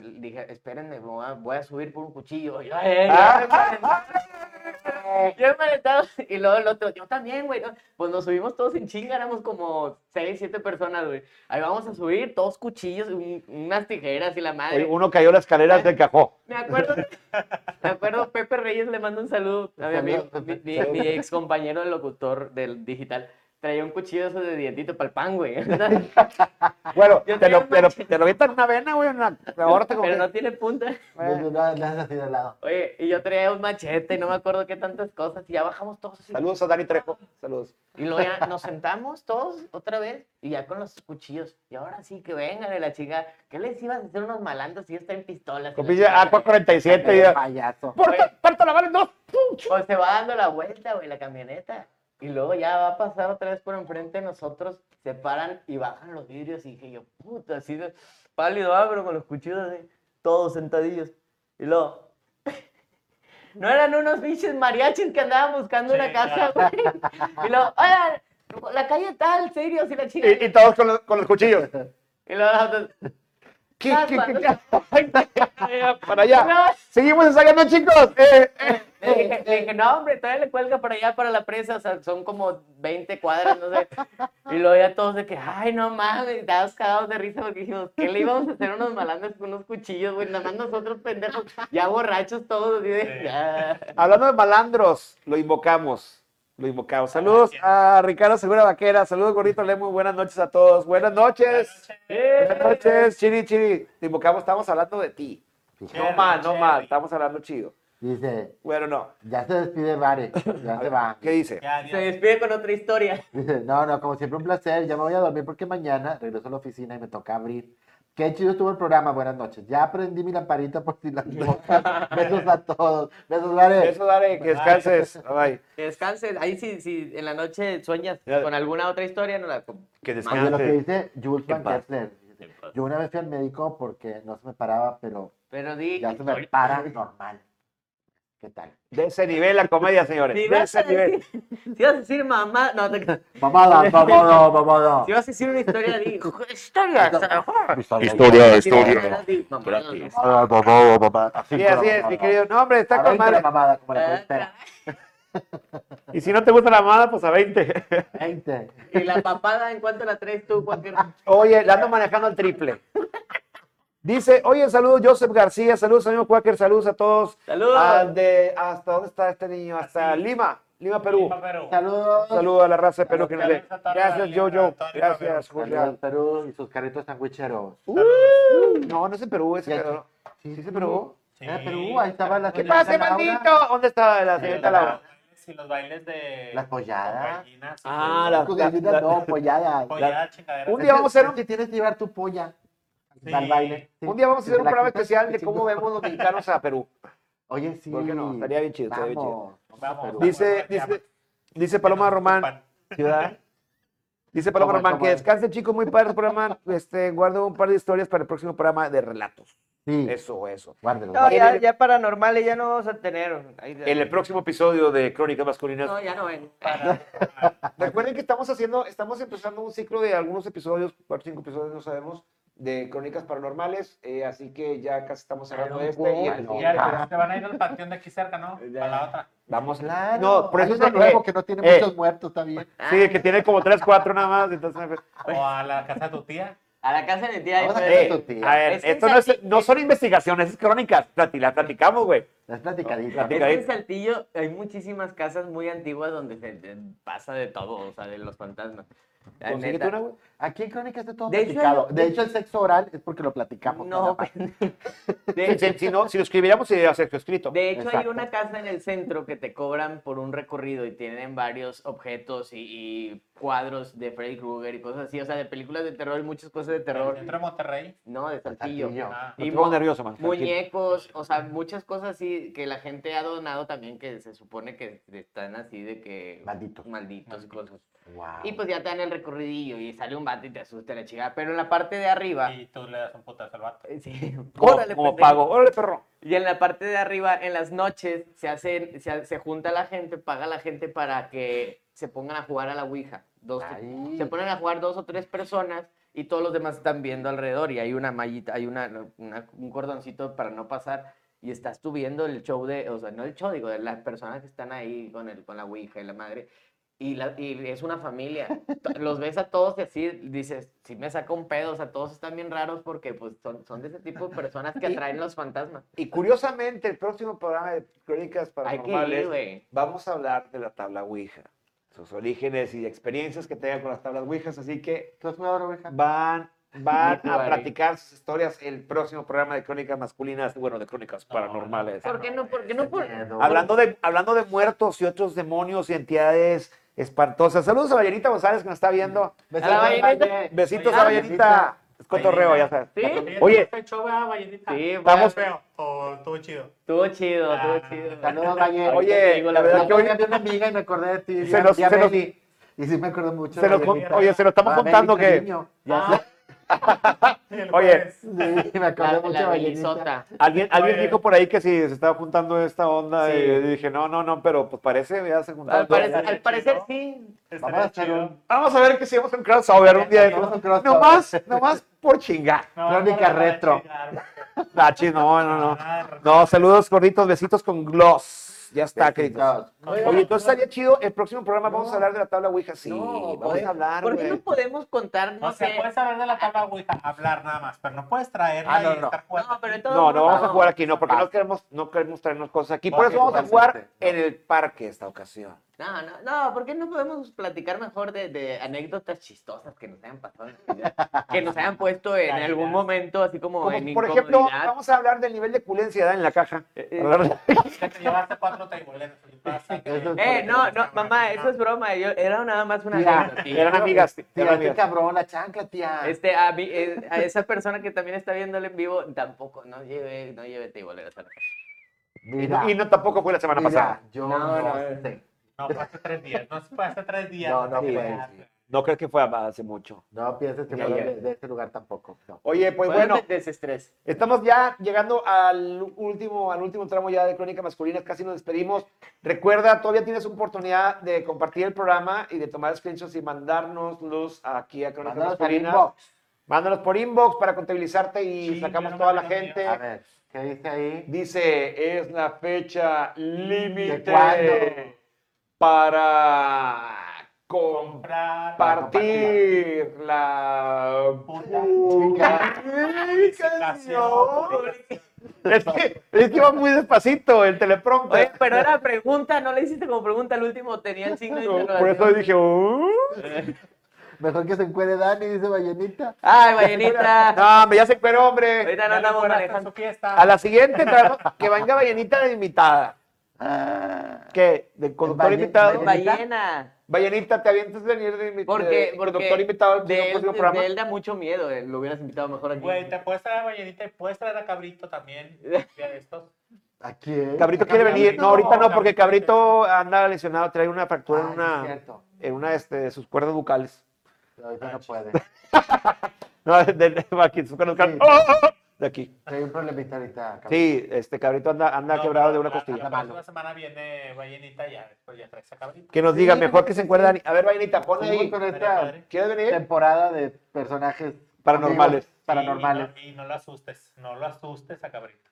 Dije, espérenme, me voy a, voy a subir por un cuchillo. Yo, "Eh,
Ah.
yo me aventaba, y luego el otro, yo también, güey. ¿no? Pues nos subimos todos en chinga, éramos como 6, 7 personas, güey. Ahí vamos a subir, todos cuchillos, un- unas tijeras y la madre.
Oye, uno cayó las escaleras del cajó.
Me acuerdo, me
(laughs)
acuerdo, Pepe Reyes le manda un saludo a mi amigo,
Saludos,
mi,
Pepe.
mi- mi ex compañero del locutor del digital. Traía un cuchillo eso de dientito para el pan,
(laughs)
güey. Pero
Bueno,
Yo
te lo,
tenía
te, lo,
mancha.
te lo avientan una vena, güey. Una, ahora te como que-
no tiene punta.
No, no, le haces así de lado.
Oye, y yo traía un machete y no me acuerdo qué tantas cosas. Y ya bajamos todos así.
Saludos a Dani Trejo. Saludos.
Y luego ya nos sentamos todos otra vez y ya con los cuchillos. Y ahora sí que vengan de la chica. ¿Qué les ibas a hacer unos malandros si ellos traen pistolas? y la
Con pinche
chingada?
Aqua 47 y ya.
Payaso.
¡Porta, parto la bala en dos! ¡Pum!
Pues se va dando la vuelta, güey, la camioneta. Y luego ya va a pasar otra vez por enfrente de nosotros. Se paran y bajan los vidrios. Y dije yo, puta, así de pálido abro con los cuchillos, así, todos sentadillos. Y luego. (laughs) No eran unos pinches mariachis que andaban buscando una casa,
Chingada.
güey. Y luego, hola, la calle tal, serio, si la chica.
Y, y todos con los, con los cuchillos.
Y luego nosotros,
¿Qué,
Ah,
qué,
cuando-
qué, qué? Para allá. Seguimos ensayando, chicos. Eh, eh.
Le dije, le dije, no, hombre, todavía le cuelga para allá, para la presa, o sea, son como 20 cuadras, no sé. Y luego ya todos de que, ay, no mames, estábamos cagados de risa porque dijimos, ¿qué le íbamos a hacer a unos malandros con unos cuchillos, güey? Nada más nosotros, pendejos, ya borrachos todos, así de,
Sí.
"Ah".
Hablando de malandros, lo invocamos. Lo invocamos. Saludos a Ricardo Segura Vaquera. Saludos, gordito Lemo. Buenas noches a todos. Buenas noches. Buenas noches, Chiri Chiri. Te invocamos, estamos hablando de ti. No
Cherry,
mal, no mal.
cherry.
Estamos hablando chido.
Dice,
Bueno, no.
ya se despide Vare, ya se (laughs) va.
¿Qué dice?
Ya, adiós.
Se despide con otra historia.
Dice, no, no, como siempre un placer, ya me voy a dormir porque mañana regreso a la oficina y me toca abrir. Qué chido estuvo el programa, buenas noches. Ya aprendí mi lamparita por
(laughs)
si las moscas. Besos a todos. Besos, Vare.
Eso, dale, que descanses. Bye, bye.
Que descansen, ahí si, si en la noche sueñas
Ya.
con alguna otra historia, no la...
Que
Oye, lo que
descanse.
dice Jules Van
En paz.
Kessler. dice, Yo una vez fui al médico porque no se me paraba, pero
Pero di...
ya se me
historia.
para normal. ¿Qué tal?
De ese nivel la comedia, señores.
Si
De
vas a
ese nivel.
decir, si vas a decir mamá, no, te-
(laughs)
Mamada, mamada, mamada.
si vas a decir una historia, di... Historia,
Historia,
Ahora
historia.
di, mamá,
Gratis.
Mamada, mamada, mamada. Así
Y
fue la
así es, mi
mamada.
querido. No, hombre, está
A
con
20 la
madre.
mamada, como la
Ah,
espera.
Y si no te gusta la mamada, pues a 20.
20.
Y la papada, ¿en cuánto la traes tú, cualquier?
Oye, la ando manejando al triple. Dice, oye, saludos Joseph García, saludos amigo Quaker, saludos a todos.
Saludos.
Ah,
Al de- ¿Hasta dónde está este niño? Hasta
Así.
Lima, Lima, Perú.
Lima, Perú.
Saludos.
Saludos a la raza de Perú que nos ve.
Saludos a toda la
Gracias,
Lima,
Jojo.
a toda Lima,
Gracias,
Perú.
Julia.
Saludos, Perú y sus carritos sandwicheros.
Uh, no, no es en Perú, es en
Ya-
Perú. Sí, es en Perú.
Sí.
Ah, Perú, ahí estaba la
¿Qué
señorita
pasa,
Laura.
maldito? ¿Dónde está la señorita
Los
Laura?
bailes- Y los bailes de.
Las polladas.
con gallinas.
Ah, la-
Tus gallinas
la-
no, pollada.
Pollada, chingadera.
Un día vamos a hacer un-
Te tienes que llevar tu polla
Sí.
al baile. Sí.
Un día vamos a
Si
hacer
te
un
la
programa
quitas,
especial de
qué
cómo
chingón.
vemos los mexicanos a Perú.
Oye, sí.
¿Por qué no? Estaría bien chido, estaría bien chido.
Vamos.
Vamos,
Perú.
vamos.
Dice, dice, dice Paloma Román, ciudad. Dice Paloma
¿Cómo es,
Román,
cómo
que
es?
descanse, chicos, muy padre el programa. Este, guardo un par de historias para el próximo programa de relatos.
Sí,
Eso, eso.
guárdalo.
No, ya, ya paranormales ya no vamos a tener. Ahí-
En el próximo episodio de Crónicas Masculinas.
No, ya no ven.
(laughs) Recuerden que estamos haciendo, estamos empezando un ciclo de algunos episodios, cuatro cinco episodios, no sabemos, de Crónicas Paranormales. eh, así que ya casi estamos cerrando
Ay, no,
este. y el
ay, no.
siguiente.
Ya, se van a ir al panteón de aquí cerca, ¿no? Para la otra.
Vamos.
Claro.
No, por eso
Hay uno
es de-
nuevo
eh,
que no tiene
eh.
Ah.
muchos muertos, está bien.
Sí, que tiene como tres, cuatro nada más. Entonces,
O a la casa de tu tía.
A la casa de mi tía. ahí
Vamos a
fue-
ver
Eh,
tu tía.
a ver,
Es que
esto no, es- no son investigaciones, es crónicas. Plati- la platicamos, güey.
Las platicaditas.
Plati-
Es que
Picadito.
en Saltillo hay muchísimas casas muy antiguas donde se se pasa de todo, o sea, de los fantasmas. La
Consíguete
neta.
una, güey. Aquí en Crónicas de todo
De hecho,
platicado.
el-
de hecho, el sexo oral es porque lo platicamos.
No,
pues,
cada-
Si,
(laughs)
de,
si- si no, si lo escribiéramos, sería sexo escrito.
de hecho hay
Exacto.
una casa en el centro que te cobran por un recorrido y tienen varios objetos y, y cuadros de Freddy Krueger y cosas así, o sea, de películas de terror y muchas cosas de terror.
Dentro de Monterrey.
No, de Saltillo.
Saltillo.
Ah,
No
y
te pongas
mu-
nervioso, man. tranquilo.
Muñecos, o sea, muchas cosas así que la gente ha donado también que se supone que están así de que
Maldito.
malditos y cosas.
Wow.
Y pues ya te dan el recorridillo y sale un vato y te asusta la chica. Pero en la parte de arriba.
y tú le das un putazo al vato.
eh, sí,
Como,
órale,
como
pendejo.
pago. Órale, perro.
Y en la parte de arriba, en las noches, se, hacen, se, ha- se junta la gente, paga la gente para que se pongan a jugar a la Ouija. Dos,
Ay.
se ponen a jugar dos o tres personas y todos los demás están viendo alrededor y hay una mallita, hay una, una- un cordoncito para no pasar y estás tú viendo el show de, o sea, no el show, digo, de las personas que están ahí con, el, con la Ouija y la madre y, la, y es una familia.
(laughs)
To- Los ves a todos y así dices, si me saca un pedo, o sea, todos están bien raros porque pues son, son de ese tipo de personas que atraen los fantasmas.
Y curiosamente, el próximo programa de Crónicas
Hay que ir,
Paranormales,
güey.
vamos a hablar de la tabla Ouija, sus orígenes y experiencias que tengan con las tablas Ouijas. Así que
¿Tú has jugado a la oveja?
van, van
Muy
a
padre.
platicar sus historias el próximo programa de Crónicas Masculinas, bueno, de Crónicas
No,
Paranormales.
no,
¿Por qué no? ¿Por qué no? Por...
Miedo.
Hablando de, hablando de muertos y otros demonios y entidades espantosas. Saludos a Vallerita González que nos está viendo.
Besos,
A la
Valle.
ballenita.
Besitos
Oye,
a Vallerita.
Vallenita.
Es cotorreo, ya sabes.
Sí,
Oye.
¿Te echó, ¿verdad, ballenita?
Sí,
¿Estuvo
estamos-
feo o estuvo chido?
Estuvo chido,
Ah,
estuvo chido.
Saludos, Valle.
Oye,
digo,
la verdad
La
que
otra
hoy
día vi una amiga y me acordé de ti.
Se
Se
nos-
nos,
se nos-
Y sí me acuerdo mucho.
se
de
lo,
Beli.
con- oye, se lo estamos
Ah, Beli
contando que
Treviño.
Ah,
Ya
el
Oye,
jueves.
sé. Sí, me
La,
acordé
la
mucho de Vallenita.
Belisota.
alguien, alguien
Oye.
dijo por ahí que si se estaba juntando esta onda
Sí.
y dije, no, no, no, pero pues parece, ya se
Al,
juntaron.
parece-
estaría
al parecer
chido.
sí.
Estaría
Vamos a hacer
chido.
un-
Vamos a ver que si vamos a un crossover un día de
Vamos a un
estos.
crossover.
Nomás, nomás por (laughs) chingar.
No,
Crónica
no, no, no,
retro.
Nachi, no, no, no.
Ah,
No, saludos gorditos, besitos con gloss. Ya está, queridos.
Besitos.
Oye, entonces estaría chido, el próximo programa vamos a hablar de la tabla Ouija, sí,
No,
vamos a hablar,
¿Por qué
güey.
no podemos contar, no
O
sé?
sea, puedes saber de la tabla Ouija, hablar nada más, pero no puedes traerla
Ah, no,
y
no.
estar jugando.
No, pero en todo
No, no
mundo,
vamos a jugar aquí, no, porque
Pasa.
no queremos, no queremos traernos cosas aquí.
No,
Por eso
que
vamos a
tú
jugar
pensaste,
en el parque esta ocasión.
No, no, no, ¿por qué no podemos platicar mejor de, de anécdotas chistosas que nos hayan pasado? en la
(laughs)
vida? que nos hayan puesto en
Realidad.
algún momento así como,
Como,
en
por ejemplo,
incomodidad.
vamos a hablar del nivel de culencia ¿verdad? en la caja. Hablar de-
Ya te llevaste cuatro teiboleros. ¿qué pasa?
(laughs) Eso es-
Eh, no, no, mamá, eso es broma. Yo, era nada más una
Mira,
anécdota.
Eran amigas, eran
Tía, qué
amigas.
cabrón, la chancla, tía.
Este, a, mí, eh, a esa persona que también está viéndolo en vivo, tampoco, no lleve, no lleve teiboleros a la casa.
Mira,
Y no tampoco fue la semana
mira,
pasada.
yo
No,
no,
no,
sé.
No, fue hace tres días. No fue hace tres días.
No, no
Sí,
fue,
ya.
sí.
No creo que fue hace mucho.
No pienses que
Ya,
fue
ya.
de, de este lugar tampoco. no.
Oye, pues
Bueno,
bueno,
desestrés.
estamos ya llegando al último, al último tramo ya de Crónica Masculina, casi nos despedimos. Recuerda, todavía tienes oportunidad de compartir el programa y de tomar screenshots y mandarnos luz aquí a Crónica
Mándanos al
Masculina.
inbox.
Mándanos por inbox para contabilizarte y
Sí,
sacamos
ya no
toda
me
la
acuerdo
gente.
A ver, ¿qué dice ahí?
Dice, es la fecha límite
¿De cuándo?
para
Comprar.
compartir la
Puta.
publicación. Es que, es que iba muy despacito el
Oye,
teleprompter.
pero era pregunta, no le hiciste como pregunta, al último tenía el signo de
Por eso dije, "Uh".
Mejor que se encuere Dani, dice Vallenita.
Ay, ballenita.
no, hombre, ya se pero hombre.
Ahorita no andamos manejando.
A la siguiente traemos que venga Vallenita de invitada.
Ah,
que ¿De conductor
Valle-
invitado?
Ballena.
Vallenita, te avientes de venir de, invi-
Porque,
de
porque
conductor invitado al
de, él,
próximo programa.
de él da mucho miedo. eh, Lo hubieras invitado mejor aquí.
Güey, te puedes traer a Vallenita y puedes traer a
(laughs)
Cabrito también. de estos.
¿A quién?
Cabrito
¿A
quiere venir. No, ahorita no, porque
Cabrito.
Cabrito anda lesionado, trae una fractura en
Ah, sí, es
una,
cierto.
en una este, de sus cuerdas bucales.
Ahorita no puede.
(laughs) No, de, de- de aquí, sus cuerdas bucales.
Sí.
¡Oh, oh, oh! De aquí.
Hay un problemita ahorita. Cabrito.
Sí, este Cabrito anda, anda
No,
quebrado de
pero
una
la-
costilla.
La próxima semana viene Vallenita y ya después ya traes a Cabrito.
Que nos
Sí,
diga,
yo
mejor
creo
que
que
se
sí.
encuerde. A ver, Vainita, pon
Seguimos
ahí.
con
Estaría padre.
esta
¿Quieres venir?
temporada de personajes
Paranormales.
amigos, paranormales.
Y no, y no lo asustes, no lo asustes a Cabrito.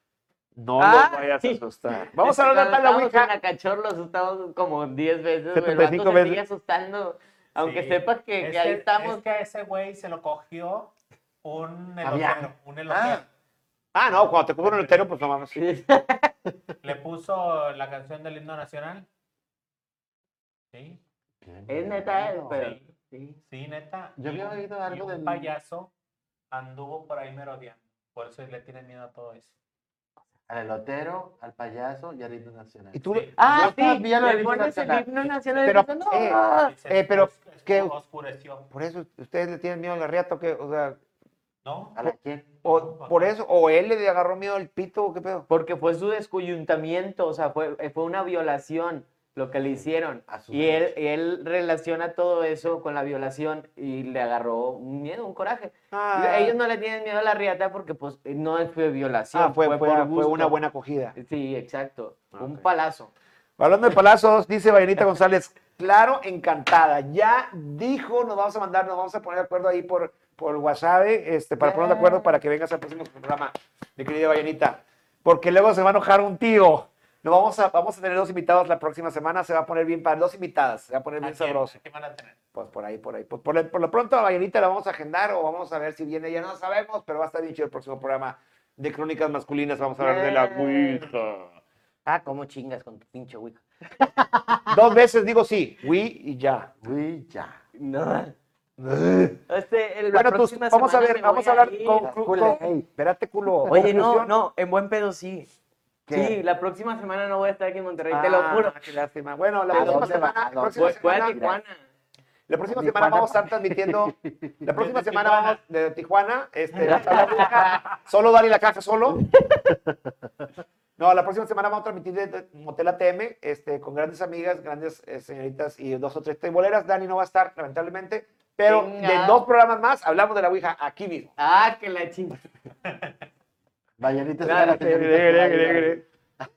No
Ah,
lo vayas a
sí. Este,
asustar. Vamos a hablar de la
Estábamos
Ouija.
en Acachor, lo asustamos como 10 veces. güey,
75
el vato se
veces.
sigue asustando. Aunque
Sí.
sepas que,
Es
que ahí estamos.
Es que a ese güey se lo cogió un
Había-
elotero, un elotero.
Ah, no, cuando te cubro un entero, pues no mames.
Le puso la canción del himno nacional. Sí,
Es neta, eh, pero.
sí,
Sí.
sí, neta.
Yo
Y
había
un-
oído
y
algo
un
del-
payaso anduvo por ahí merodeando. Por eso le tienen miedo a todo eso.
Al elotero, al payaso y al himno nacional.
Y tú,
Sí.
Ah,
Yo
sí.
sabía lo del
Le
himno
pones el
nacional.
himno nacional.
Pero,
y dices, no,
eh,
ah.
Dice,
eh, pero
"Os-
que-
oscureció.
por eso, ¿ustedes le tienen miedo a la riata o qué? O sea,
¿No?
¿A la quién?
o, por eso, o él le agarró miedo al pito o qué pedo.
Porque fue su descoyuntamiento, o sea, fue, eh, fue una violación lo que le hicieron.
A su
Y él, y él relaciona todo eso con la violación y le agarró un miedo, un coraje.
Ah,
Ellos no le tienen miedo a la riata porque pues no fue violación,
ah, fue,
fue,
fue-
por
fue
gusto.
una buena Ah, acogida.
Sí, exacto, un
ok.
palazo.
Hablando de palazos, dice Vallenita González, claro, encantada. Ya dijo, nos vamos a mandar, nos vamos a poner de acuerdo ahí por, por WhatsApp, este, para ponernos de acuerdo para que vengas al próximo programa, mi querida Vallenita. Porque luego se va a enojar un tío. No, vamos, a, vamos a tener dos invitados la próxima semana, se va a poner bien para dos invitadas, se va a poner
¿A
bien
quién-
sabroso.
a quién van a tener?
Pues por ahí, por ahí. Pues por, por lo pronto a Vallenita la vamos a agendar o vamos a ver si viene. Ya no sabemos, pero va a estar bien chido el próximo programa de Crónicas Masculinas. Vamos a hablar de la Ouija.
Ah, cómo chingas con tu pinche Ouija.
(laughs) Dos veces digo sí, oui y ya.
Uy, ya.
No. Este, el- la
Bueno, tus-
próxima
vamos a
semana
ver,
me
vamos
voy
a hablar
ir.
con, con-
Culé.
con- Espérate, culo.
Oye, no,
Conclusión.
no, en buen pedo sí.
¿Qué?
Sí, la próxima semana no voy a estar aquí en Monterrey, te lo
Ah,
juro.
Qué lástima. Bueno, la
Te lo
próxima
juro.
semana, la
Voy-
próxima
Voy, voy a
semana-
Tijuana.
La próxima
De
semana
Tijuana.
vamos a estar transmitiendo. La próxima
Desde
semana
Tijuana.
vamos de Tijuana. Este, vamos a hablar de Oaxaca. solo Dani la caja, solo. No, la próxima semana vamos a transmitir desde Motel ATM este, con grandes amigas, grandes eh, señoritas y dos o tres teboleras. Dani no va a estar, lamentablemente. Pero de
Venga.
dos programas más hablamos de la Ouija aquí mismo.
Ah, que la chingada.
Vallarita es
Claro,
para la
Gre,
señorita que
gre,
va a
gre,
ayudar.
gre.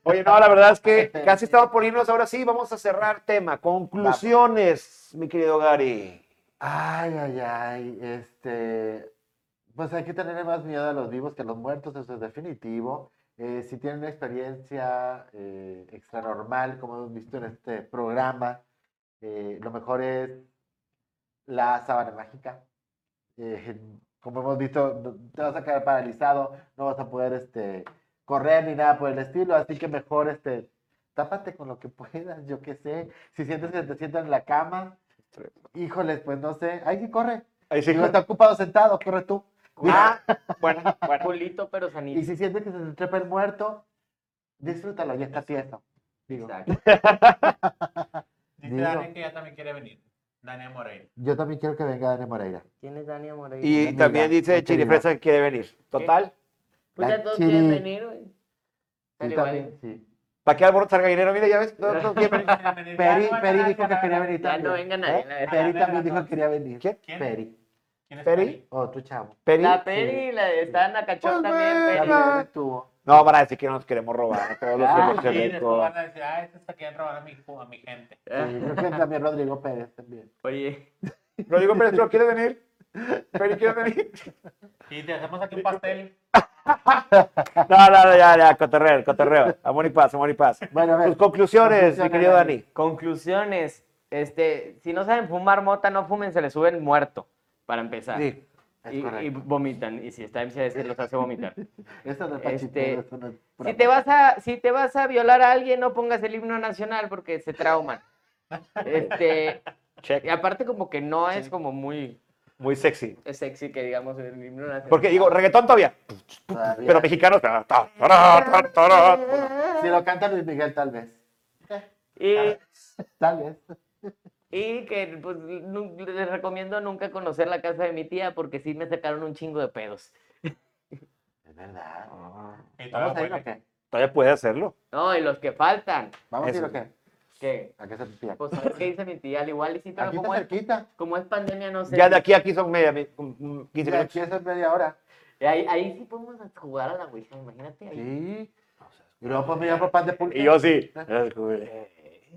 Oye, no, la verdad es que casi estamos por irnos. Ahora sí, vamos a cerrar tema. Conclusiones, mi querido Gary.
Ay, ay, ay, este, pues hay que tener más miedo a los vivos que a los muertos, eso es definitivo. Eh, si tienen una experiencia eh, extra normal, como hemos visto en este programa, eh, lo mejor es la sábana mágica. Eh, como hemos visto, no- te vas a quedar paralizado, no vas a poder este, correr ni nada por el estilo, así que mejor este, tápate con lo que (laughs) puedas, yo qué sé. Si sientes que te sientas en la cama, Híjoles, pues no sé. Ahí sí corre.
Ahí
Si no (laughs) está ocupado sentado, corre tú.
Ah, bueno, bueno.
Culito, pero
Y
sanito.
si sientes que se te trepa el muerto, disfrútalo, ya está tieso. Digo,
Exacto.
Dice
Digo.
Dani que ya también quiere venir. Dani Moreira.
yo también quiero que venga Dani Moreira.
¿Quién es Dania Moreira?
Y
Amiga,
también dice
mi querida.
Chirifresa que quiere venir. Total.
pues
la
ya todos quieren
Chiri.
venir, güey. Sale
Sí,
igual,
también,
¿eh? (laughs)
sí.
¿Para qué alborotar gallinero? Mira, ya ves. todos- todos
(laughs)
quieren venir.
Quieren venir. Ya
Peri,
no van a
Peri
dar
dijo que
para-
quería venir
Ya
también.
no venga nadie,
¿Eh?
la verdad.
Peri
Ah,
también
venga,
dijo que quería venir.
¿Quién?
¿Quién?
Peri,
¿Quién es
Peri?
Peri?
otro chavo.
Peri.
La Peri, la de está Ana
Pues
Cachón también, Peri.
También estuvo.
No, van a decir que no nos queremos robar. ¿no? Todos los
Ah,
del
Sí, después
chaleco.
van a decir, ah, estos se quieren robar a mi, a mi gente.
Ah.
Sí, creo que también Rodrigo Pérez también.
Oye,
Rodrigo Pérez, ¿pero quiere venir? ¿Peri quiere venir?
Y te hacemos aquí un pastel.
No, no, no, ya, ya, cotorreo, cotorreo. Amor y paz, amor y paz.
Bueno, a ver.
Tus conclusiones, mi
Conclusiones,
querido
Dani.
Dani.
conclusiones. Este, si no saben fumar mota, no fumen, se les sube el muerto, para empezar.
Sí.
Es
Y, y
correcto.
vomitan, y si está MCDC los
(laughs)
hace vomitar.
Eso no es para
este,
chistes, eso no es
Si
broma.
te vas a, si te vas a violar a alguien, no pongas el himno nacional porque se trauman. Este, y
Check.
aparte como que no es como muy
Muy sexy.
sexy que digamos el himno nacional.
Porque digo, reggaetón todavía,
Todavía.
pero mexicano. ta, ta, tará, ta, tará.
Si lo canta Luis Miguel, tal vez.
ah.
Y,
Tal vez.
y que pues, nu- les recomiendo nunca conocer la casa de mi tía porque sí me sacaron un chingo de pedos.
Es verdad.
Y todo
¿Vamos a ir
huele.
o qué?
Todavía puede hacerlo.
No, y los que faltan.
¿Vamos
Eso.
a ir o qué?
Que,
¿A qué se pipía?
pues a ver qué dice mi tía, al igual y sí, pero
Aquí está
como es,
cerquita.
como es pandemia, no sé.
Ya de aquí a aquí son media, mi- mm, mm, 15
Y aquí
minutos.
es en media hora.
Y Ahí, ahí sí podemos jugar a la Ouija, imagínate. ahí.
Sí. Y luego pues me llamo pan de pulque.
Y yo sí.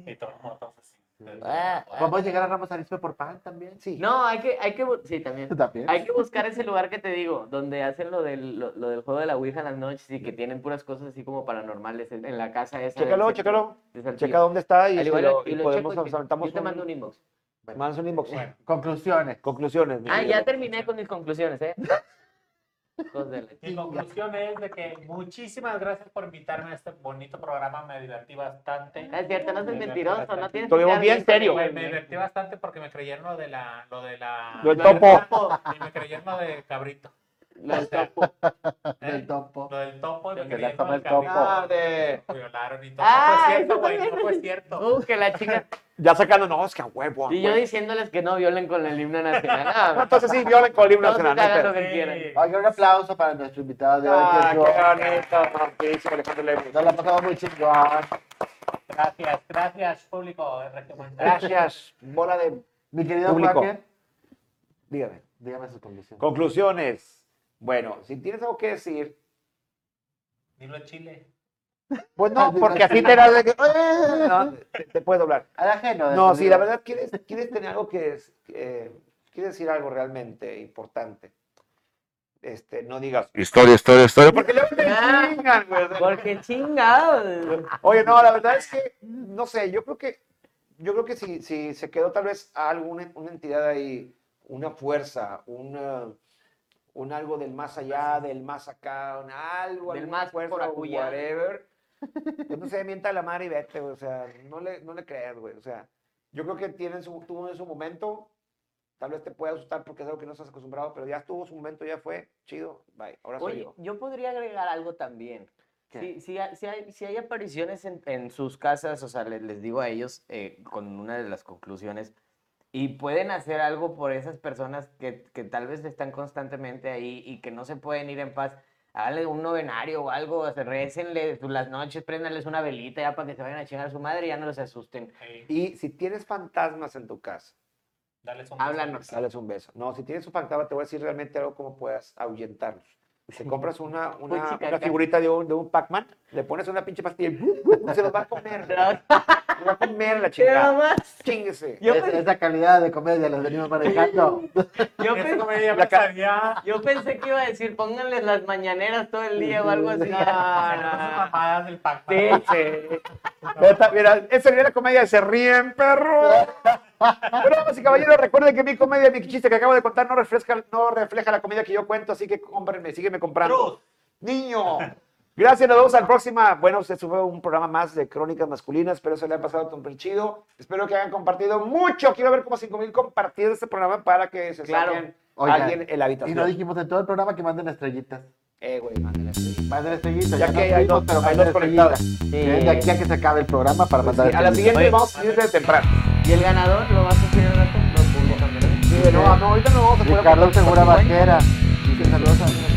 Y todo así.
Ah, ah.
Vamos a llegar a Ramos Arispe por pan también. Sí.
No, hay que, hay que, bu- sí, también.
También.
Hay que buscar ese lugar que te digo, donde hacen lo del, lo, lo del juego de la Ouija en las noches y que tienen puras cosas así como paranormales en, en la casa esa. del
Chécalo,
centro
chécalo.
de Saltillo.
Checa dónde está y,
Al
si
igual
lo-
y
y
lo
podemos
checo y te-
aventamos
Yo te mando un inbox.
mandas un inbox.
Bueno.
Conclusiones.
Conclusiones. mi
Ah,
querido. (laughs)
ya terminé con mis conclusiones, ¿eh? Hijos de la
Mi conclusión es de que muchísimas gracias por invitarme a este bonito programa. Me divertí bastante.
Ah, Es cierto, no seas
Me
mentiroso,
divertí
no tienes
Lo vemos
estar
bien serio.
Me,
güey,
me
güey.
divertí bastante porque me creyeron lo de la. Lo de la.
Lo del
lo del
topo.
topo, Y me creyeron lo de cabrito.
Lo
(laughs)
del topo.
¿eh?
Del topo.
Lo del topo. Y me
Que
creyeron
la toma
lo del
el topo.
cabrito.
Ah, de-
Me violaron y todo.
Ah,
no
eso
fue cierto, güey. No
también.
fue cierto.
Uh, que la (laughs) chica.
Ya sacando, no, es que a huevo. a
Y yo
huevo.
diciéndoles que no violen con el himno (laughs) nacional. Ah,
No, entonces sí, viola con el himno
todos
nacional. no hay
hagan
pedo.
lo que quieran.
Oiga, un aplauso para nuestro invitado de hoy.
Ah,
que es Ro-
qué bonito, guapísimo, Alejandro Lemus.
Nos la pasamos muy chingón.
Gracias, gracias, público. recomendado.
Gracias, bola de.
Mi querido
Público.
Joaquín,
Dígame.
dígame sus condiciones.
Conclusiones. Bueno, si tienes algo que decir.
Dilo en Chile.
Pues (laughs) no, porque así
(laughs)
te das de que. "Eh", no, te, te puede doblar.
Al ajeno. de
No,
tu
sí,
vida.
la verdad, quieres, quieres tener algo que es. eh, quieres decir algo realmente importante. Este, no digas.
Historia, historia, historia.
Porque luego te
Ah.
chingan, güey. o sea,
Porque chingados.
Oye, no, la verdad es que, no sé, yo creo que, yo creo que si, si se quedó tal vez alguna una entidad ahí, una fuerza, una, un algo del más allá, del más acá, un algo,
Del
alguna
más por
fuerza,
acullá.
whatever,
(laughs)
pues no sé, mienta la madre y vete, güey, o sea, no le, no le creas, güey, o sea, yo creo que tienen su, tuvo en su momento, tal vez te pueda asustar porque es algo que no estás acostumbrado, pero ya estuvo su momento, ya fue, chido, bye, ahora soy
Oye,
yo.
yo podría agregar algo también.
¿Qué?
Si, si, ha- si hay, si hay apariciones en, en sus casas, o sea, le- les, digo a ellos eh, con una de las conclusiones, y pueden hacer algo por esas personas que, que tal vez están constantemente ahí y que no se pueden ir en paz, háganle un novenario o algo, o sea, récenle pues, las noches, préndanles una velita ya para que se vayan a chingar a su madre y ya no los asusten.
Ey,
Y si tienes fantasmas en tu casa,
dales un beso.
Háblanos.
Dales un beso. No, si tienes un fantasma, te voy a decir realmente algo como puedas ahuyentarlos. Te compras una, una,
chica,
una
acá.
figurita de un, de un Pac-Man, le pones una pinche pastilla y ¡bu, bu, bu! se los va a comer. Se los va a comer la chingada.
más?
Chinguese.
Yo
Es-
pensé-
Esa calidad de comedia la venimos manejando.
Yo
Esa
pensé-
comedia me sabía.
Yo pensé que iba a decir, pónganles las mañaneras todo el día o algo así.
Esas mamadas del Pac-Man.
Sí,
Esta- Mira, esa sería la comedia de Se Ríen, perro. Pero damas y caballeros, recuerden que mi comedia, mi chiste que acabo de contar no refleja, no refleja la comedia que yo cuento, así que cómprenme, sígueme comprando.
Cruz.
Niño. Gracias, nos vemos al próxima. Bueno, se fue un programa más de crónicas masculinas, pero se le ha pasado tan chido. Espero que hayan compartido mucho. Quiero ver como 5 mil compartidas este programa para que se
Claro.
saquen (laughs)
Oiga,
alguien en la
Y no
habitación.
dijimos en todo el programa que manden estrellitas.
eh, güey, mándale así.
Manden estrellitas.
Ya
nos
que hay
fuimos,
dos-
pero
hay
manden
dos
estrellitas.
conectadas. Pues
Desde De aquí a que se acabe el programa para mandar
Sí, a la
estrellitas.
siguiente
Oye.
vamos a ir de temprano.
Y el ganador lo va a sufrir al rato. Lo publico, ¿verdad?
Eh,
Sí, no, no, ahorita no vamos a poder
Ricardo Segura Vaquera. Dice saludos a